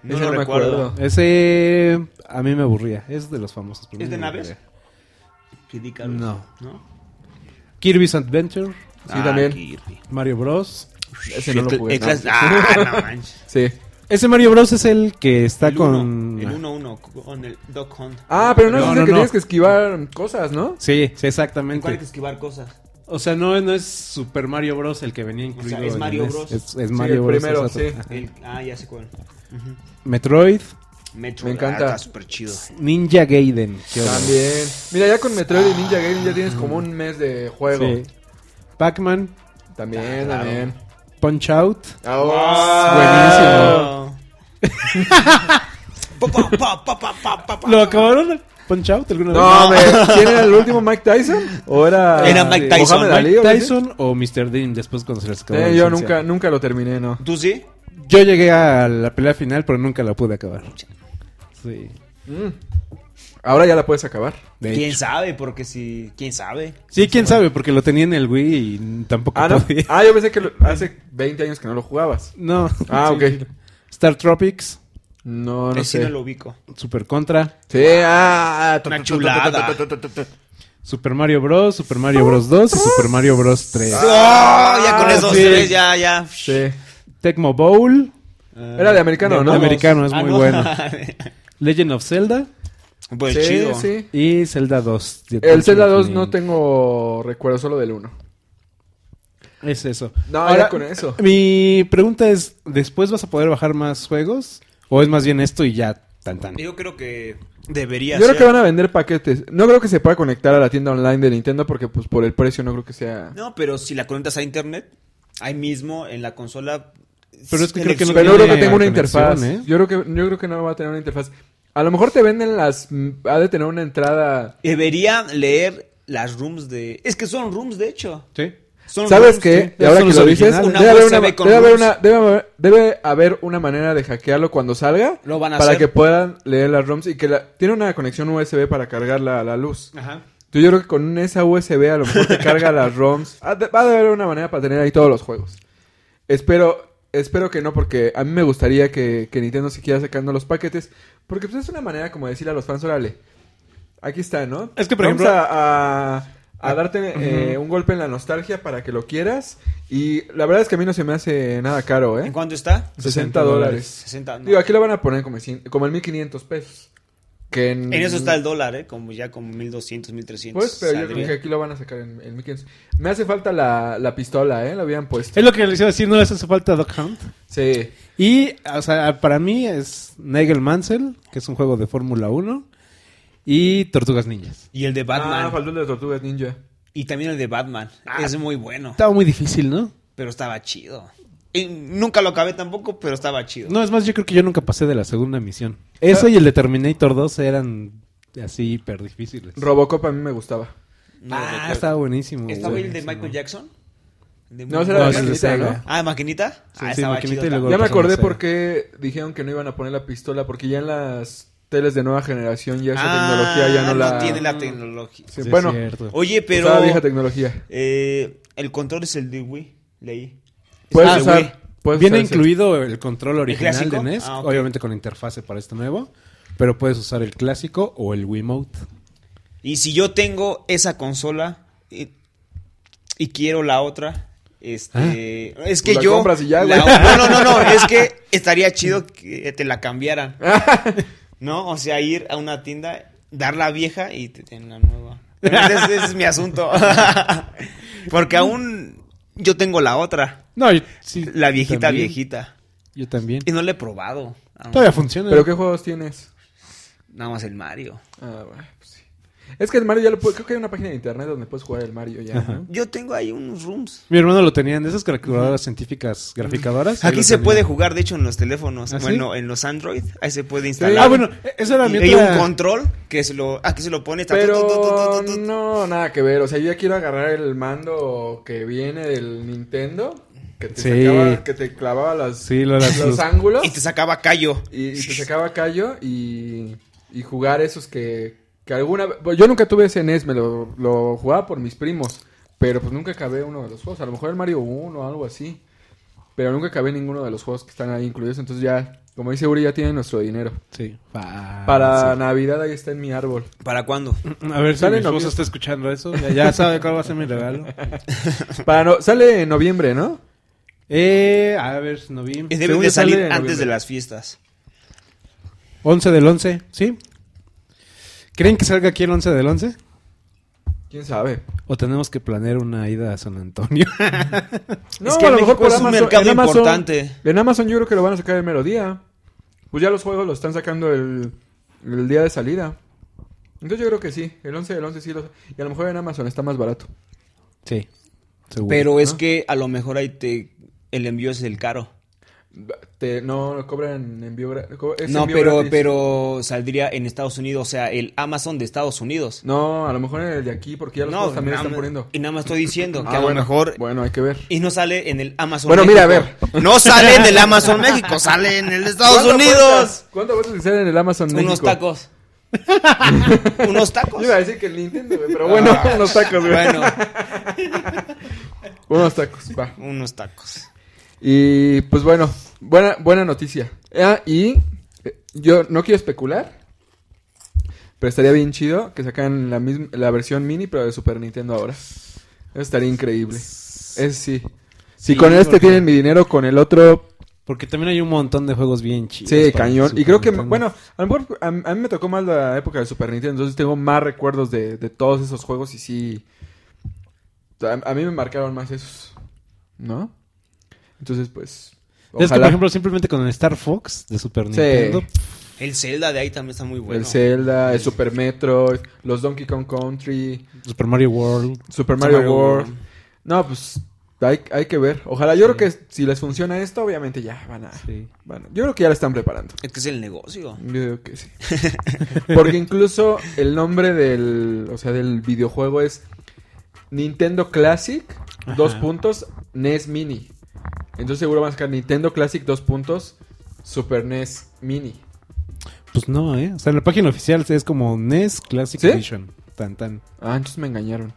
Speaker 3: No
Speaker 2: Ese
Speaker 3: lo
Speaker 2: no me
Speaker 3: recuerdo.
Speaker 2: acuerdo.
Speaker 1: Ese a mí me aburría. Es de los famosos. pero a
Speaker 3: ¿Es
Speaker 1: mí
Speaker 3: de
Speaker 1: me
Speaker 3: naves?
Speaker 1: aburría.
Speaker 3: Critica-
Speaker 1: No.
Speaker 3: ¿No? Ah,
Speaker 1: Kirby's Adventure,
Speaker 2: Sí, también.
Speaker 3: Kirby.
Speaker 1: Mario Bros.
Speaker 2: Ese no lo
Speaker 3: El-
Speaker 2: jugué.
Speaker 3: el
Speaker 2: no.
Speaker 3: clas- Ah, no manches.
Speaker 2: Sí.
Speaker 1: Ese Mario Bros es el que está
Speaker 3: El
Speaker 1: con.
Speaker 3: uno, el 1-1 con el Doc Hunt.
Speaker 2: Ah, pero no,
Speaker 1: No,
Speaker 2: es
Speaker 1: no,
Speaker 2: el que
Speaker 1: no.
Speaker 2: tienes que esquivar cosas, ¿no?
Speaker 1: Sí, sí,
Speaker 3: ¿En cuál hay que
Speaker 1: exactamente.
Speaker 3: esquivar cosas?
Speaker 1: O sea, no, no es Super Mario Bros el que venía incluido.
Speaker 3: sea, es
Speaker 1: en
Speaker 3: Mario
Speaker 1: el NES.
Speaker 3: Bros.
Speaker 1: Es, es Mario
Speaker 2: el
Speaker 1: Bros.
Speaker 2: primero,
Speaker 1: exacto.
Speaker 2: sí.
Speaker 1: Ajá.
Speaker 3: El- ah, ya sé cuál. Ujú.
Speaker 1: Metroid,
Speaker 3: Metro,
Speaker 2: Me encanta.
Speaker 3: ah, Está súper chido.
Speaker 1: Ninja Gaiden. qué horror.
Speaker 2: También. Mira, ya con Metroid y Ninja Gaiden ya tienes
Speaker 3: Ah.
Speaker 2: como un mes de juego.
Speaker 1: Sí. Pac-Man,
Speaker 2: También,
Speaker 3: Ah, Claro.
Speaker 2: también.
Speaker 1: Punch Out.
Speaker 2: Ah, Oh,
Speaker 1: Buenísimo.
Speaker 3: Pa, pa, pa, pa, pa, pa, pa, pa.
Speaker 1: ¿Lo acabaron? ¿Punch Out alguna
Speaker 2: Ah. No,
Speaker 1: vez?
Speaker 2: me, ¿quién era el último Mike Tyson? ¿O era,
Speaker 3: Era Mike
Speaker 2: Mohamed
Speaker 3: Tyson,
Speaker 2: Ali,
Speaker 1: Mike
Speaker 2: o qué?
Speaker 1: Tyson o Mr. Dean después cuando se les acabó. la
Speaker 2: Eh, yo
Speaker 1: licencia?
Speaker 2: nunca, nunca lo terminé, ¿no?
Speaker 3: ¿Tú sí?
Speaker 1: Yo llegué a la pelea final, pero nunca la pude acabar. Sí.
Speaker 2: Ahora ya la puedes acabar.
Speaker 1: De
Speaker 3: ¿Quién
Speaker 1: hecho.
Speaker 3: sabe? Porque si... ¿Quién sabe?
Speaker 1: Sí, quién sabe, porque lo tenía en el Wii y tampoco
Speaker 2: Ah, no.
Speaker 1: podía.
Speaker 2: Ah, yo pensé que lo- hace 20 años que no lo jugabas.
Speaker 1: No.
Speaker 2: Ah,
Speaker 1: Sí.
Speaker 2: ok.
Speaker 1: Star Tropics,
Speaker 2: No, no
Speaker 3: Ese
Speaker 2: sé.
Speaker 3: no lo ubico.
Speaker 1: Super Contra,
Speaker 2: Sí, ah,
Speaker 3: Una chulada.
Speaker 1: Super Mario Bros, Super Mario Bros 2 y Super Mario Bros 3.
Speaker 3: Oh, ya con esos
Speaker 1: sí.
Speaker 3: tres, ya, ya.
Speaker 2: Sí.
Speaker 1: Tecmo Bowl,
Speaker 2: Era de americano, ¿no?
Speaker 1: Ah, de americano, es
Speaker 3: Ah,
Speaker 1: muy
Speaker 3: no.
Speaker 1: bueno. Legend of Zelda
Speaker 3: pues
Speaker 2: sí,
Speaker 3: chido.
Speaker 2: sí.
Speaker 1: y Zelda 2. The
Speaker 2: El Zelda
Speaker 1: Adventure of
Speaker 2: 2 no
Speaker 1: Link.
Speaker 2: tengo recuerdo, solo del 1.
Speaker 1: Es eso.
Speaker 2: No, ya con eso.
Speaker 1: Mi pregunta es, ¿después vas a poder bajar más juegos? ¿O es más bien esto y ya tan tan?
Speaker 3: Yo creo que debería
Speaker 2: Yo creo
Speaker 3: ser.
Speaker 2: que van a vender paquetes. No creo que se pueda conectar a la tienda online de Nintendo porque pues por el precio no creo que sea...
Speaker 3: No, pero si la conectas a internet, ahí mismo en la consola.
Speaker 1: Pero es que creo que no
Speaker 2: Pero no creo que
Speaker 1: tiene
Speaker 2: tenga una
Speaker 1: conexión,
Speaker 2: interfaz.
Speaker 1: ¿eh?
Speaker 2: Yo creo que yo creo que no va a tener una interfaz. A lo mejor te venden las mm, ha de tener una entrada.
Speaker 3: Debería leer las rooms de. Es que son rooms, de hecho.
Speaker 1: Sí.
Speaker 3: Son
Speaker 2: ¿Sabes
Speaker 3: rooms,
Speaker 2: qué?
Speaker 1: sí.
Speaker 2: Y ahora
Speaker 1: Son
Speaker 2: que
Speaker 1: los
Speaker 2: lo dices,
Speaker 1: originales.
Speaker 3: Una
Speaker 2: debe haber,
Speaker 3: USB
Speaker 2: una,
Speaker 3: con
Speaker 2: debe, haber
Speaker 3: rules.
Speaker 2: una- debe haber- debe haber una manera de hackearlo cuando salga
Speaker 3: Lo van a
Speaker 2: para
Speaker 3: hacer.
Speaker 2: que puedan leer las ROMs y que la- tiene una conexión USB para cargarla a la luz.
Speaker 3: Ajá.
Speaker 2: Entonces, yo creo que con esa USB a lo mejor te carga las ROMs. Ah, de- Va a haber una manera para tener ahí todos los juegos. Espero, espero que no, porque a mí me gustaría que, que Nintendo siquiera sacando los paquetes. Porque pues, es una manera como de decirle a los fans, órale, aquí está, ¿no?
Speaker 1: Es que, por
Speaker 2: Vamos
Speaker 1: ejemplo-
Speaker 2: a, a- a darte eh, un golpe en la nostalgia para que lo quieras. Y la verdad es que a mí no se me hace nada caro, ¿eh?
Speaker 3: ¿En cuánto está?
Speaker 2: 60 dólares.
Speaker 3: 60. no.
Speaker 2: Digo, aquí lo van a poner como, en cin- como en 1500 pesos. Que en...
Speaker 3: En eso está el dólar, ¿eh? Como ya como 1200, 1300.
Speaker 2: Pues, pero yo
Speaker 3: saldría.
Speaker 2: creo que aquí lo van a sacar en, en 1500. Me hace falta la, la pistola, ¿eh? La habían puesto.
Speaker 1: Es lo que les iba a decir, no les hace falta Dog Hunt.
Speaker 2: Sí.
Speaker 1: Y, o sea, para mí es Nigel Mansell, que es un juego de Fórmula 1, y Tortugas Ninjas.
Speaker 3: Y el de Batman.
Speaker 2: Ah, faltó el de Tortugas Ninja.
Speaker 3: y también el de Batman.
Speaker 2: Ah.
Speaker 3: es muy bueno.
Speaker 1: Estaba muy difícil, ¿no?
Speaker 3: Pero estaba chido. Y nunca lo acabé tampoco, pero estaba chido.
Speaker 1: No, es más, yo creo que yo nunca pasé de la segunda misión. Eso y el de Terminator 2 eran así hiper difíciles.
Speaker 2: Robocop a mí me gustaba.
Speaker 3: No lo
Speaker 1: ah,
Speaker 3: recuerdo.
Speaker 1: estaba buenísimo.
Speaker 3: ¿Estaba el de
Speaker 1: buenísimo.
Speaker 3: Michael Jackson? De
Speaker 2: No, ese
Speaker 1: No,
Speaker 2: era de
Speaker 1: ese es de
Speaker 2: maquinita,
Speaker 1: Sega.
Speaker 2: ¿no?
Speaker 3: Ah, ¿Maquinita?
Speaker 1: Sí,
Speaker 3: ah,
Speaker 1: sí,
Speaker 3: estaba
Speaker 1: Maquinita
Speaker 3: chido.
Speaker 1: y luego-
Speaker 3: también.
Speaker 2: Ya me acordé
Speaker 1: Sega.
Speaker 2: por qué dijeron que no iban a poner la pistola. Porque ya en las teles de nueva generación ya esa
Speaker 3: Ah,
Speaker 2: tecnología ya no, la...
Speaker 3: tiene la tecnología.
Speaker 2: Sí,
Speaker 1: Sí, es
Speaker 2: bueno,
Speaker 1: cierto.
Speaker 3: Oye, pero...
Speaker 2: usaba vieja tecnología.
Speaker 3: eh, el control es el de Wii, leí. Es
Speaker 2: Puedes
Speaker 3: el de Wii.
Speaker 2: usar... puedes
Speaker 1: Viene
Speaker 2: usar ese.
Speaker 1: incluido el control original
Speaker 3: clásico?
Speaker 1: de E NES,
Speaker 3: Ah, ok.
Speaker 1: obviamente con interfase para este nuevo. Pero puedes usar el clásico o el Wiimote.
Speaker 3: Y si yo tengo esa consola y, y quiero la otra, este, es que
Speaker 2: Pues la
Speaker 3: yo
Speaker 2: compras y ya,
Speaker 3: la-
Speaker 2: güey.
Speaker 3: no, no, no, no, es que estaría chido que te la cambiaran. ¿No? O sea, ir a una tienda, dar la vieja y te tienen la nueva. Pero Ese, ese es mi asunto. Porque aún yo tengo la otra,
Speaker 1: No, yo- sí,
Speaker 3: la viejita
Speaker 1: también.
Speaker 3: viejita
Speaker 1: Yo también.
Speaker 3: y no la he probado. Nada
Speaker 1: Todavía
Speaker 3: más,
Speaker 1: funciona.
Speaker 2: ¿Pero qué juegos tienes?
Speaker 3: nada más el Mario.
Speaker 2: Ah, bueno, pues sí. Es que el Mario ya lo puedo... Creo que hay una página de internet donde puedes jugar el Mario ya, ¿no?
Speaker 3: Yo tengo ahí unos rooms.
Speaker 1: Mi hermano lo tenía en esas calculadoras científicas graficadoras. ahí
Speaker 3: Aquí
Speaker 1: lo
Speaker 3: se
Speaker 1: tenía.
Speaker 3: puede jugar, de hecho, en los teléfonos.
Speaker 1: ¿Ah, sí?
Speaker 3: Bueno, en los Android, ahí se puede instalar.
Speaker 1: Ah, bueno, esa era
Speaker 3: Y
Speaker 1: mi
Speaker 3: hay un
Speaker 1: otra...
Speaker 3: control que se lo, aquí se lo pone. está tu, tu, tu,
Speaker 2: Pero
Speaker 3: tu, tu, tu.
Speaker 2: no, nada que ver. O sea, yo ya quiero agarrar el mando que viene del Nintendo. Que te,
Speaker 1: Sí.
Speaker 2: sacaba- que te clavaba las,
Speaker 1: Sí, lo- las-
Speaker 2: los
Speaker 1: los-
Speaker 2: ángulos.
Speaker 3: Y te sacaba callo.
Speaker 2: y, y te sacaba callo y, y jugar esos que, que alguna vez... Yo nunca tuve ese NES, me lo, lo jugaba por mis primos, pero pues nunca acabé uno de los juegos, a lo mejor el Mario 1 o algo así, pero nunca acabé ninguno de los juegos que están ahí incluidos, entonces ya, como dice Uri, ya tiene nuestro dinero.
Speaker 1: Sí. Fa-
Speaker 2: Para
Speaker 1: Ah, sí.
Speaker 2: Navidad ahí está en mi árbol.
Speaker 3: ¿Para cuándo?
Speaker 1: A ver si
Speaker 2: Sale
Speaker 1: mi
Speaker 2: en noviembre.
Speaker 1: esposa está escuchando eso. Ya, ya sabe cuál va a ser mi regalo.
Speaker 2: Para no- sale en noviembre, ¿no?
Speaker 1: Eh, a ver, no vi.
Speaker 3: Debe
Speaker 2: Según
Speaker 3: de
Speaker 2: yo sale
Speaker 3: salir
Speaker 2: en
Speaker 3: antes
Speaker 2: noviembre.
Speaker 3: de las fiestas.
Speaker 1: 11 del 11, ¿sí?
Speaker 2: Ah.
Speaker 1: ¿Creen que salga aquí el 11 del 11?
Speaker 2: ¿Quién sabe?
Speaker 1: ¿O tenemos que planear una ida a San Antonio?
Speaker 2: No,
Speaker 3: Es que
Speaker 2: a lo mejor
Speaker 3: en México
Speaker 2: por
Speaker 3: es un
Speaker 2: Amazon,
Speaker 3: mercado
Speaker 2: en Amazon-
Speaker 3: importante.
Speaker 2: En Amazon yo creo que lo van a sacar el melodía. Pues ya los juegos lo están sacando el, el día de salida. Entonces yo creo que sí, el 11 del 11 sí. Los, y a lo mejor en Amazon está más barato.
Speaker 1: sí, seguro.
Speaker 3: Pero es que a lo mejor ahí te el envío es el caro.
Speaker 2: Te, no lo cobran envío gra- co- es
Speaker 3: no,
Speaker 2: envío
Speaker 3: pero
Speaker 2: gratis.
Speaker 3: pero saldría en Estados Unidos, o sea, el Amazon de Estados Unidos.
Speaker 2: No, a lo mejor en el de aquí porque ya los juegos también
Speaker 3: nada
Speaker 2: están
Speaker 3: más-
Speaker 2: poniendo.
Speaker 3: Y nada más estoy diciendo que
Speaker 2: Ah,
Speaker 3: a
Speaker 2: bueno,
Speaker 3: lo mejor
Speaker 2: Bueno, hay que ver.
Speaker 3: y no sale en el Amazon.
Speaker 2: Bueno, mira, a
Speaker 3: México.
Speaker 2: ver. pues,
Speaker 3: No sale en el Amazon México, sale en el de Estados
Speaker 2: ¿Cuánto
Speaker 3: Unidos.
Speaker 2: cuesta- ¿Cuánto cuesta que sale en el Amazon México?
Speaker 3: Unos tacos. Unos
Speaker 2: Yo
Speaker 3: tacos.
Speaker 2: iba a decir que el Nintendo, güey, pero bueno, unos tacos, güey.
Speaker 3: Ah. Bueno,
Speaker 2: Unos tacos, va.
Speaker 3: unos tacos.
Speaker 2: Y pues bueno, buena, buena noticia. Ah, y eh, yo no quiero especular, pero estaría bien chido que sacan la, misma, la versión mini, pero de Super Nintendo ahora. Eso estaría increíble. Es sí. Si
Speaker 1: Sí,
Speaker 2: con este
Speaker 1: porque-
Speaker 2: tienen mi dinero, con el otro,
Speaker 1: Porque también hay un montón de juegos bien chidos.
Speaker 2: sí,
Speaker 1: para
Speaker 2: cañón. Y
Speaker 1: Super
Speaker 2: creo que,
Speaker 1: Nintendo.
Speaker 2: bueno, a, lo mejor a, a mí me tocó más la época de Super Nintendo, entonces tengo más recuerdos de, de todos esos juegos y sí. A, a mí me marcaron más esos, ¿no? Entonces, pues.
Speaker 1: Es que, por
Speaker 2: ojalá.
Speaker 1: ejemplo, simplemente con el Star Fox de Super Nintendo.
Speaker 3: El Zelda de ahí también está muy bueno.
Speaker 2: El Zelda, el Super Metroid, los Donkey Kong Country,
Speaker 1: Super Mario World.
Speaker 2: Super Mario,
Speaker 3: Mario
Speaker 2: World.
Speaker 3: World.
Speaker 2: No, pues hay, hay que ver. Ojalá, yo creo que si les funciona esto, obviamente ya van a...
Speaker 1: Sí.
Speaker 2: van a- yo creo que ya la están preparando.
Speaker 3: Es que es el negocio.
Speaker 2: Yo digo que sí. Porque incluso el nombre del, o sea, del videojuego es Nintendo Classic, dos
Speaker 1: Ajá.
Speaker 2: puntos, NES Mini. Entonces seguro van a sacar Nintendo Classic, dos puntos, Super NES Mini.
Speaker 1: Pues no, ¿eh? O sea, en la página oficial es como NES Classic
Speaker 2: ¿Sí?
Speaker 1: Edition. Tan, tan.
Speaker 2: Ah, entonces me engañaron.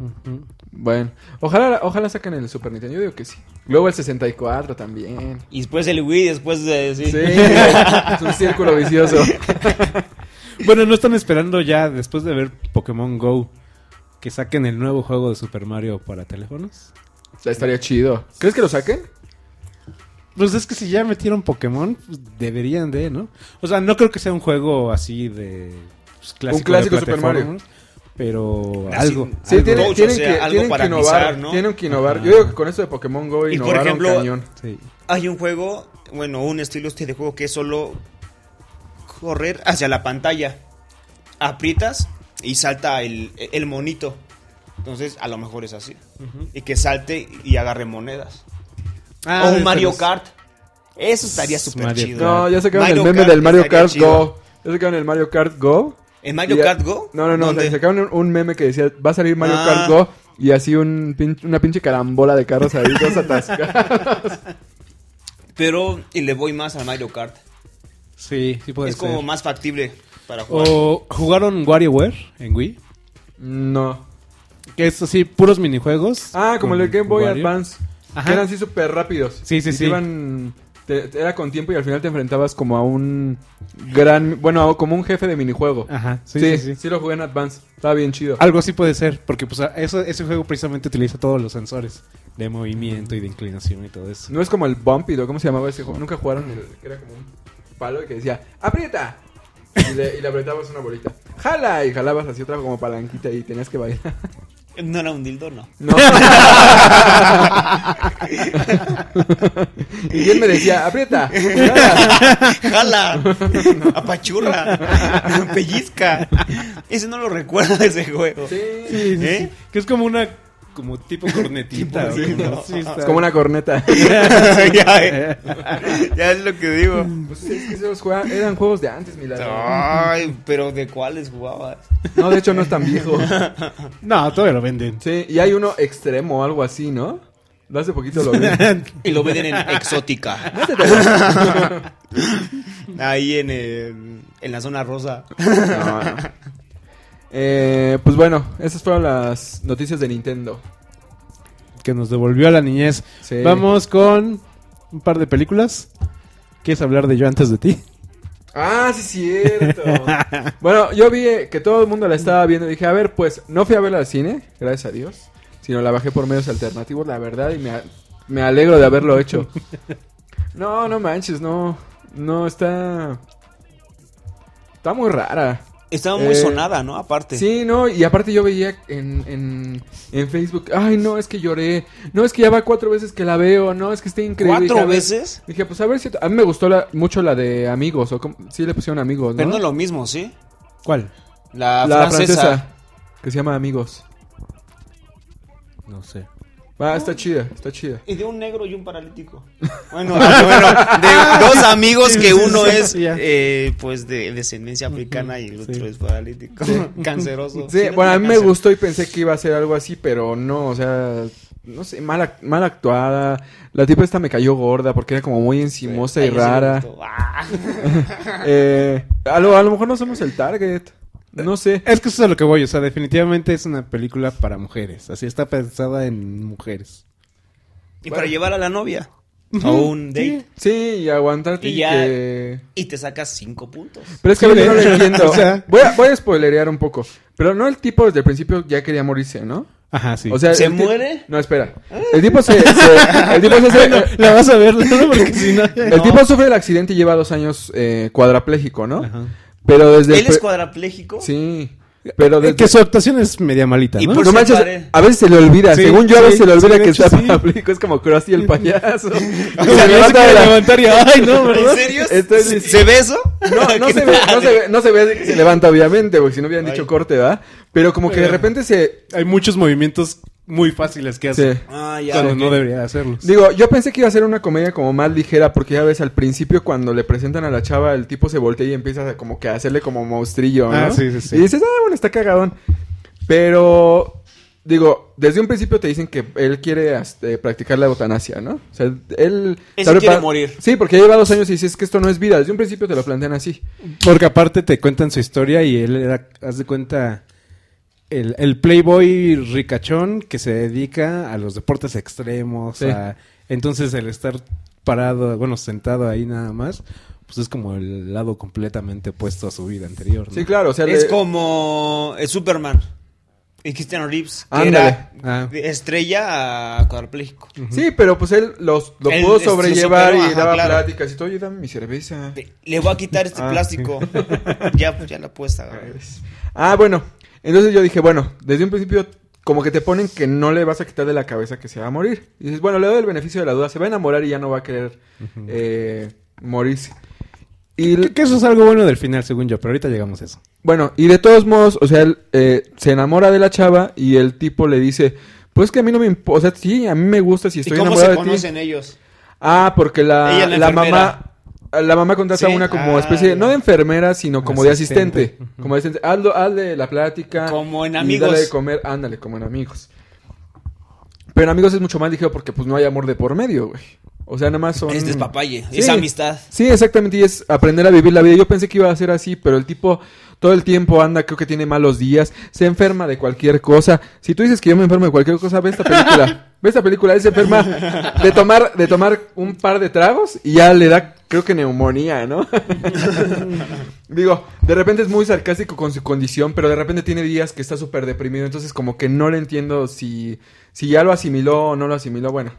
Speaker 1: Ujú.
Speaker 2: Bueno, ojalá, ojalá saquen el Super Nintendo, yo digo que sí. Luego el 64 también.
Speaker 3: Y después el Wii, después de... Sí.
Speaker 2: Sí, es un círculo vicioso.
Speaker 1: Bueno, no están esperando ya, después de ver Pokémon Go, que saquen el nuevo juego de Super Mario para teléfonos.
Speaker 2: Estaría chido. ¿Crees que lo saquen?
Speaker 1: Pues es que si ya metieron Pokémon, pues deberían de, ¿no? O sea, no creo que sea un juego así de. pues, clásico
Speaker 2: Un clásico
Speaker 1: de
Speaker 2: Super
Speaker 1: plataformas,
Speaker 2: Mario. Ah,
Speaker 1: Pero
Speaker 3: Así,
Speaker 1: algo.
Speaker 2: Sí,
Speaker 1: algo.
Speaker 2: tienen,
Speaker 3: Touch,
Speaker 2: tienen
Speaker 3: o sea,
Speaker 2: que,
Speaker 3: algo
Speaker 2: tienen
Speaker 3: para
Speaker 2: que innovar.
Speaker 3: avisar, ¿no?
Speaker 2: Tienen que innovar.
Speaker 1: Ajá.
Speaker 2: Yo digo que con esto de Pokémon Go
Speaker 3: Y por
Speaker 2: innovaron
Speaker 3: ejemplo,
Speaker 2: cañón.
Speaker 1: Sí.
Speaker 3: Hay un juego, bueno, un estilo este de juego que es solo correr hacia la pantalla. Aprietas y salta el, el monito. Entonces, a lo mejor es así. Y que salte y agarre monedas.
Speaker 1: Ah,
Speaker 3: o
Speaker 1: de
Speaker 3: un Mario
Speaker 1: los-
Speaker 3: Kart. Eso estaría súper
Speaker 1: Mario
Speaker 3: chido.
Speaker 2: No, ya sacaron el
Speaker 3: Mario
Speaker 2: meme
Speaker 3: Kart
Speaker 2: del Mario
Speaker 3: estaría
Speaker 2: Kart
Speaker 3: chido.
Speaker 2: Go. Ya sacaron el Mario Kart Go.
Speaker 3: ¿En Mario
Speaker 2: Y ya-
Speaker 3: Kart Go?
Speaker 2: No, no, no.
Speaker 3: ¿Dónde?
Speaker 2: se Sacaron un- un meme que decía, va a salir Mario
Speaker 3: Ah.
Speaker 2: Kart Go. Y así un pin- una pinche carambola de carros ahí, todos atascados.
Speaker 3: Pero y le voy más al Mario Kart.
Speaker 1: Sí, sí puede
Speaker 3: es
Speaker 1: ser. Oh.
Speaker 3: como más factible para jugar.
Speaker 1: O jugaron WarioWare en Wii.
Speaker 2: No.
Speaker 1: Que es así, puros minijuegos.
Speaker 2: Ah, como el
Speaker 1: con
Speaker 2: de Game Boy
Speaker 1: Wario.
Speaker 2: Advance.
Speaker 1: Ajá.
Speaker 2: Que eran así súper rápidos.
Speaker 1: Sí, sí,
Speaker 2: Y
Speaker 1: sí.
Speaker 2: Te iban, te- te- era con tiempo y al final te enfrentabas como a un gran. Bueno, a- como un jefe de minijuego.
Speaker 1: Ajá,
Speaker 2: Sí, sí, sí. lo jugué en Advance. Estaba bien chido.
Speaker 1: Algo así puede ser, porque pues eso, ese juego precisamente utiliza todos los sensores de movimiento y de inclinación y todo eso.
Speaker 2: No es como el Bumpy, ¿no? ¿cómo se llamaba ese juego? Nunca jugaron el que era como un palo y que decía, ¡aprieta! Y le, y le apretabas una bolita. ¡Jala! Y jalabas así otra como palanquita y tenías que bailar.
Speaker 3: No era un dildo, no.
Speaker 2: No. y él me decía, ¡aprieta! ¡Jala!
Speaker 3: ¡Jala! ¡Apachurra! ¡Pellizca! Ese no lo recuerdo de ese juego.
Speaker 2: Sí.
Speaker 1: Sí, sí, sí.
Speaker 3: ¿Eh?
Speaker 1: Que es como una como tipo cornetita.
Speaker 3: Tipo,
Speaker 1: o como-
Speaker 3: sí, no.
Speaker 1: sí, está-
Speaker 2: Es como una corneta.
Speaker 3: ya, eh. Ya es lo que digo.
Speaker 2: Pues es que esos jue- eran juegos de antes, mi lado.
Speaker 3: Ay, pero ¿de cuáles jugabas?
Speaker 2: No, de hecho no es tan viejo.
Speaker 1: No, todavía lo venden.
Speaker 2: Sí, y hay uno extremo, algo así, ¿no? Lo hace poquito lo vi.
Speaker 3: Y lo venden en Exótica. Ahí en, eh, en la zona rosa.
Speaker 2: No, no. Eh, pues bueno, esas fueron las noticias de Nintendo.
Speaker 1: que nos devolvió a la niñez.
Speaker 2: Sí.
Speaker 1: Vamos con un par de películas. ¿Quieres hablar de yo antes de ti?
Speaker 2: Ah, sí, cierto. bueno, yo vi eh, que todo el mundo la estaba viendo. Dije, a ver, pues no fui a verla al cine, gracias a Dios. Sino la bajé por medios alternativos, la verdad, y me, a- me alegro de haberlo hecho. No, no manches, no. No, está. Está muy rara.
Speaker 3: Estaba muy
Speaker 2: Eh,
Speaker 3: sonada, ¿no? Aparte.
Speaker 2: Sí, no, y aparte yo veía en, en, en Facebook, ay, no, es que lloré, no, es que ya va cuatro veces que la veo, no, es que está increíble.
Speaker 3: ¿Cuatro
Speaker 2: Dije, a ver-
Speaker 3: veces?
Speaker 2: Dije, pues a ver si... A mí me gustó la- mucho la de Amigos, o como, sí le pusieron Amigos, ¿no?
Speaker 3: Pero no es lo mismo, ¿sí?
Speaker 1: ¿Cuál?
Speaker 3: La,
Speaker 2: la
Speaker 3: francesa.
Speaker 2: francesa. que se llama Amigos.
Speaker 1: No sé.
Speaker 2: Va, está chida, está chida.
Speaker 3: Y de un negro y un paralítico. Bueno, bueno de dos amigos que uno
Speaker 1: sí, sí,
Speaker 3: es
Speaker 1: sí, ya.
Speaker 3: eh, pues de descendencia africana y el otro
Speaker 1: sí.
Speaker 3: es paralítico. Canceroso.
Speaker 2: Sí,
Speaker 3: no
Speaker 2: bueno, a mí
Speaker 3: tenía
Speaker 2: me
Speaker 3: cáncer.
Speaker 2: gustó y pensé que iba a ser algo así, pero no, o sea, no sé, mal, ac- mal actuada. La tipa esta me cayó gorda porque era como muy encimosa
Speaker 3: A
Speaker 2: y
Speaker 3: ella sí le
Speaker 2: rara.
Speaker 3: gustó. Ah.
Speaker 2: Eh, a, lo, a lo mejor no somos el target. No sé.
Speaker 1: Es que eso es a lo que voy, o sea, definitivamente es una película para mujeres. Así está pensada en mujeres.
Speaker 3: Y
Speaker 2: Bueno.
Speaker 3: para llevar a la novia a un date.
Speaker 2: Sí, y aguantarte
Speaker 3: Y
Speaker 2: y,
Speaker 3: ya-
Speaker 2: que-
Speaker 3: Y te sacas cinco puntos.
Speaker 2: Pero es que a
Speaker 1: Sí,
Speaker 2: veces no
Speaker 1: de-
Speaker 2: lo entiendo.
Speaker 1: o sea-
Speaker 2: voy, a, voy a spoilerear un poco. Pero no el tipo desde el principio ya quería morirse, ¿no?
Speaker 1: Ajá, sí.
Speaker 2: O sea,
Speaker 3: ¿Se
Speaker 2: el ti-
Speaker 3: muere?
Speaker 2: No, espera. El tipo se... se- el tipo se hace-
Speaker 1: la vas a ver, ¿no? Porque si no...
Speaker 2: el
Speaker 3: No.
Speaker 2: tipo sufre el accidente y lleva dos años eh, cuadrapléjico, ¿no?
Speaker 1: Ajá.
Speaker 2: Pero desde... el
Speaker 3: Él es
Speaker 2: pr-
Speaker 3: cuadrapléjico.
Speaker 2: Sí. Pero desde...
Speaker 1: Que su actuación es media malita,
Speaker 3: Y
Speaker 1: ¿no?
Speaker 3: por-
Speaker 2: No
Speaker 3: se
Speaker 2: manches,
Speaker 3: pare.
Speaker 2: a veces se le olvida.
Speaker 1: Sí,
Speaker 2: Según yo, a
Speaker 1: sí,
Speaker 2: veces se le olvida
Speaker 1: sí, de
Speaker 2: que
Speaker 1: hecho,
Speaker 2: está
Speaker 1: sí.
Speaker 2: parapléjico. Es como Krusty el payaso.
Speaker 1: O
Speaker 2: Se
Speaker 1: sea, ya se
Speaker 2: levanta de
Speaker 1: quiere
Speaker 2: la-
Speaker 1: levantar y, ay, no,
Speaker 3: ¿En
Speaker 1: ¿verdad?
Speaker 3: serio?
Speaker 2: Entonces-
Speaker 3: ¿Se ve eso?
Speaker 2: No, no
Speaker 3: ¿Qué
Speaker 2: se, ve, no,
Speaker 3: tal?
Speaker 2: se ve, no se ve de que se levanta, obviamente, porque si no hubieran
Speaker 3: Ay.
Speaker 2: dicho corte, ¿verdad? Pero como que de repente se...
Speaker 1: Hay muchos movimientos muy fáciles que hace.
Speaker 2: se-
Speaker 3: Ah, ya.
Speaker 1: Cuando
Speaker 3: ok.
Speaker 1: no debería hacerlos.
Speaker 2: Digo, yo pensé que iba a ser una comedia como más ligera, porque ya ves, al principio cuando le presentan a la chava, el tipo se voltea y empieza a como que a hacerle como monstrillo, ¿no?
Speaker 1: Ah, sí, sí, sí.
Speaker 2: Y dices, ah, bueno, está cagadón. Pero, digo, desde un principio te dicen que él quiere este, practicar la eutanasia, ¿no? O sea, él...
Speaker 3: Él sí
Speaker 2: tal vez
Speaker 3: quiere
Speaker 2: pa-
Speaker 3: morir.
Speaker 2: Sí, porque ya lleva dos años y dices, es que esto no es vida. Desde un principio te lo plantean así.
Speaker 1: Porque aparte te cuentan su historia y él era, haz de cuenta, el, el playboy ricachón que se dedica a los deportes extremos.
Speaker 2: Sí.
Speaker 1: a- entonces el estar parado, bueno, sentado ahí nada más, pues es como el lado completamente opuesto a su vida anterior. ¿no?
Speaker 2: Sí, claro, o sea...
Speaker 3: Es
Speaker 2: le-
Speaker 3: como eh, Superman y Christian Reeves, que
Speaker 2: Ándale.
Speaker 1: Ah.
Speaker 3: era de estrella a cuadripléjico.
Speaker 2: Sí, pero pues él los, lo
Speaker 3: Él,
Speaker 2: pudo
Speaker 3: este,
Speaker 2: sobrellevar
Speaker 3: superó,
Speaker 2: y
Speaker 3: ajá,
Speaker 2: daba
Speaker 3: claro.
Speaker 2: pláticas y todo. Yo dame mi cerveza.
Speaker 3: Te- Le voy a quitar este
Speaker 2: Ah,
Speaker 3: plástico. ya, pues ya la puesta. agarrar.
Speaker 2: Ah, bueno. Entonces yo dije, bueno, desde un principio como que te ponen que no le vas a quitar de la cabeza que se va a morir. Y dices, bueno, le doy el beneficio de la duda. Se va a enamorar y ya no va a querer eh, morirse. Y
Speaker 1: Que, que eso es algo bueno del final, según yo, pero ahorita llegamos a eso.
Speaker 2: bueno, y de todos modos, o sea, él eh, se enamora de la chava y el tipo le dice, pues que a mí no me importa, o sea, sí, a mí me gusta si
Speaker 3: ¿Y
Speaker 2: estoy
Speaker 3: cómo
Speaker 2: enamorado
Speaker 3: se
Speaker 2: de ti.
Speaker 3: conocen ellos?
Speaker 2: Ah, porque la,
Speaker 3: Ella es
Speaker 2: la,
Speaker 3: la
Speaker 2: mamá la mamá contrata
Speaker 3: Sí.
Speaker 2: a una como
Speaker 3: Ah,
Speaker 2: especie de, no de enfermera, sino como
Speaker 1: Asistente.
Speaker 2: de asistente. Como de asistente. Hazlo, hazle la plática.
Speaker 3: Como en
Speaker 2: y
Speaker 3: Amigos.
Speaker 2: dale de comer, ándale, como en amigos. Pero en amigos es mucho más ligero porque pues no hay amor de por medio, güey. O sea, nada más son...
Speaker 3: Es despapalle,
Speaker 2: Sí.
Speaker 3: es amistad.
Speaker 2: Sí, exactamente, y es aprender a vivir la vida. Yo pensé que iba a ser así, pero el tipo todo el tiempo anda, creo que tiene malos días, se enferma de cualquier cosa. Si tú dices que yo me enfermo de cualquier cosa, ve esta película. ve esta película, él se enferma de tomar, de tomar un par de tragos y ya le da, creo que neumonía, ¿no? Digo, de repente es muy sarcástico con su condición, pero de repente tiene días que está súper deprimido, entonces como que no le entiendo si, si ya lo asimiló o no lo asimiló, bueno.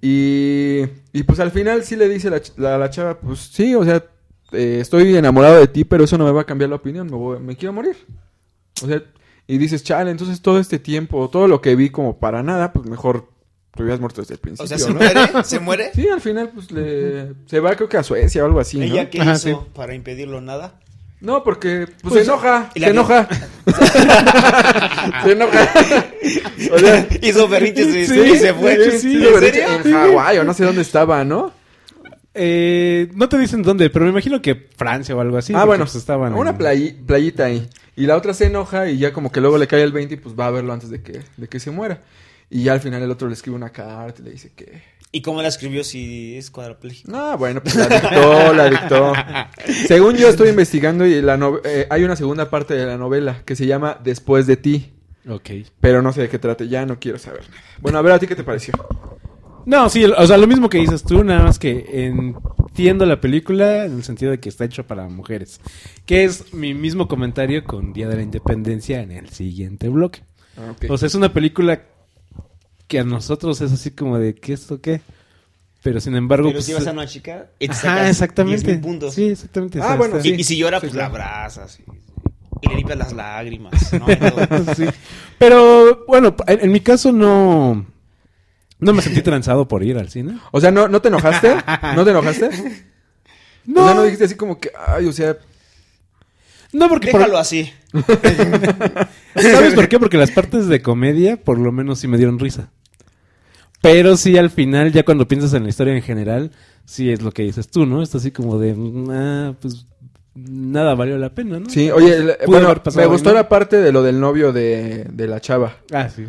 Speaker 2: Y, y pues al final sí le dice la, ch- la, la chava, pues sí, o sea, eh, estoy enamorado de ti, pero eso no me va a cambiar la opinión, me, voy- me quiero morir. O sea, y dices, chale, entonces todo este tiempo, todo lo que vi como para nada, pues mejor te hubieras muerto desde el principio,
Speaker 3: O sea, se
Speaker 2: ¿no?
Speaker 3: muere, se muere.
Speaker 2: Sí, al final pues le, se va creo que a Suecia o algo así, ¿no?
Speaker 3: ¿Ella qué
Speaker 1: Ajá,
Speaker 3: hizo
Speaker 1: sí.
Speaker 3: para impedirlo nada?
Speaker 2: No, porque pues,
Speaker 3: Pues,
Speaker 2: se enoja,
Speaker 3: y
Speaker 2: se
Speaker 3: la vio.
Speaker 2: enoja. se enoja. O sea,
Speaker 3: hizo berrinches y,
Speaker 1: Sí,
Speaker 3: y se fue.
Speaker 1: sí, sí,
Speaker 3: ¿En
Speaker 1: de
Speaker 3: serio?
Speaker 2: en Hawái o no sé dónde estaba, ¿no?
Speaker 1: Eh, no te dicen dónde, pero me imagino que Francia o algo así.
Speaker 2: ah,
Speaker 1: porque,
Speaker 2: bueno,
Speaker 1: pues, estaban
Speaker 2: una
Speaker 1: en-
Speaker 2: playi- playita ahí. Y la otra se enoja y ya como que luego le cae el 20 y pues va a verlo antes de que, de que se muera. Y ya al final el otro le escribe una carta y le dice que...
Speaker 3: ¿Y cómo la escribió si es cuadrapléjico?
Speaker 2: No, bueno, pues la dictó, la dictó. Según yo estoy investigando y la no- eh, hay una segunda parte de la novela que se llama Después de ti.
Speaker 1: Ok.
Speaker 2: Pero no sé de qué trate, ya no quiero saber nada. Bueno, a ver, ¿a ti qué te pareció?
Speaker 1: No, sí, o sea, lo mismo que dices tú, nada más que entiendo la película en el sentido de que está hecho para mujeres. Que es mi mismo comentario con Día de la Independencia en el siguiente bloque.
Speaker 2: Ah, ok.
Speaker 1: O sea, es una película que a nosotros es así como de ¿qué esto qué? Pero sin embargo...
Speaker 3: Pero si
Speaker 1: pues,
Speaker 2: eh,
Speaker 3: vas a una chica, y te
Speaker 1: Ajá,
Speaker 3: sacas
Speaker 1: exactamente.
Speaker 3: 10.000 puntos.
Speaker 1: Sí, exactamente.
Speaker 2: Ah,
Speaker 1: o sea,
Speaker 2: bueno,
Speaker 1: está-
Speaker 3: Y,
Speaker 2: sí.
Speaker 3: y si llora,
Speaker 2: Sí,
Speaker 3: pues
Speaker 2: claro.
Speaker 3: la abrazas. Y, y le limpias las lágrimas. ¿no? Y todo.
Speaker 1: Sí. Pero bueno, en, en mi caso no... No me sentí transado por ir al cine.
Speaker 2: O sea, ¿no, ¿no te enojaste? ¿No te enojaste? O sea, no dijiste así como que, ay, o sea,
Speaker 1: no, porque por-
Speaker 3: Déjalo así.
Speaker 1: ¿Sabes por qué? Porque las partes de comedia, por lo menos, sí me dieron risa. Pero sí, al final, ya cuando piensas en la historia en general, sí es lo que dices tú, ¿no? Está así como de, mm, ah, pues, nada valió la pena, ¿no?
Speaker 2: sí, oye, el-
Speaker 1: Pudo
Speaker 2: bueno,
Speaker 1: haber pasado
Speaker 2: me gustó
Speaker 1: bien.
Speaker 2: la parte de lo del novio de, de la chava.
Speaker 1: Ah, sí.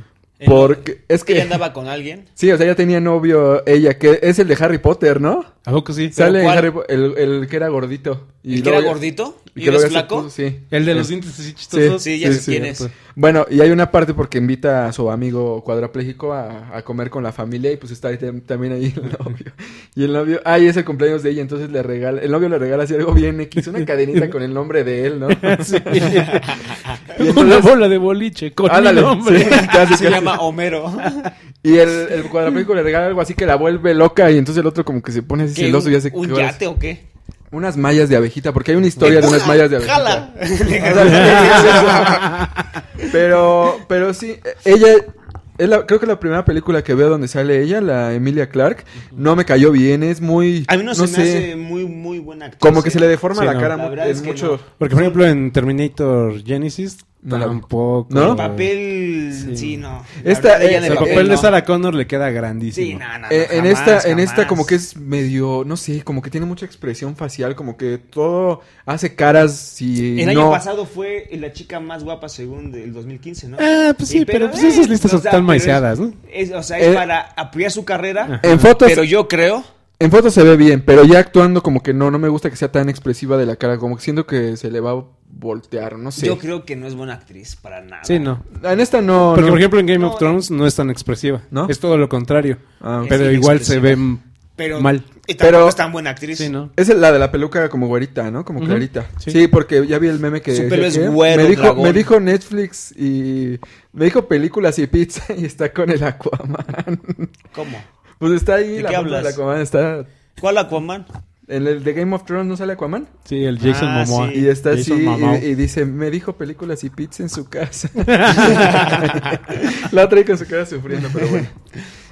Speaker 2: Porque es
Speaker 3: Que
Speaker 2: que...
Speaker 3: ella andaba con alguien.
Speaker 2: Sí, o sea, ya tenía novio ella, que es el de Harry Potter, ¿no?
Speaker 1: ¿A poco sí?
Speaker 3: Sí.
Speaker 2: Sale en
Speaker 3: cuál?
Speaker 2: Harry Po- el, el que era gordito. Y
Speaker 3: El que era
Speaker 2: luego ya-
Speaker 3: gordito
Speaker 2: y
Speaker 3: y
Speaker 2: que luego
Speaker 3: eres
Speaker 2: ya se
Speaker 3: flaco.
Speaker 2: puso- sí.
Speaker 1: El de los
Speaker 2: Sí.
Speaker 1: dientes así chistosos.
Speaker 3: Sí, ya sé quién es.
Speaker 2: Bueno, y hay una parte porque invita a su amigo cuadrapléjico a, a comer con la familia y pues está ahí tam- también ahí el novio. Y el novio, ay, es el cumpleaños de ella, entonces le regala, el novio le regala así algo bien X, una cadenita con el nombre de él, ¿no? Sí. Y
Speaker 1: Una
Speaker 2: entonces,
Speaker 1: bola de boliche con mi
Speaker 2: ándale,
Speaker 1: nombre.
Speaker 2: sí, casi,
Speaker 3: Se
Speaker 2: casi.
Speaker 3: llama Homero.
Speaker 2: Y el, el cuadrapléjico le regala algo así que la vuelve loca y entonces el otro como que se pone así
Speaker 3: ¿Qué,
Speaker 2: celoso y hace
Speaker 3: ¿Un yate o qué?
Speaker 2: Unas mallas de abejita, porque hay una historia de unas mallas de abejita.
Speaker 3: ¡Jala!
Speaker 2: pero, pero sí, eh, ella, es la- creo que la primera película que veo donde sale ella, la Emilia Clark, no me cayó bien, es muy,
Speaker 3: A mí no,
Speaker 2: no
Speaker 3: se
Speaker 2: sé,
Speaker 3: me hace muy, muy buena actriz.
Speaker 2: como que
Speaker 3: ¿eh?
Speaker 2: se le deforma
Speaker 1: Sí,
Speaker 2: la
Speaker 1: no.
Speaker 2: cara
Speaker 3: La
Speaker 2: mu-
Speaker 3: verdad
Speaker 2: en
Speaker 3: es que
Speaker 2: mucho.
Speaker 1: Porque, por ejemplo, en Terminator Genesis,
Speaker 2: No la vi.
Speaker 1: tampoco.
Speaker 2: ¿No?
Speaker 3: El papel. Sí, no. La
Speaker 2: Esta,
Speaker 3: verdad,
Speaker 2: eh,
Speaker 3: ella
Speaker 1: O
Speaker 3: en
Speaker 1: sea, el
Speaker 2: papel
Speaker 1: papel de
Speaker 3: no.
Speaker 1: Sarah Connor le queda
Speaker 3: Sí,
Speaker 1: grandísimo.
Speaker 3: no, no, no,
Speaker 2: Eh, en
Speaker 3: jamás,
Speaker 2: esta, en esta
Speaker 3: jamás.
Speaker 2: como que es medio, no sé, como que tiene mucha expresión facial, como que todo hace caras y
Speaker 3: El
Speaker 2: no.
Speaker 3: año pasado fue la chica más guapa según el 2015, ¿no?
Speaker 1: Ah, pues sí,
Speaker 3: Y-
Speaker 1: pero, pues esas listas
Speaker 3: o sea,
Speaker 1: están
Speaker 3: pero es-
Speaker 1: maiceadas, ¿no?
Speaker 3: es- o sea, es
Speaker 2: Eh,
Speaker 3: para apoyar su carrera.
Speaker 2: En fotos,
Speaker 3: Pero yo creo.
Speaker 2: en fotos se ve bien, pero ya actuando como que no, no me gusta que sea tan expresiva de la cara, como que siento que se le va a voltear, no sé.
Speaker 3: Yo creo que no es buena actriz para nada.
Speaker 1: Sí, no.
Speaker 2: Ah, En esta no.
Speaker 1: Porque,
Speaker 2: no.
Speaker 1: por ejemplo, en Game
Speaker 3: No,
Speaker 1: of Thrones no es tan expresiva.
Speaker 2: ¿No?
Speaker 1: Es todo lo contrario.
Speaker 2: Ah,
Speaker 3: Es
Speaker 1: Pero igual se ve
Speaker 3: inexpresiva.
Speaker 1: m-
Speaker 3: Pero,
Speaker 1: mal.
Speaker 3: Y tampoco
Speaker 2: Pero-
Speaker 3: es tan buena actriz.
Speaker 1: Sí, ¿no?
Speaker 2: Es la de la peluca como güerita, ¿no? Como
Speaker 1: Ujú.
Speaker 2: clarita. Sí.
Speaker 1: Sí.
Speaker 2: porque ya vi el meme que...
Speaker 3: Su
Speaker 2: decía
Speaker 3: pelo es
Speaker 2: que-
Speaker 3: güero,
Speaker 2: me dijo,
Speaker 3: dragón.
Speaker 2: me dijo Netflix y... Me dijo películas y pizza y está con el Aquaman.
Speaker 3: ¿Cómo?
Speaker 2: Pues está ahí
Speaker 3: ¿De
Speaker 2: la
Speaker 3: qué
Speaker 2: foto del
Speaker 3: hablas?
Speaker 2: Aquaman. Está...
Speaker 3: ¿Cuál Aquaman?
Speaker 2: En el de Game of Thrones no sale Aquaman.
Speaker 1: Sí, el Jason
Speaker 3: Ah,
Speaker 1: Momoa.
Speaker 3: sí.
Speaker 2: Y está así
Speaker 1: Jason Momoa.
Speaker 2: y, y dice, me dijo películas y pizza en su casa. la otra ahí con su cara sufriendo, pero bueno.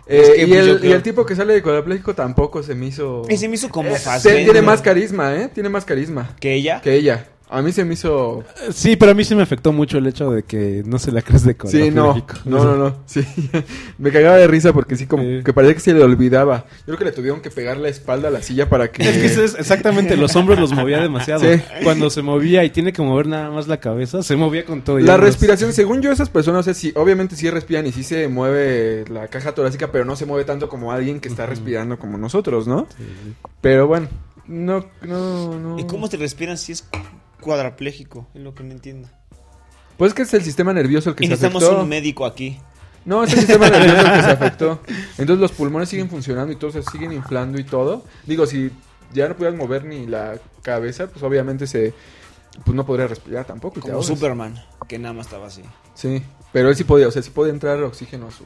Speaker 2: Eh,
Speaker 3: Es que,
Speaker 2: y,
Speaker 3: pues, yo
Speaker 2: el, y
Speaker 3: creo-
Speaker 2: el tipo que sale de cuadrapléjico tampoco se me hizo...
Speaker 3: Ese me hizo como
Speaker 2: Eh,
Speaker 3: fácil.
Speaker 2: Tiene más carisma, ¿eh? Tiene más carisma
Speaker 3: que ella.
Speaker 2: que ella. A mí se me hizo...
Speaker 1: Sí, pero a mí sí me afectó mucho el hecho de que no se la crees de color.
Speaker 2: Sí, no,
Speaker 1: México.
Speaker 2: no, no, no, sí. Me cagaba de risa porque sí, como
Speaker 1: Sí.
Speaker 2: que parecía que se le olvidaba. Yo creo que le tuvieron que pegar la espalda a la silla para que...
Speaker 1: Es que eso es exactamente, los hombros los movía demasiado.
Speaker 2: Sí.
Speaker 1: Cuando se movía y tiene que mover nada más la cabeza, se movía con todo. y
Speaker 2: La
Speaker 1: hombros.
Speaker 2: respiración, según yo, esas personas, o sea, sí, obviamente sí respiran y sí se mueve la caja torácica, pero no se mueve tanto como alguien que está respirando como nosotros, ¿no? Pero bueno, no, no, no.
Speaker 3: ¿Y cómo te respiran si es cuadrapléjico? Es lo que no entiendo.
Speaker 2: Pues que es el sistema nervioso el que
Speaker 3: Y
Speaker 2: se
Speaker 3: necesitamos
Speaker 2: afectó.
Speaker 3: un médico aquí.
Speaker 2: No, es el sistema nervioso el que se afectó. Entonces los pulmones siguen funcionando y todos se siguen inflando y todo. Digo, si ya no pudieras mover ni la cabeza, pues obviamente se... Pues no podría respirar tampoco. y te
Speaker 3: Como
Speaker 2: ahogas.
Speaker 3: Superman, que nada más estaba así.
Speaker 2: Sí, pero él sí podía, o sea, sí podía entrar oxígeno a su,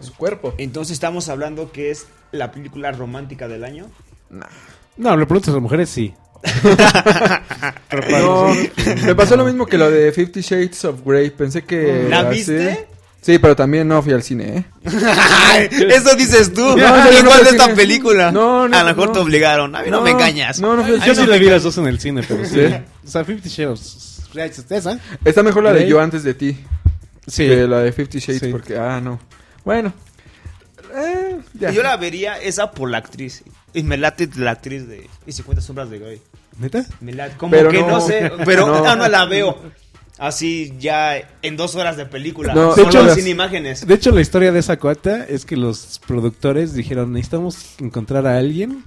Speaker 2: a su cuerpo.
Speaker 3: Entonces estamos hablando que es la película romántica del año.
Speaker 2: Nah.
Speaker 1: No, lo preguntas a las mujeres, sí.
Speaker 2: No, me pasó lo mismo que lo de Fifty Shades of Grey. Pensé que.
Speaker 3: ¿La
Speaker 2: así-
Speaker 3: viste?
Speaker 2: Sí, pero también no fui al cine, ¿eh?
Speaker 3: Eso dices tú.
Speaker 2: No, yo no
Speaker 3: Igual
Speaker 2: fui
Speaker 3: de
Speaker 2: al
Speaker 3: esta
Speaker 2: cine.
Speaker 3: película.
Speaker 2: No, no,
Speaker 3: a lo mejor
Speaker 2: no.
Speaker 3: te obligaron. A mí no, me engañas.
Speaker 2: No, no fui al
Speaker 1: Yo sí
Speaker 2: cine.
Speaker 1: la vi las dos en el cine, pero sí.
Speaker 2: Sí.
Speaker 1: O sea, Fifty Shades. ¿Esa?
Speaker 2: Está mejor la de
Speaker 1: Grey.
Speaker 2: Yo antes de ti
Speaker 1: Sí.
Speaker 2: que la de Fifty Shades,
Speaker 1: Sí.
Speaker 2: porque. Ah, no. Bueno. Eh, ya.
Speaker 3: Yo la vería esa por la actriz. Y me late la actriz de Y 50 sombras de Grey.
Speaker 1: ¿Neta?
Speaker 3: Me late. Como
Speaker 2: Pero
Speaker 3: que no,
Speaker 2: no.
Speaker 3: sé. Pero
Speaker 2: No.
Speaker 3: no. no la veo. Así ya en dos horas de película.
Speaker 2: No,
Speaker 3: Solo
Speaker 1: de hecho,
Speaker 3: sin
Speaker 1: las-
Speaker 3: imágenes.
Speaker 1: De hecho, la historia de esa cuata es que los productores dijeron, necesitamos encontrar a alguien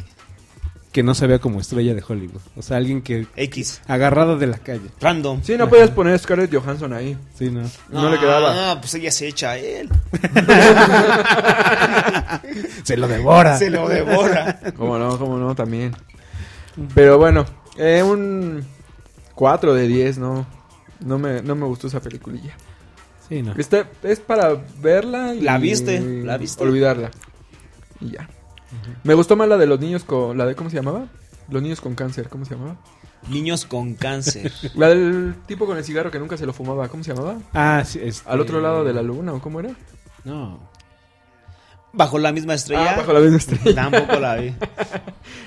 Speaker 1: que no se vea como estrella de Hollywood. O sea, alguien que...
Speaker 3: X.
Speaker 1: Agarrado de la calle.
Speaker 3: Random.
Speaker 2: Sí, no podías poner a Scarlett Johansson ahí.
Speaker 1: Sí, no.
Speaker 2: No le quedaba.
Speaker 3: Ah, pues ella se echa a él.
Speaker 1: Se lo devora.
Speaker 3: Se lo devora.
Speaker 2: Cómo no, cómo no, también. Pero bueno, eh, un 4 de 10, ¿no? No me, no me gustó esa peliculilla.
Speaker 1: Sí, no.
Speaker 2: Está- es para verla y
Speaker 3: La viste, la viste.
Speaker 2: olvidarla. Y ya. Me gustó más la de los niños con la de cómo se llamaba? Los niños con cáncer, ¿cómo se llamaba?
Speaker 3: Niños con cáncer.
Speaker 2: La del tipo con el cigarro que nunca se lo fumaba, ¿cómo se llamaba?
Speaker 1: Ah, sí. este-
Speaker 2: Al
Speaker 3: Eh,
Speaker 2: otro lado de la luna o cómo era?
Speaker 1: No.
Speaker 3: Bajo la misma estrella.
Speaker 2: Ah, bajo la misma estrella.
Speaker 3: Tampoco la vi.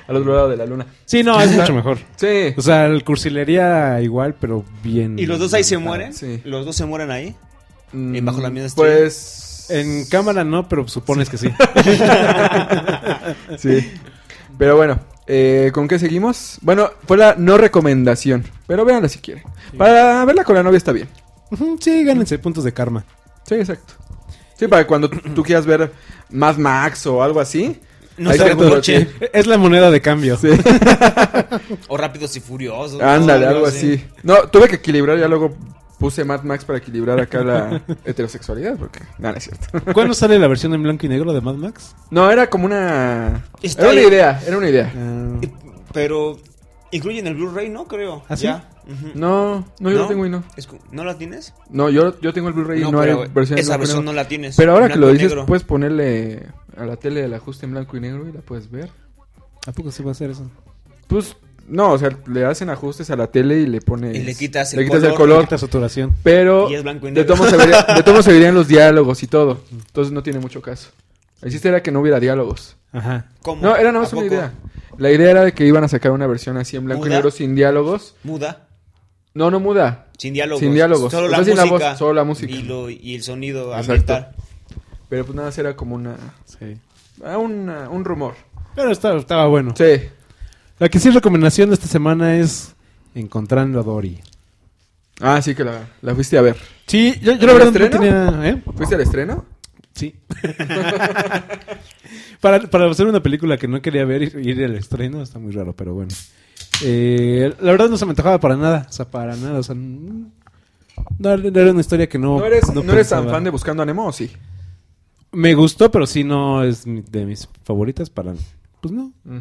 Speaker 2: Al otro lado de la luna.
Speaker 1: Sí, no, es mucho mejor.
Speaker 2: Sí.
Speaker 3: Pues,
Speaker 1: O sea, el cursilería igual, pero bien.
Speaker 3: ¿Y los dos ahí se mueren?
Speaker 2: Sí.
Speaker 3: ¿Los dos se mueren ahí?
Speaker 2: Mm,
Speaker 3: bajo la misma estrella?
Speaker 2: Pues
Speaker 1: En cámara no, pero supones que sí.
Speaker 2: Sí. Pero bueno, eh, ¿con qué seguimos? Bueno, fue la no recomendación. Pero véanla si quieren. Para verla con la novia está bien.
Speaker 1: Ujú, sí, gánense puntos de karma.
Speaker 2: Sí, exacto. Sí, para cuando t- tú quieras ver Mad Max o algo así.
Speaker 3: No
Speaker 2: ahí
Speaker 3: sé,
Speaker 2: está todo lo
Speaker 3: coche.
Speaker 2: que-
Speaker 1: Es la moneda de cambio.
Speaker 2: Sí.
Speaker 3: O Rápidos y Furiosos. ¿no?
Speaker 2: Ándale, algo así. No, tuve que equilibrar, ya luego puse Mad Max para equilibrar acá la heterosexualidad, porque nada, no es cierto.
Speaker 1: ¿Cuándo sale la versión en blanco y negro de Mad Max?
Speaker 2: No, era como una...
Speaker 3: Está
Speaker 2: Era una
Speaker 3: ahí.
Speaker 2: idea, era una idea.
Speaker 1: Ah,
Speaker 3: Pero incluyen el Blu-ray, ¿no? Creo.
Speaker 1: ¿Ah, sí?
Speaker 3: Ya. Ujú.
Speaker 2: No, no, yo lo tengo y no.
Speaker 3: Es cu- ¿No la tienes?
Speaker 2: No, yo, yo tengo el Blu-ray y no, hay
Speaker 3: pero
Speaker 2: versión en
Speaker 3: esa
Speaker 2: blanco y
Speaker 3: versión
Speaker 2: negro.
Speaker 3: no la tienes.
Speaker 2: Pero ahora que
Speaker 3: Blanco
Speaker 2: lo
Speaker 3: y
Speaker 2: dices, pues,
Speaker 3: negro.
Speaker 2: puedes ponerle a la tele el ajuste en blanco y negro y la puedes ver.
Speaker 1: ¿A poco se va a hacer eso?
Speaker 2: Pues, no, o sea, le hacen ajustes a la tele y le pones...
Speaker 3: Y le quitas el
Speaker 2: le quitas
Speaker 3: color.
Speaker 2: El color
Speaker 1: Esta saturación.
Speaker 2: Pero
Speaker 3: Y es blanco y
Speaker 2: de
Speaker 3: negro.
Speaker 2: todos se vería- de todos se verían los diálogos y todo. Entonces no tiene mucho caso. El chiste era que no hubiera diálogos.
Speaker 1: Ajá.
Speaker 3: ¿Cómo?
Speaker 2: No, era nada
Speaker 3: ¿A
Speaker 2: más una
Speaker 3: poco?
Speaker 2: idea. La idea era de que iban a sacar una versión así en blanco y
Speaker 3: ¿Muda?
Speaker 2: negro sin diálogos.
Speaker 3: Muda.
Speaker 2: No, no muda.
Speaker 3: Sin diálogos.
Speaker 2: Sin diálogos.
Speaker 3: Solo
Speaker 2: O
Speaker 3: la
Speaker 2: sea, sin
Speaker 3: música.
Speaker 2: la voz, solo la música.
Speaker 3: Y, lo- y el sonido
Speaker 2: Exacto.
Speaker 3: ambiental.
Speaker 2: Pero pues nada, más era como una,
Speaker 1: Sí.
Speaker 2: ah, una- un rumor.
Speaker 1: Pero estaba, estaba bueno.
Speaker 2: Sí.
Speaker 1: La que sí es recomendación de esta semana es Encontrando a Dory.
Speaker 2: Ah, sí que la, la fuiste a ver.
Speaker 1: Sí, yo, yo
Speaker 2: ¿El
Speaker 1: la verdad no
Speaker 2: estreno?
Speaker 1: tenía... ¿eh?
Speaker 2: ¿Fuiste al estreno?
Speaker 1: Sí. para, para hacer una película que no quería ver ir, ir al estreno está muy raro, pero bueno. Eh, la verdad no se me antojaba para nada. O sea, para nada. O sea, mm, no, era una historia que no.
Speaker 2: ¿No eres, no eres tan
Speaker 1: pensaba.
Speaker 2: fan de Buscando a Nemo o sí?
Speaker 1: Me gustó, pero sí no es mi- de mis favoritas para. Pues no.
Speaker 2: Mm.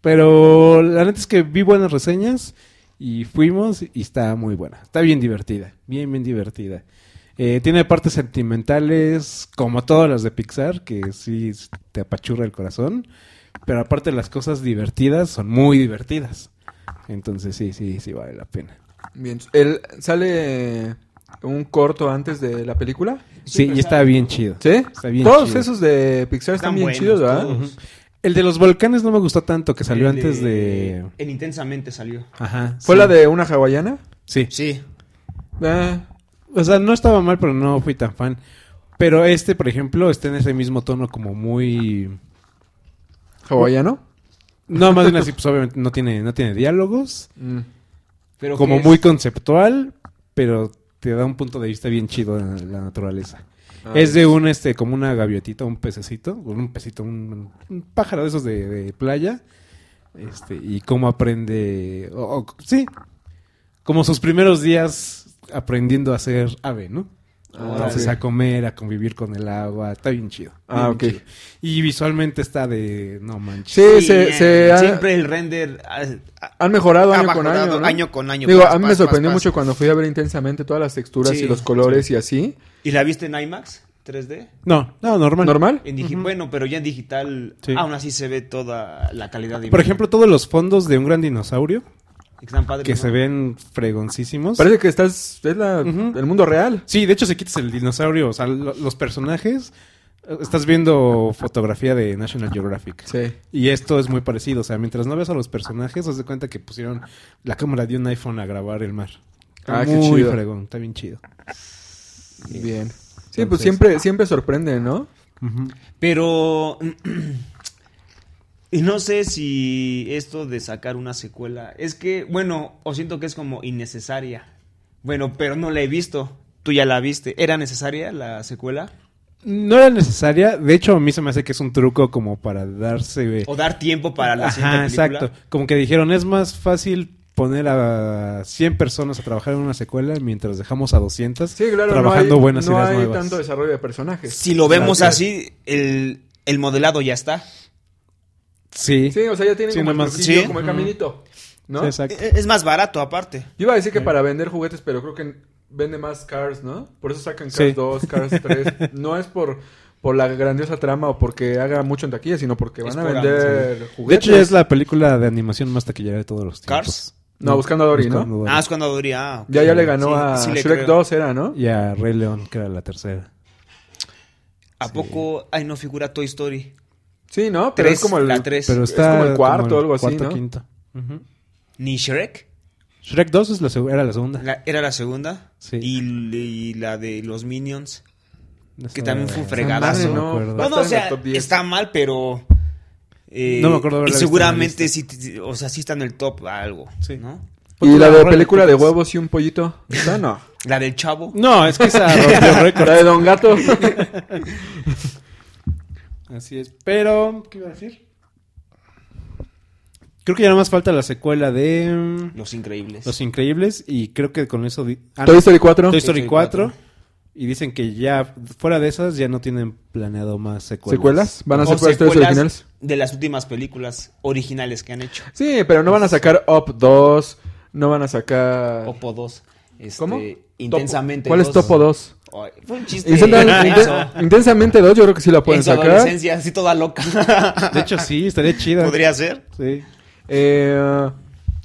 Speaker 1: Pero la neta es que vi buenas reseñas y fuimos y está muy buena. Está bien divertida, bien, bien divertida. Eh, tiene partes sentimentales, como todas las de Pixar, que sí te apachurra el corazón. Pero aparte las cosas divertidas son muy divertidas. Entonces sí, sí, sí vale la pena.
Speaker 2: Bien. ¿El, ¿Sale un corto antes de la película?
Speaker 1: Sí, y está bien chido.
Speaker 2: ¿Sí?
Speaker 1: Está bien
Speaker 2: Todos
Speaker 1: chido.
Speaker 2: esos de Pixar están,
Speaker 3: Están
Speaker 2: bien
Speaker 3: buenos
Speaker 2: chidos, ¿verdad?
Speaker 3: todos.
Speaker 1: Ujú. El de los volcanes no me gustó tanto, que salió
Speaker 3: El
Speaker 1: antes de...
Speaker 3: En Intensamente salió.
Speaker 1: Ajá.
Speaker 2: ¿Fue
Speaker 1: sí.
Speaker 2: la de una hawaiana?
Speaker 1: Sí.
Speaker 3: Sí.
Speaker 2: Ah,
Speaker 1: O sea, no estaba mal, pero no fui tan fan. Pero este, por ejemplo, está en ese mismo tono como muy...
Speaker 2: ¿Hawaiano?
Speaker 1: No, más bien así, pues obviamente no tiene, no tiene diálogos.
Speaker 2: Mm.
Speaker 3: Pero
Speaker 1: como
Speaker 3: que es-
Speaker 1: muy conceptual, pero te da un punto de vista bien chido de la naturaleza.
Speaker 2: Ah,
Speaker 1: es de un, este, como una gaviotita, un pececito, un pececito, un, un pájaro de esos de, de playa. Este, y cómo aprende, o- o- sí, como sus primeros días aprendiendo a ser ave, ¿no?
Speaker 2: Ah,
Speaker 1: Entonces
Speaker 2: ok.
Speaker 1: a comer, a convivir con el agua, está bien chido.
Speaker 2: Ah,
Speaker 1: bien
Speaker 2: ok.
Speaker 1: chido. Y visualmente está de, no manches.
Speaker 2: Sí, se,
Speaker 3: eh,
Speaker 2: se ha-
Speaker 3: siempre el render ah, ah,
Speaker 2: han mejorado
Speaker 3: Ha
Speaker 2: año con
Speaker 3: mejorado
Speaker 2: año. ¿no?
Speaker 3: año con año,
Speaker 2: Digo,
Speaker 3: pas,
Speaker 2: a mí me
Speaker 3: pas,
Speaker 2: sorprendió
Speaker 3: pas, pas.
Speaker 2: mucho cuando fui a ver intensamente todas las texturas
Speaker 3: Sí,
Speaker 2: y los colores y así.
Speaker 3: ¿Y la viste en IMAX 3D?
Speaker 1: No, no, normal.
Speaker 2: ¿Normal?
Speaker 3: En digi- Bueno, pero ya en digital
Speaker 1: Sí.
Speaker 3: aún así se ve toda la calidad de
Speaker 1: Por
Speaker 3: imagen.
Speaker 1: ejemplo, todos los fondos de un gran dinosaurio
Speaker 3: Están padres,
Speaker 1: que
Speaker 3: ¿no?
Speaker 1: se ven fregoncísimos.
Speaker 2: Parece que estás. Es la,
Speaker 1: Ujú.
Speaker 2: el mundo real.
Speaker 1: Sí, de hecho, si quitas el dinosaurio, o sea, lo- los personajes, eh, estás viendo fotografía de National Geographic.
Speaker 2: Sí.
Speaker 1: Y esto es muy parecido, o sea, mientras no ves a los personajes, haz de cuenta que pusieron la cámara de un iPhone a grabar el mar. Está
Speaker 2: Ah, qué
Speaker 1: muy
Speaker 2: chido.
Speaker 1: fregón, está bien chido.
Speaker 2: Bien. Sí,
Speaker 1: Entonces-
Speaker 2: pues siempre, siempre sorprende, ¿no?
Speaker 3: Pero. Y no sé si esto de sacar una secuela. Es que, bueno, o siento que es como innecesaria. Bueno, pero no la he visto. Tú ya la viste. ¿Era necesaria la secuela?
Speaker 1: No era necesaria, de hecho, a mí se me hace que es un truco como para darse.
Speaker 3: ¿O dar tiempo para la siguiente
Speaker 1: Ajá,
Speaker 3: película?
Speaker 1: exacto. Como que dijeron, es más fácil poner a 100 personas a trabajar en una secuela mientras dejamos a 200
Speaker 2: Sí, claro.
Speaker 1: trabajando
Speaker 2: no hay,
Speaker 1: buenas
Speaker 2: no
Speaker 1: ideas
Speaker 2: hay
Speaker 1: nuevas.
Speaker 2: tanto desarrollo de personajes.
Speaker 3: Si lo vemos
Speaker 2: Claro.
Speaker 3: así, el, el modelado ya está.
Speaker 1: Sí.
Speaker 2: Sí, o sea, ya tienen
Speaker 1: Sí,
Speaker 2: como, el
Speaker 1: nada más.
Speaker 2: truquillo,
Speaker 3: Sí.
Speaker 2: como el caminito. ¿No? Eh,
Speaker 1: Sí,
Speaker 2: Yo
Speaker 1: exacto.
Speaker 3: E- Es más barato, aparte.
Speaker 2: iba a decir que para vender juguetes, pero creo que vende más Cars, ¿no? Por eso sacan Cars
Speaker 1: Sí.
Speaker 2: 2, Cars 3. No es por, por la grandiosa trama o porque haga mucho en taquilla, sino porque
Speaker 3: Es
Speaker 2: van a
Speaker 3: por
Speaker 2: vender eh, juguetes.
Speaker 1: De hecho, ya es la película de animación más taquillera de todos los tiempos.
Speaker 3: Cars.
Speaker 2: No, Buscando a Dory, ¿no?
Speaker 1: Buscando a Dory.
Speaker 3: Ah, es cuando duría.
Speaker 2: Ya, ya le ganó a
Speaker 3: Sí, sí le
Speaker 2: Shrek
Speaker 3: creo.
Speaker 2: 2, era, ¿no?
Speaker 1: Y a Rey León, que era la tercera.
Speaker 3: ¿A poco ahí no figura Toy Story?
Speaker 2: Sí, ¿no? Pero
Speaker 3: Tres,
Speaker 2: es como el...
Speaker 3: la 3.
Speaker 1: Pero
Speaker 2: Es
Speaker 1: está
Speaker 2: como el cuarto, algo así,
Speaker 1: cuarto,
Speaker 2: ¿no?
Speaker 1: quinto. Ujú.
Speaker 3: ¿Ni Shrek?
Speaker 1: Shrek 2 es la seg- era la segunda.
Speaker 3: La- era la segunda.
Speaker 1: Sí.
Speaker 3: Y, y la de los Minions.
Speaker 1: Esa-
Speaker 3: que también fue un
Speaker 1: esa
Speaker 3: fregadazo.
Speaker 1: madre,
Speaker 2: No,
Speaker 1: me acuerdo.
Speaker 2: Va a
Speaker 3: No,
Speaker 2: estar
Speaker 3: no, o
Speaker 2: en
Speaker 3: sea,
Speaker 2: el top 10.
Speaker 3: está mal, pero. eh,
Speaker 1: No me acuerdo haberla
Speaker 3: y
Speaker 1: visto en la
Speaker 3: seguramente sí, sí, o sea, sí está en el top algo,
Speaker 1: Sí.
Speaker 3: ¿no?
Speaker 2: Y la de
Speaker 1: Ahora,
Speaker 2: película de
Speaker 3: pues.
Speaker 1: entonces-
Speaker 2: huevos y un pollito. ¿Está no?
Speaker 3: La del chavo.
Speaker 1: No, es que esa rompió récord.
Speaker 2: La de Don Gato.
Speaker 1: Así es. Pero, ¿qué iba a decir? Creo que ya nada más falta la secuela de mm,
Speaker 3: Los Increíbles.
Speaker 1: Los Increíbles y creo que con eso... di- ah,
Speaker 2: Toy
Speaker 1: no,
Speaker 2: Story 4.
Speaker 1: Toy
Speaker 3: Story
Speaker 1: Story 4.
Speaker 3: cuatro.
Speaker 1: Y dicen que ya, fuera de esas, ya no tienen planeado más secuelas.
Speaker 2: ¿Secuelas? ¿Van a
Speaker 3: O
Speaker 2: ser para historias
Speaker 3: secuelas
Speaker 2: originales?
Speaker 3: De las últimas películas originales que han hecho.
Speaker 2: Sí, pero no van
Speaker 3: Pues,
Speaker 2: a sacar Up 2. No van a sacar...
Speaker 3: Topo 2. Este,
Speaker 2: Ah. ¿Cómo?
Speaker 3: Intensamente.
Speaker 2: Topo- ¿Cuál es Topo 2?
Speaker 3: Ay, Fue un chiste.
Speaker 2: Intensa-
Speaker 3: menso.
Speaker 2: Inten- Intensamente 2 yo creo que sí la pueden
Speaker 3: Este, En su
Speaker 2: sacar.
Speaker 3: adolescencia, así toda loca.
Speaker 1: De hecho, sí, estaría chida.
Speaker 3: Podría ser.
Speaker 1: Sí.
Speaker 2: Eh,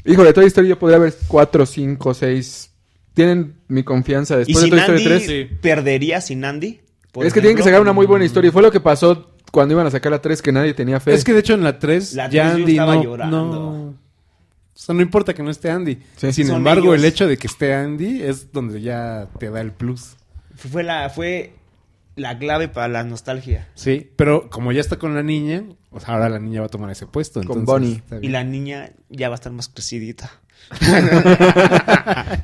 Speaker 2: híjole, Toy Story yo podría ver 4, 5, 6. Tienen mi confianza
Speaker 3: ¿Y
Speaker 2: después de
Speaker 3: sin
Speaker 2: Toy Story
Speaker 3: Andy
Speaker 2: 3.
Speaker 3: perdería sin Andy? Por
Speaker 2: es que tienen que
Speaker 3: ejemplo. mm.
Speaker 2: sacar una muy buena historia. Y fue lo que pasó cuando iban a sacar la 3 que nadie tenía fe.
Speaker 1: Es que de hecho en la 3
Speaker 3: La
Speaker 1: ya
Speaker 3: tres yo
Speaker 1: Andy
Speaker 3: estaba
Speaker 1: no,
Speaker 3: llorando.
Speaker 1: no- O sea, no importa que no esté Andy.
Speaker 2: Sí.
Speaker 1: Sin
Speaker 3: Son
Speaker 1: embargo,
Speaker 3: ellos.
Speaker 1: el hecho de que esté Andy es donde ya te da el plus.
Speaker 3: Fue la, fue la clave para la nostalgia.
Speaker 1: Sí, pero como ya está con la niña, o sea, ahora la niña va a tomar ese puesto.
Speaker 2: Con
Speaker 1: entonces,
Speaker 2: Bonnie.
Speaker 1: está
Speaker 3: Y
Speaker 1: bien.
Speaker 3: la niña ya va a estar más crecidita.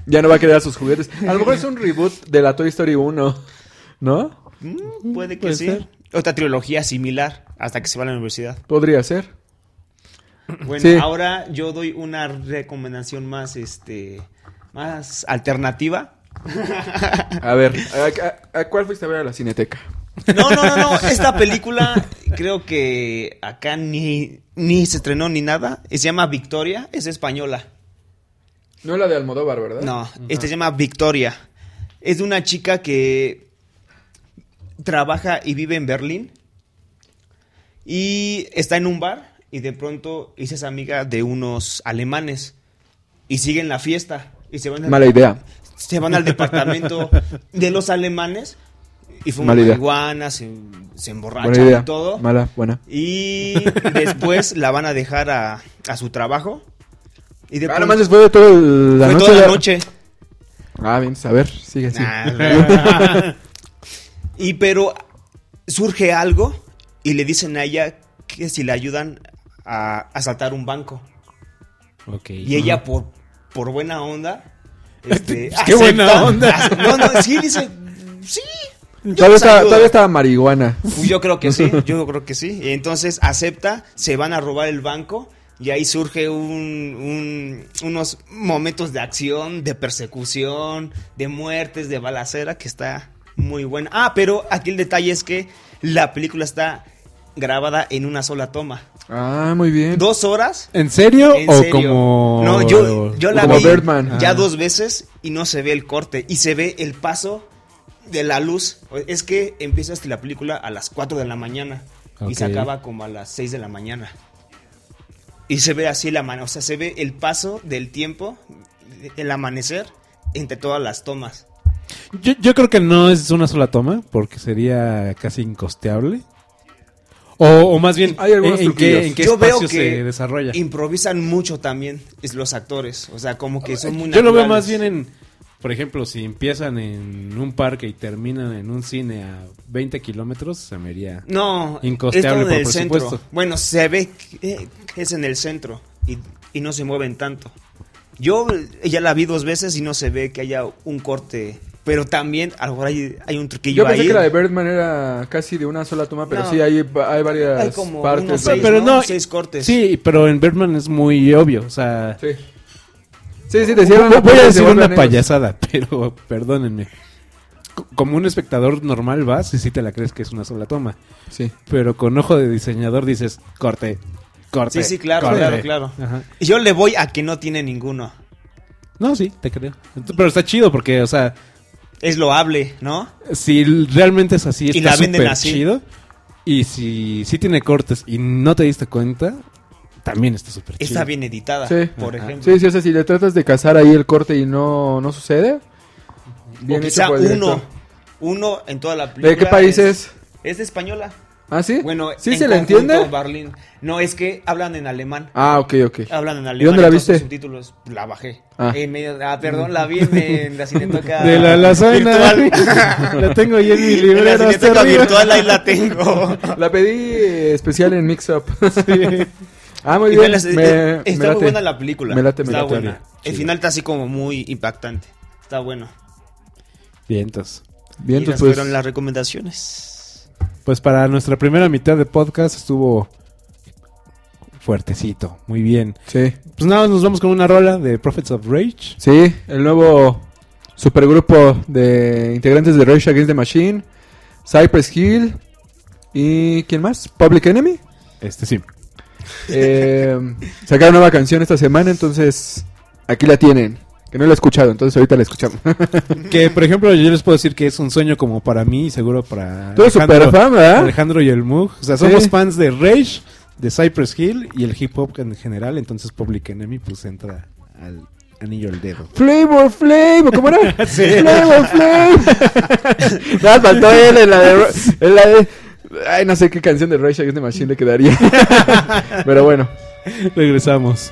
Speaker 2: Ya no va a querer a sus juguetes. A lo mejor es un reboot de la Toy Story 1. ¿No?
Speaker 3: Mm, puede que
Speaker 1: Puede
Speaker 3: sí.
Speaker 1: ser.
Speaker 3: Otra trilogía similar hasta que se va a la universidad.
Speaker 2: Podría ser.
Speaker 3: Bueno,
Speaker 2: Sí.
Speaker 3: ahora yo doy una recomendación más, este, más alternativa.
Speaker 2: A ver, ¿a, a- a cuál fuiste a ver a la Cineteca?
Speaker 3: No, no, no, no. Esta película creo que acá ni, ni se estrenó ni nada. Se llama Victoria. Es española.
Speaker 2: No es la de Almodóvar, ¿verdad?
Speaker 3: No, este se llama Victoria. Es de una chica que trabaja y vive en Berlín. Y está en un bar y de pronto y se es amiga de unos alemanes. Y siguen la fiesta. Y se van al-
Speaker 2: Mala idea.
Speaker 3: se van al departamento de los alemanes Y fuma
Speaker 2: Mala idea.
Speaker 3: marihuana, se, se
Speaker 2: Buena
Speaker 3: emborracha
Speaker 2: idea.
Speaker 3: y todo.
Speaker 2: Mala, buena.
Speaker 3: Y después la van a dejar a, a su trabajo. Y
Speaker 2: Ah,
Speaker 3: después
Speaker 2: nomás después de toda la
Speaker 3: fue
Speaker 2: noche.
Speaker 3: toda la
Speaker 2: la-
Speaker 3: noche.
Speaker 2: Ah, bien, a ver, sigue así.
Speaker 3: Nah. y pero surge algo y le dicen a ella que si le ayudan a asaltar un banco.
Speaker 1: Ok.
Speaker 3: Y ella por, por buena onda. Este,
Speaker 1: Qué buena onda.
Speaker 3: No, no, sí, dice. Sí. yo
Speaker 2: Todavía,
Speaker 3: les
Speaker 2: estaba,
Speaker 3: ayudo".
Speaker 2: todavía estaba marihuana.
Speaker 3: Pues yo creo que sí, yo creo que sí. Y Entonces acepta, se van a robar el banco y ahí surge un, un- unos momentos de acción, de persecución, de muertes, de balacera que está muy buena. Ah, pero aquí el detalle es que la película está grabada en una sola toma.
Speaker 2: Ah, muy bien.
Speaker 3: Dos horas.
Speaker 1: ¿En serio?
Speaker 3: en
Speaker 1: ¿O
Speaker 3: serio.
Speaker 1: como.?
Speaker 3: No, yo, yo la
Speaker 2: como
Speaker 3: vi
Speaker 2: Birdman.
Speaker 3: ya
Speaker 2: Ah.
Speaker 3: dos veces y no se ve el corte. Y se ve el paso de la luz. Es que empieza esta- la película a las 4 de la mañana y se
Speaker 1: Ok.
Speaker 3: acaba como a las 6 de la mañana. Y se ve así la mano, o sea, se ve el paso del tiempo, el amanecer, entre todas las tomas.
Speaker 1: Yo, yo creo que no es una sola toma, porque sería casi incosteable. O, o más bien,
Speaker 2: Hay algunos
Speaker 1: ¿en, en qué,
Speaker 2: truquillos.
Speaker 1: en qué
Speaker 3: Yo veo
Speaker 1: espacio
Speaker 3: que
Speaker 1: se desarrolla?
Speaker 3: Improvisan mucho también es los actores, o sea, como que son muy
Speaker 1: Ah, Yo lo veo
Speaker 3: naturales.
Speaker 1: más bien en, por ejemplo, si empiezan en un parque y terminan en un cine a 20 kilómetros, se me haría...
Speaker 3: No,
Speaker 1: Incosteable
Speaker 3: es todo
Speaker 1: por
Speaker 3: en el centro.
Speaker 1: presupuesto.
Speaker 3: Bueno, se ve que que es en el centro y, y no se mueven tanto. Yo eh, ya la vi dos veces y no se ve que haya un corte, pero también a lo mejor hay, hay un truquillo
Speaker 2: Yo pensé
Speaker 3: ahí.
Speaker 2: que la de Birdman era casi de una sola toma, pero
Speaker 3: No.
Speaker 2: sí hay, va- hay varias
Speaker 3: Hay como unos
Speaker 2: partes.
Speaker 3: seis,
Speaker 1: Pero
Speaker 3: ¿no?
Speaker 1: no,
Speaker 3: Seis cortes.
Speaker 1: Sí, pero en Birdman es muy obvio, o sea...
Speaker 2: Sí. Sí, sí, te cierran
Speaker 1: voy,
Speaker 2: la puerta
Speaker 1: a
Speaker 2: y te
Speaker 1: decir
Speaker 2: vuelven
Speaker 1: una
Speaker 2: negros.
Speaker 1: payasada, pero perdónenme. C- Como un espectador normal vas y sí te la crees que es una sola toma.
Speaker 2: Sí.
Speaker 1: Pero con ojo de diseñador dices, corte, corte.
Speaker 3: Sí, sí, claro,
Speaker 1: corte.
Speaker 3: claro, claro.
Speaker 1: Ajá.
Speaker 3: Y Yo le voy a que no tiene ninguno.
Speaker 1: No, sí, te creo. Ent- Pero está chido porque, o sea,
Speaker 3: Es loable, ¿no?
Speaker 1: si l- realmente es así,
Speaker 3: Y
Speaker 1: está
Speaker 3: la venden
Speaker 1: súper
Speaker 3: así.
Speaker 1: chido. Y si sí tiene cortes y no te diste cuenta, también está súper chido.
Speaker 3: Está bien editada,
Speaker 2: Sí.
Speaker 3: por
Speaker 1: Ajá.
Speaker 3: ejemplo.
Speaker 2: Sí, sí, o sea, si le tratas de cazar ahí el corte y no, no sucede.
Speaker 3: o quizá
Speaker 2: por el
Speaker 3: uno,
Speaker 2: director.
Speaker 3: uno en toda la película.
Speaker 2: ¿De qué país es?
Speaker 3: Es de española.
Speaker 2: ¿Ah, sí?
Speaker 3: Bueno,
Speaker 2: ¿Sí
Speaker 3: en
Speaker 2: se le
Speaker 3: conjunto,
Speaker 2: entiende?
Speaker 3: Berlín. No, es que hablan en alemán.
Speaker 2: Ah, ok, ok.
Speaker 3: Hablan en alemán.
Speaker 2: dónde la
Speaker 3: entonces
Speaker 2: viste?
Speaker 3: los subtítulos la bajé.
Speaker 2: Ah.
Speaker 3: En medio- ah, perdón, la vi en, en la Cineteca
Speaker 1: De la lasaña.
Speaker 3: virtual.
Speaker 1: la tengo ahí en mi
Speaker 3: en
Speaker 1: librero.
Speaker 3: la
Speaker 1: hasta
Speaker 3: Cineteca
Speaker 1: arriba.
Speaker 3: virtual ahí la tengo.
Speaker 2: La pedí eh, especial en Mix Up.
Speaker 1: Sí.
Speaker 2: ah, muy
Speaker 3: Y
Speaker 2: bien.
Speaker 3: velas,
Speaker 2: me,
Speaker 3: eh,
Speaker 2: me
Speaker 3: está
Speaker 2: late.
Speaker 3: muy buena la película.
Speaker 2: Me late, me
Speaker 3: está
Speaker 2: late.
Speaker 3: buena. El
Speaker 1: Chido.
Speaker 3: final está así como muy impactante. Está bueno.
Speaker 1: Bien, entonces.
Speaker 2: Bien,
Speaker 3: y esas
Speaker 2: entonces, pues,
Speaker 3: fueron las recomendaciones.
Speaker 1: Pues para nuestra primera mitad de podcast estuvo fuertecito. Muy bien.
Speaker 2: Sí.
Speaker 1: Pues nada, más nos vamos con una rola de Prophets of Rage.
Speaker 2: Sí, el nuevo supergrupo de integrantes de Rage Against the Machine, Cypress Hill y ¿quién más? Public Enemy.
Speaker 1: Este sí.
Speaker 2: Eh, sacaron nueva canción esta semana, entonces aquí la tienen. Que no la he escuchado, entonces ahorita la escuchamos.
Speaker 1: Que por ejemplo yo les puedo decir que es un sueño como para mí y seguro para
Speaker 2: Tú eres super fan, ¿verdad?
Speaker 1: Alejandro y el Mug. O sea,
Speaker 2: Sí.
Speaker 1: somos fans de Rage, de Cypress Hill y el hip hop en general. Entonces Public Enemy pues entra al anillo al dedo.
Speaker 2: Flavor Flav, ¿cómo era? Flavor Flav. Nada, faltó él en la de, en la de- Ay, no sé qué canción de Rage Against the Machine le quedaría. Pero bueno.
Speaker 1: Regresamos.